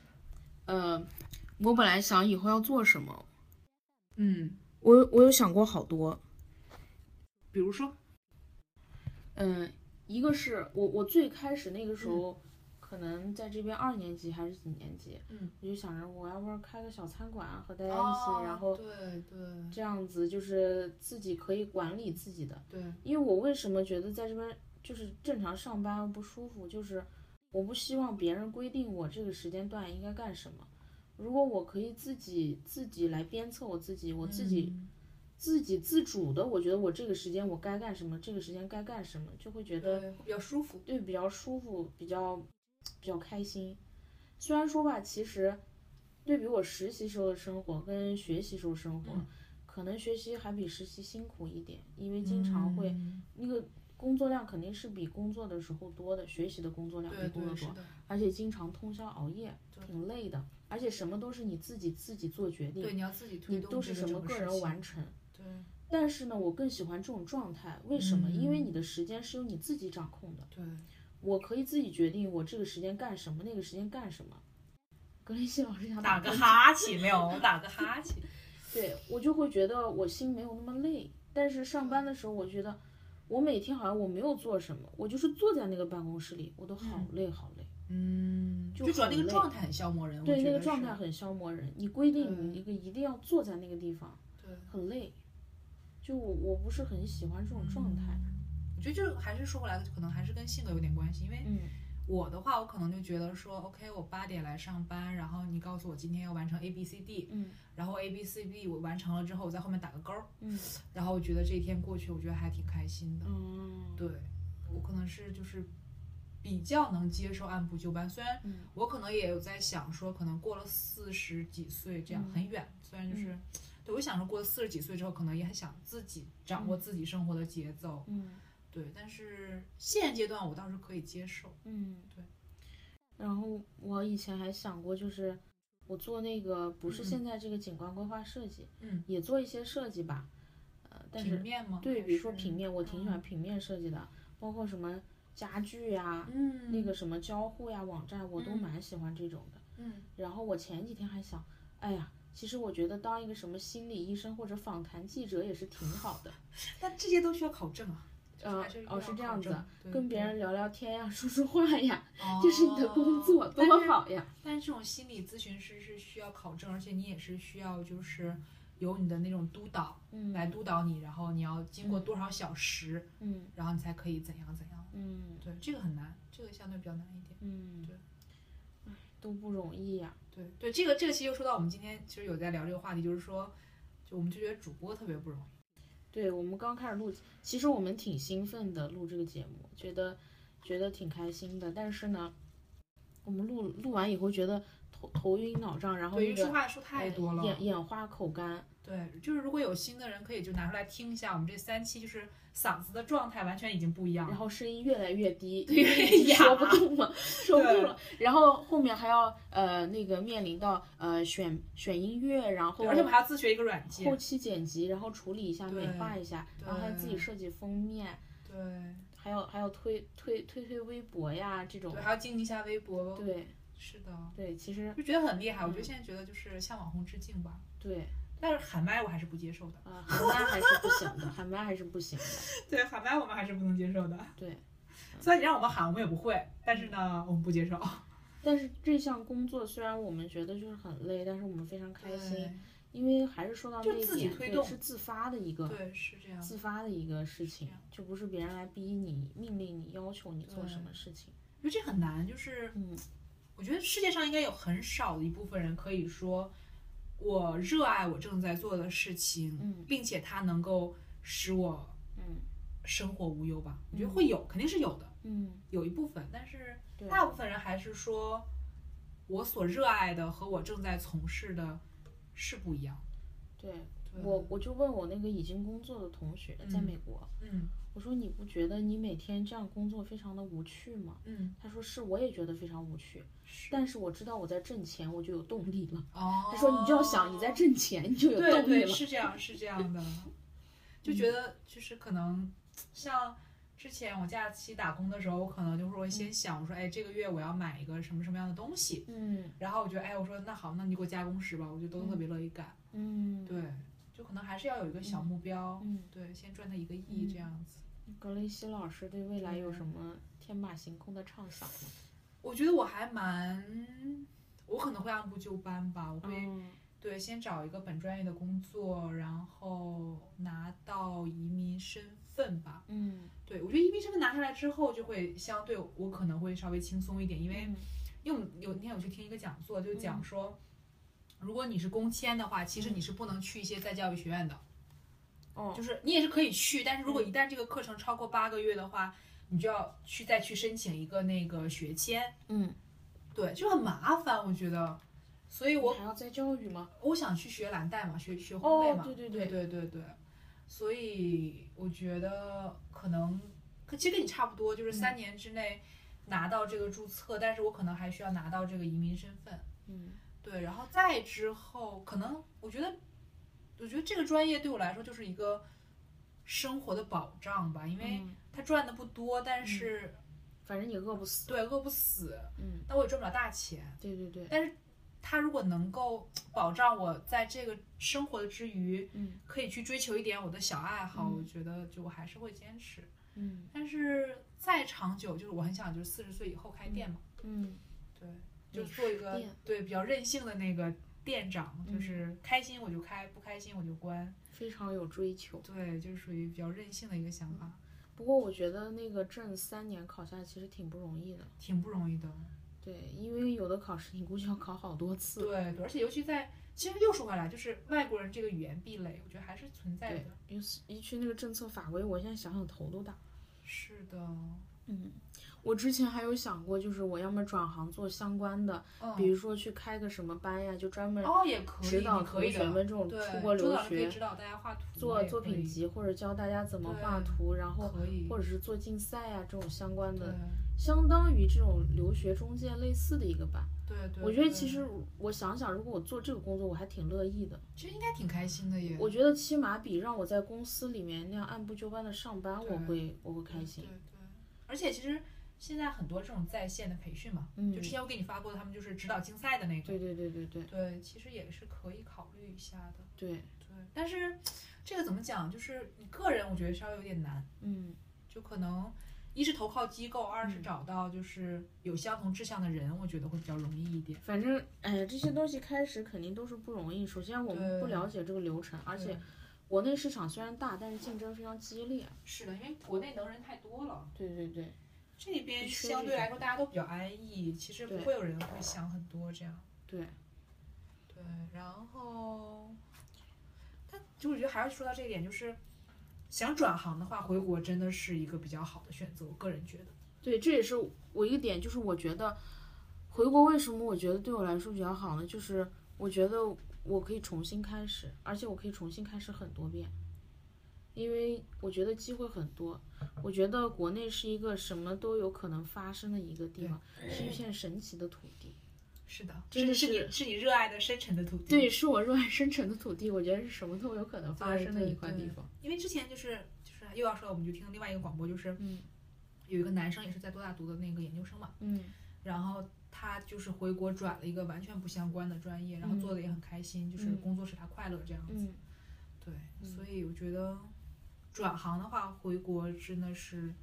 [SPEAKER 1] 呃，我本来想以后要做什么，
[SPEAKER 2] 嗯，
[SPEAKER 1] 我有我有想过好多，
[SPEAKER 2] 比如说，
[SPEAKER 1] 嗯，一个是我我最开始那个时候，可能在这边二年级还是几年级，
[SPEAKER 2] 嗯，
[SPEAKER 1] 我就想着我要不要开个小餐馆啊，和大
[SPEAKER 2] 一
[SPEAKER 1] 家一起，然后
[SPEAKER 2] 对对
[SPEAKER 1] 这样子就是自己可以管理自己的。
[SPEAKER 2] 对，
[SPEAKER 1] 因为我为什么觉得在这边就是正常上班不舒服，就是我不希望别人规定我这个时间段应该干什么。如果我可以自己自己来鞭策我自己，我自己、自己自主的，我觉得我这个时间我该干什么，这个时间该干什么，就会觉得
[SPEAKER 2] 对比较舒服。
[SPEAKER 1] 对比较舒服，比较比较开心。虽然说吧，其实对比我实习时候的生活跟学习时候生活，
[SPEAKER 2] 嗯
[SPEAKER 1] 可能学习还比实习辛苦一点，因为经常会、
[SPEAKER 2] 嗯
[SPEAKER 1] 那个工作量肯定是比工作的时候多的，学习的工作量比
[SPEAKER 2] 对
[SPEAKER 1] 工作
[SPEAKER 2] 对是
[SPEAKER 1] 多，
[SPEAKER 2] 的，
[SPEAKER 1] 而且经常通宵熬夜，
[SPEAKER 2] 对
[SPEAKER 1] 挺累的。而且什么都是你自己自己做决
[SPEAKER 2] 对
[SPEAKER 1] 定，
[SPEAKER 2] 你要自己推
[SPEAKER 1] 你
[SPEAKER 2] 动
[SPEAKER 1] 都
[SPEAKER 2] 这
[SPEAKER 1] 是什
[SPEAKER 2] 整
[SPEAKER 1] 么
[SPEAKER 2] 个
[SPEAKER 1] 个
[SPEAKER 2] 事
[SPEAKER 1] 人
[SPEAKER 2] 情
[SPEAKER 1] 完成。
[SPEAKER 2] 对
[SPEAKER 1] 但是呢，我更喜欢这种状态，为什么？因为
[SPEAKER 2] 嗯
[SPEAKER 1] 你的时间是由你自己掌控的。
[SPEAKER 2] 对
[SPEAKER 1] 我可以自己决定我这个时间干什么，那个时间干什么。格雷西老师想打
[SPEAKER 2] 打个
[SPEAKER 1] 嗝
[SPEAKER 2] 哈欠没有？打个哈欠。
[SPEAKER 1] 对我就会觉得我心没有那么累，但是上班的时候，我觉得我每天好像我没有做什么，我就是坐在那个办公室里，我都好累好累。
[SPEAKER 2] 嗯，
[SPEAKER 1] 就
[SPEAKER 2] 就主要那
[SPEAKER 1] 很
[SPEAKER 2] 个
[SPEAKER 1] 累
[SPEAKER 2] 状态很消磨人。我
[SPEAKER 1] 对，
[SPEAKER 2] 觉
[SPEAKER 1] 那
[SPEAKER 2] 得
[SPEAKER 1] 个状
[SPEAKER 2] 是
[SPEAKER 1] 态很消磨人。你规定你
[SPEAKER 2] 对
[SPEAKER 1] 一个一定要坐在那个地方，
[SPEAKER 2] 对。
[SPEAKER 1] 很累。就我我不是很喜欢这种状态。
[SPEAKER 2] 我觉得这还是说回来，可能还是跟性格有点关系。因为
[SPEAKER 1] 嗯
[SPEAKER 2] 我的话，我可能就觉得说，OK，我八点来上班，然后你告诉我今天要完成 A B C D，
[SPEAKER 1] 嗯
[SPEAKER 2] 然后 A B C D 我完成了之后，我在后面打个勾儿，
[SPEAKER 1] 嗯
[SPEAKER 2] 然后我觉得这一天过去，我觉得还挺开心的。
[SPEAKER 1] 嗯，
[SPEAKER 2] 对我可能是就是比较能接受按部就班，虽然
[SPEAKER 1] 嗯
[SPEAKER 2] 我可能也有在想说，可能过了四十几岁这样、
[SPEAKER 1] 嗯
[SPEAKER 2] 很远，虽然就是。对，我想说过了四十几岁之后，可能也很想自己掌握
[SPEAKER 1] 嗯
[SPEAKER 2] 自己生活的节奏，
[SPEAKER 1] 嗯。
[SPEAKER 2] 对，但是现阶段我倒是可以接受。
[SPEAKER 1] 嗯，
[SPEAKER 2] 对。
[SPEAKER 1] 然后我以前还想过，就是我做那个不是
[SPEAKER 2] 嗯嗯
[SPEAKER 1] 现在这个景观规划设计，
[SPEAKER 2] 嗯，
[SPEAKER 1] 也做一些设计吧，呃，但
[SPEAKER 2] 平
[SPEAKER 1] 是
[SPEAKER 2] 面吗？
[SPEAKER 1] 对，
[SPEAKER 2] 还
[SPEAKER 1] 比如说
[SPEAKER 2] 是
[SPEAKER 1] 平面，我挺喜欢平面设计的，包括什么家具呀、
[SPEAKER 2] 嗯，
[SPEAKER 1] 那个什么交互呀、网站，我都
[SPEAKER 2] 嗯
[SPEAKER 1] 蛮喜欢这种的。
[SPEAKER 2] 嗯
[SPEAKER 1] 然后我前几天还想，哎呀。其实我觉得当一个什么心理医生或者访谈记者也是挺好的，
[SPEAKER 2] 但这些都需要考 证啊。 就是
[SPEAKER 1] 呃
[SPEAKER 2] 还是
[SPEAKER 1] 哦
[SPEAKER 2] 要
[SPEAKER 1] 是这
[SPEAKER 2] 考
[SPEAKER 1] 样子
[SPEAKER 2] 证
[SPEAKER 1] 啊，
[SPEAKER 2] 对
[SPEAKER 1] 跟别
[SPEAKER 2] 对
[SPEAKER 1] 人聊聊天呀，说说话呀，这是你的工作，
[SPEAKER 2] 哦
[SPEAKER 1] 多
[SPEAKER 2] 但是
[SPEAKER 1] 好呀！
[SPEAKER 2] 但是这种心理咨询师是需要考证，而且你也是需要就是有你的那种督导
[SPEAKER 1] 嗯，
[SPEAKER 2] 来督导你，然后你要经过
[SPEAKER 1] 嗯
[SPEAKER 2] 多少小时，
[SPEAKER 1] 嗯
[SPEAKER 2] 然后你才可以怎样怎样。
[SPEAKER 1] 嗯
[SPEAKER 2] 对，这个很难，这个相对比较难一点。
[SPEAKER 1] 嗯
[SPEAKER 2] 对，
[SPEAKER 1] 唉，都不容易呀、
[SPEAKER 2] 对对，这个这个其实又说到我们今天其实有在聊这个话题，就是说，就我们就觉得主播特别不容易。
[SPEAKER 1] 对我们刚开始录，其实我们挺兴奋的，录这个节目，觉得觉得挺开心的。但是呢，我们录录完以后觉得头头晕脑胀，然后
[SPEAKER 2] 对，因
[SPEAKER 1] 那
[SPEAKER 2] 为
[SPEAKER 1] 个
[SPEAKER 2] 说话说太多了，啊
[SPEAKER 1] 眼眼花口干。
[SPEAKER 2] 对，就是如果有新的人，可以就拿出来听一下。我们这三期就是嗓子的状态完全已经不一样
[SPEAKER 1] 然
[SPEAKER 2] 了。
[SPEAKER 1] 后声音越来越低，
[SPEAKER 2] 对
[SPEAKER 1] 已经
[SPEAKER 2] 呀
[SPEAKER 1] 说不动 了，说不动
[SPEAKER 2] 对
[SPEAKER 1] 了。然后后面还要呃那个面临到呃选选音乐，然后
[SPEAKER 2] 对，而且我们还要自学一个软
[SPEAKER 1] 后
[SPEAKER 2] 件。
[SPEAKER 1] 期剪辑，然后处理一下、
[SPEAKER 2] 对
[SPEAKER 1] 美化一下，然后还自己
[SPEAKER 2] 对
[SPEAKER 1] 设计封面，
[SPEAKER 2] 对
[SPEAKER 1] 还有还有推推推推微博呀这种
[SPEAKER 2] 对，，还要经营一下微博。
[SPEAKER 1] 对
[SPEAKER 2] 是的，
[SPEAKER 1] 对，其实
[SPEAKER 2] 就觉得很厉害。
[SPEAKER 1] 嗯
[SPEAKER 2] 我就现在觉得就是向网红致敬吧。
[SPEAKER 1] 对
[SPEAKER 2] 但是喊麦我还是不接受的。
[SPEAKER 1] 啊，喊麦还是不行的，喊麦还是不行的，
[SPEAKER 2] 对，喊麦我们还是不能接受的。
[SPEAKER 1] 对。
[SPEAKER 2] 虽然你让我们喊，我们也不会，但是呢，我们不接受。
[SPEAKER 1] 但是这项工作虽然我们觉得就是很累，但是我们非常开心，因为还是说到
[SPEAKER 2] 就
[SPEAKER 1] 那一
[SPEAKER 2] 自己
[SPEAKER 1] 点，
[SPEAKER 2] 推
[SPEAKER 1] 对，
[SPEAKER 2] 动
[SPEAKER 1] 是自发的一
[SPEAKER 2] 对。
[SPEAKER 1] 个
[SPEAKER 2] 对，是这样。
[SPEAKER 1] 自发的一个事情
[SPEAKER 2] 是这样，
[SPEAKER 1] 就不是别人来逼你、命令你、要求你做
[SPEAKER 2] 对
[SPEAKER 1] 什么事情。
[SPEAKER 2] 因为这很难，就是
[SPEAKER 1] 嗯，
[SPEAKER 2] 我觉得世界上应该有很少的一部分人可以说，我热爱我正在做的事情，
[SPEAKER 1] 嗯
[SPEAKER 2] 并且它能够使我
[SPEAKER 1] 嗯
[SPEAKER 2] 生活无忧吧。我觉得
[SPEAKER 1] 嗯
[SPEAKER 2] 会有，肯定是有的，
[SPEAKER 1] 嗯，
[SPEAKER 2] 有一部分，但是
[SPEAKER 1] 对，
[SPEAKER 2] 大部分人还是说，我所热爱的和我正在从事的是不一样。
[SPEAKER 1] 对，
[SPEAKER 2] 对，
[SPEAKER 1] 我我就问我那个已经工作的同学，在美国，
[SPEAKER 2] 嗯
[SPEAKER 1] 我说你不觉得你每天这样工作非常的无趣吗？
[SPEAKER 2] 嗯，
[SPEAKER 1] 他说是，我也觉得非常无趣，但是我知道我在挣钱，我就有动力了。
[SPEAKER 2] 哦，
[SPEAKER 1] 他说你就要想你在挣钱，你就有
[SPEAKER 2] 对
[SPEAKER 1] 动力嗯
[SPEAKER 2] 对，
[SPEAKER 1] 了。
[SPEAKER 2] 是这样，是这样的，就觉得就是可能像之前我假期打工的时候，我可能就是会先想，我说哎，这个月我要买一个什么什么样的东西，
[SPEAKER 1] 嗯
[SPEAKER 2] 然后我觉得哎，我说那好，那你给我加工时吧，我就都特别乐意干，
[SPEAKER 1] 嗯，
[SPEAKER 2] 对，就可能还是要有一个小目标，
[SPEAKER 1] 嗯，
[SPEAKER 2] 对，先赚它一个亿这样子。
[SPEAKER 1] 格雷西老师对未来有
[SPEAKER 2] 嗯
[SPEAKER 1] 什么天马行空的畅想吗？
[SPEAKER 2] 我觉得我还蛮，我可能会按部就班吧，我会
[SPEAKER 1] 嗯
[SPEAKER 2] 对，先找一个本专业的工作，然后拿到移民身份吧。
[SPEAKER 1] 嗯，
[SPEAKER 2] 对我觉得移民身份拿下来之后，就会相对我可能会稍微轻松一点，因为、因为我们有那天我去听一个讲座，就讲说，如果你是公签的话，其实你是不能去一些在教育学院的，
[SPEAKER 1] 哦
[SPEAKER 2] 就是你也是可以去，但是如果一旦这个课程超过八个月的话，你就要去再去申请一个那个学签，
[SPEAKER 1] 嗯，
[SPEAKER 2] 对，就很麻烦，我觉得，所以我
[SPEAKER 1] 我还要再教育吗？
[SPEAKER 2] 我想去学蓝带嘛，学学烘焙嘛，
[SPEAKER 1] 哦对对
[SPEAKER 2] 对
[SPEAKER 1] 对
[SPEAKER 2] 对对对所以我觉得可能可其实跟你差不多，就是
[SPEAKER 1] 嗯
[SPEAKER 2] 三年之内拿到这个注册，但是我可能还需要拿到这个移民身份，
[SPEAKER 1] 嗯
[SPEAKER 2] 对，然后再之后可能我觉得，我觉得这个专业对我来说就是一个生活的保障吧，因为
[SPEAKER 1] 嗯
[SPEAKER 2] 他赚的不多，但是、
[SPEAKER 1] 反正你饿不死。
[SPEAKER 2] 对饿不死，
[SPEAKER 1] 嗯，
[SPEAKER 2] 但我也赚不了大钱，
[SPEAKER 1] 对对对，
[SPEAKER 2] 但是他如果能够保障我在这个生活的之余，
[SPEAKER 1] 嗯
[SPEAKER 2] 可以去追求一点我的小爱好，
[SPEAKER 1] 嗯
[SPEAKER 2] 我觉得就我还是会坚持。
[SPEAKER 1] 嗯
[SPEAKER 2] 但是再长久，就是我很想就是四十岁以后开店嘛，
[SPEAKER 1] 嗯，
[SPEAKER 2] 对，就
[SPEAKER 1] 美
[SPEAKER 2] 是做一
[SPEAKER 1] 食
[SPEAKER 2] 个
[SPEAKER 1] 店嗯
[SPEAKER 2] 对比较任性的那个店长，就是开心我就开，不开心我就关，
[SPEAKER 1] 非常有追求。
[SPEAKER 2] 对，就是属于比较任性的一个想法，
[SPEAKER 1] 不过我觉得那个证三年考下来其实挺不容易的。
[SPEAKER 2] 挺不容易的。
[SPEAKER 1] 对，因为有的考试你估计要考好多次。
[SPEAKER 2] 对对，而且尤其在其实又说回来，就是外国人这个语言壁垒，我觉得还是存在
[SPEAKER 1] 对
[SPEAKER 2] 的。，
[SPEAKER 1] 尤其一去那个政策法规，我现在想想头都大。
[SPEAKER 2] 是的，
[SPEAKER 1] 我之前还有想过，就是我要么转行做相关的，
[SPEAKER 2] 嗯
[SPEAKER 1] 比如说去开个什么班呀，就专门
[SPEAKER 2] 哦，也可以，
[SPEAKER 1] 指导
[SPEAKER 2] 你可以
[SPEAKER 1] 同学
[SPEAKER 2] 的。
[SPEAKER 1] 们这种
[SPEAKER 2] 对，
[SPEAKER 1] 出国
[SPEAKER 2] 周
[SPEAKER 1] 留
[SPEAKER 2] 老师可以
[SPEAKER 1] 学，
[SPEAKER 2] 指导大家画图，
[SPEAKER 1] 做
[SPEAKER 2] 也
[SPEAKER 1] 作
[SPEAKER 2] 可
[SPEAKER 1] 品
[SPEAKER 2] 以
[SPEAKER 1] 集或者教大家怎么
[SPEAKER 2] 对
[SPEAKER 1] 画图，然后
[SPEAKER 2] 可以，
[SPEAKER 1] 或者是做竞赛呀这种相关
[SPEAKER 2] 对
[SPEAKER 1] 的，相当于这种留学中介类似的一个班。
[SPEAKER 2] 对对，
[SPEAKER 1] 我觉得
[SPEAKER 2] 对
[SPEAKER 1] 其实我想想，如果我做这个工作，我还挺乐意的。
[SPEAKER 2] 其实应该挺开心的耶，
[SPEAKER 1] 我觉得起码比让我在公司里面那样按部就班的上班，
[SPEAKER 2] 对嗯
[SPEAKER 1] 我会我会开
[SPEAKER 2] 对
[SPEAKER 1] 心
[SPEAKER 2] 对。对，而且其实现在很多这种在线的培训嘛，
[SPEAKER 1] 嗯
[SPEAKER 2] 就之前我给你发过的，他们就是指导竞赛的那
[SPEAKER 1] 对
[SPEAKER 2] 种，
[SPEAKER 1] 对对对对
[SPEAKER 2] 对，其实也是可以考虑一下的，
[SPEAKER 1] 对，
[SPEAKER 2] 对，但是这个怎么讲，就是你个人我觉得稍微有点难，
[SPEAKER 1] 嗯
[SPEAKER 2] 就可能。一是投靠机构，二是找到就是有相同志向的人，我觉得会比较容易一点。
[SPEAKER 1] 反正哎呀，这些东西开始肯定都是不容易。首先我们
[SPEAKER 2] 对
[SPEAKER 1] 不了解这个流程，而且
[SPEAKER 2] 对
[SPEAKER 1] 国内市场虽然大，但是竞争非常激烈。
[SPEAKER 2] 是的，因为国内能人太多了。
[SPEAKER 1] 对对对，
[SPEAKER 2] 这边
[SPEAKER 1] 就缺
[SPEAKER 2] 相
[SPEAKER 1] 这
[SPEAKER 2] 对
[SPEAKER 1] 种
[SPEAKER 2] 来说大家都比较安逸，其实不
[SPEAKER 1] 对
[SPEAKER 2] 会有人会想很多这样。
[SPEAKER 1] 对，
[SPEAKER 2] 对，然后，但就我觉得还是说到这一点，就是想转行的话，回国真的是一个比较好的选择，我个人觉得。
[SPEAKER 1] 对，这也是我一个点，就是我觉得回国为什么我觉得对我来说比较好呢？就是我觉得我可以重新开始，而且我可以重新开始很多遍，因为我觉得机会很多。我觉得国内是一个什么都有可能发生的一个地方，
[SPEAKER 2] 哎
[SPEAKER 1] 是一片神奇的土地。
[SPEAKER 2] 是的，
[SPEAKER 1] 真的
[SPEAKER 2] 是
[SPEAKER 1] 是
[SPEAKER 2] 你是你热爱的深沉的土地。
[SPEAKER 1] 对，，是我热爱深沉的土地，我觉得是什么都有可能发
[SPEAKER 2] 对
[SPEAKER 1] 生的
[SPEAKER 2] 对
[SPEAKER 1] 一块
[SPEAKER 2] 对
[SPEAKER 1] 地方。
[SPEAKER 2] 因为之前就是就是又要说，我们就听另外一个广播，就是
[SPEAKER 1] 嗯
[SPEAKER 2] 有一个男生也是在多大读的那个研究生嘛，
[SPEAKER 1] 嗯
[SPEAKER 2] 然后他就是回国转了一个完全不相关的专业，然后
[SPEAKER 1] 嗯
[SPEAKER 2] 做的也很开心，就是
[SPEAKER 1] 嗯
[SPEAKER 2] 工作使他快乐这样子。
[SPEAKER 1] 嗯，
[SPEAKER 2] 对，
[SPEAKER 1] 嗯
[SPEAKER 2] 所以我觉得转行的话，回国真的是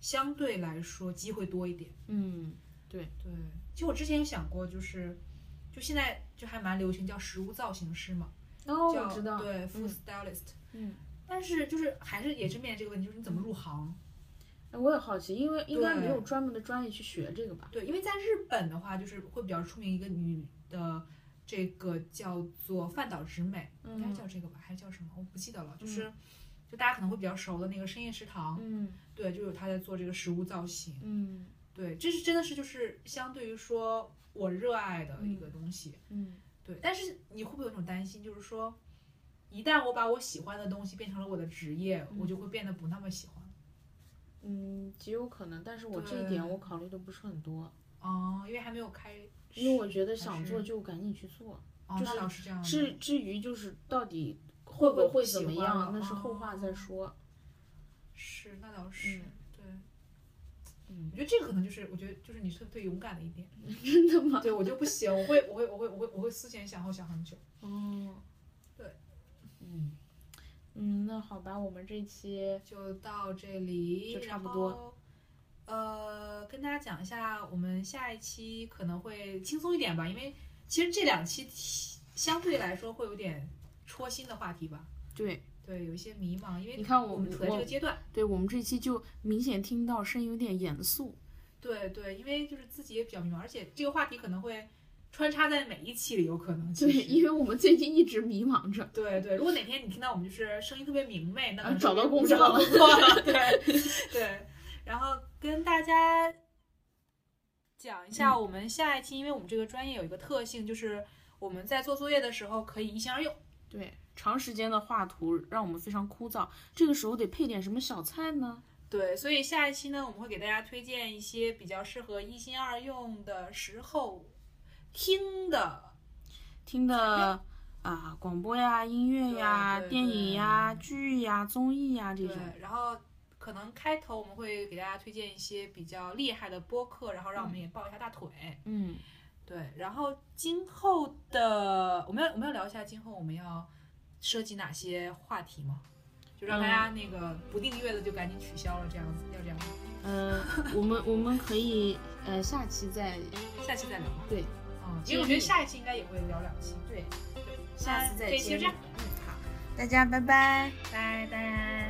[SPEAKER 2] 相对来说机会多一点。
[SPEAKER 1] 嗯，
[SPEAKER 2] 对，其实我之前有想过，就是就现在就还蛮流行叫实物造型师嘛，
[SPEAKER 1] 哦，
[SPEAKER 2] 叫
[SPEAKER 1] 我知道，
[SPEAKER 2] 对
[SPEAKER 1] 嗯
[SPEAKER 2] food stylist，
[SPEAKER 1] 嗯，
[SPEAKER 2] 但是就是还是也是面临这个问题，就是你怎么入行？
[SPEAKER 1] 哎我也好奇，因为应该
[SPEAKER 2] 对
[SPEAKER 1] 没有专门的专业去学这个吧？
[SPEAKER 2] 对，因为在日本的话，就是会比较出名一个女的。这个叫做饭岛直美，应该
[SPEAKER 1] 嗯
[SPEAKER 2] 叫这个吧，还是叫什么？我不记得了。就是，就大家可能会比较熟的那个深夜食堂，
[SPEAKER 1] 嗯
[SPEAKER 2] 对，就有她在做这个食物造型。
[SPEAKER 1] 嗯
[SPEAKER 2] 对，这是真的是就是相对于说我热爱的一个东西。
[SPEAKER 1] 嗯
[SPEAKER 2] 对，但是你会不会有一种担心，就是说，一旦我把我喜欢的东西变成了我的职业，我就会变得不那么喜欢。
[SPEAKER 1] 嗯，极有可能，但是我这
[SPEAKER 2] 对
[SPEAKER 1] 一点我考虑的不是很多，
[SPEAKER 2] 哦，因为还没有开始，
[SPEAKER 1] 因为我觉得
[SPEAKER 2] 还
[SPEAKER 1] 想
[SPEAKER 2] 是
[SPEAKER 1] 做就赶紧去做。
[SPEAKER 2] 哦，
[SPEAKER 1] 就
[SPEAKER 2] 那
[SPEAKER 1] 是
[SPEAKER 2] 倒是这样的。
[SPEAKER 1] 至至于就是到底
[SPEAKER 2] 会
[SPEAKER 1] 嗯会
[SPEAKER 2] 不
[SPEAKER 1] 不哦
[SPEAKER 2] 会
[SPEAKER 1] 会
[SPEAKER 2] 不
[SPEAKER 1] 怎么
[SPEAKER 2] 喜欢
[SPEAKER 1] 样，
[SPEAKER 2] 了
[SPEAKER 1] 那是后话再说。
[SPEAKER 2] 是，那倒是、
[SPEAKER 1] 嗯
[SPEAKER 2] 对。
[SPEAKER 1] 嗯
[SPEAKER 2] 我觉得这个可能就是，我觉得就是你特别勇敢的一 点。
[SPEAKER 1] 真的吗？
[SPEAKER 2] 对我就不行，我会，我会，我会，我会，我会思前想后想很久。
[SPEAKER 1] 哦，
[SPEAKER 2] 对，
[SPEAKER 1] 嗯嗯，那好吧，我们这期
[SPEAKER 2] 就到这里，
[SPEAKER 1] 就差不
[SPEAKER 2] 然
[SPEAKER 1] 多
[SPEAKER 2] 后。呃，跟大家讲一下，我们下一期可能会轻松一点吧，因为其实这两期提相对来说会有点戳心的话题吧。
[SPEAKER 1] 对
[SPEAKER 2] 对，有一些迷茫，因为
[SPEAKER 1] 你看
[SPEAKER 2] 我
[SPEAKER 1] 我
[SPEAKER 2] 们
[SPEAKER 1] 们
[SPEAKER 2] 处在这
[SPEAKER 1] 我
[SPEAKER 2] 个阶段。
[SPEAKER 1] 对，我们这期就明显听到声音有点严肃。
[SPEAKER 2] 对对，因为就是自己也比较迷茫，而且这个话题可能会穿插在每一期里，有可能。其
[SPEAKER 1] 对，
[SPEAKER 2] 实
[SPEAKER 1] 因为我们最近一直迷茫着。
[SPEAKER 2] 对对，如果哪天你听到我们就是声音特别明媚，那可
[SPEAKER 1] 啊
[SPEAKER 2] 能
[SPEAKER 1] 找
[SPEAKER 2] 说
[SPEAKER 1] 到
[SPEAKER 2] 明
[SPEAKER 1] 工
[SPEAKER 2] 找
[SPEAKER 1] 作了
[SPEAKER 2] 到工作 了，对对。然后跟大家讲一
[SPEAKER 1] 嗯
[SPEAKER 2] 下，我们下一期，因为我们这个专业有一个特性，就是我们在做作业的时候可以一心二用。
[SPEAKER 1] 对，长时间的画图让我们非常枯燥，这个时候得配点什么小菜呢？
[SPEAKER 2] 对，所以下一期呢，我们会给大家推荐一些比较适合一心二用的时候听的。
[SPEAKER 1] 听 的啊，广播呀、音乐呀、
[SPEAKER 2] 对对
[SPEAKER 1] 电影呀、
[SPEAKER 2] 对
[SPEAKER 1] 剧呀、综艺呀这
[SPEAKER 2] 对
[SPEAKER 1] 种。，
[SPEAKER 2] 然后可能开头我们会给大家推荐一些比较厉害的播客，然后让我们也抱一下大腿。
[SPEAKER 1] 嗯，
[SPEAKER 2] 对，然后今后的我们要我们要聊一下今后我们要涉及哪些话题吗？就让大
[SPEAKER 1] 嗯
[SPEAKER 2] 家那个不订阅的就赶紧取消了，这样子要这样吗，
[SPEAKER 1] 呃，我们我们可以呃下期再
[SPEAKER 2] 下期再聊吧。
[SPEAKER 1] 对，
[SPEAKER 2] 嗯，因为我觉得下一期应该也会聊两期。对，对，
[SPEAKER 1] 下次
[SPEAKER 2] 那
[SPEAKER 1] 再嗯
[SPEAKER 2] 这一期
[SPEAKER 1] 见
[SPEAKER 2] 就这样，
[SPEAKER 1] 大家拜拜。
[SPEAKER 2] 拜拜。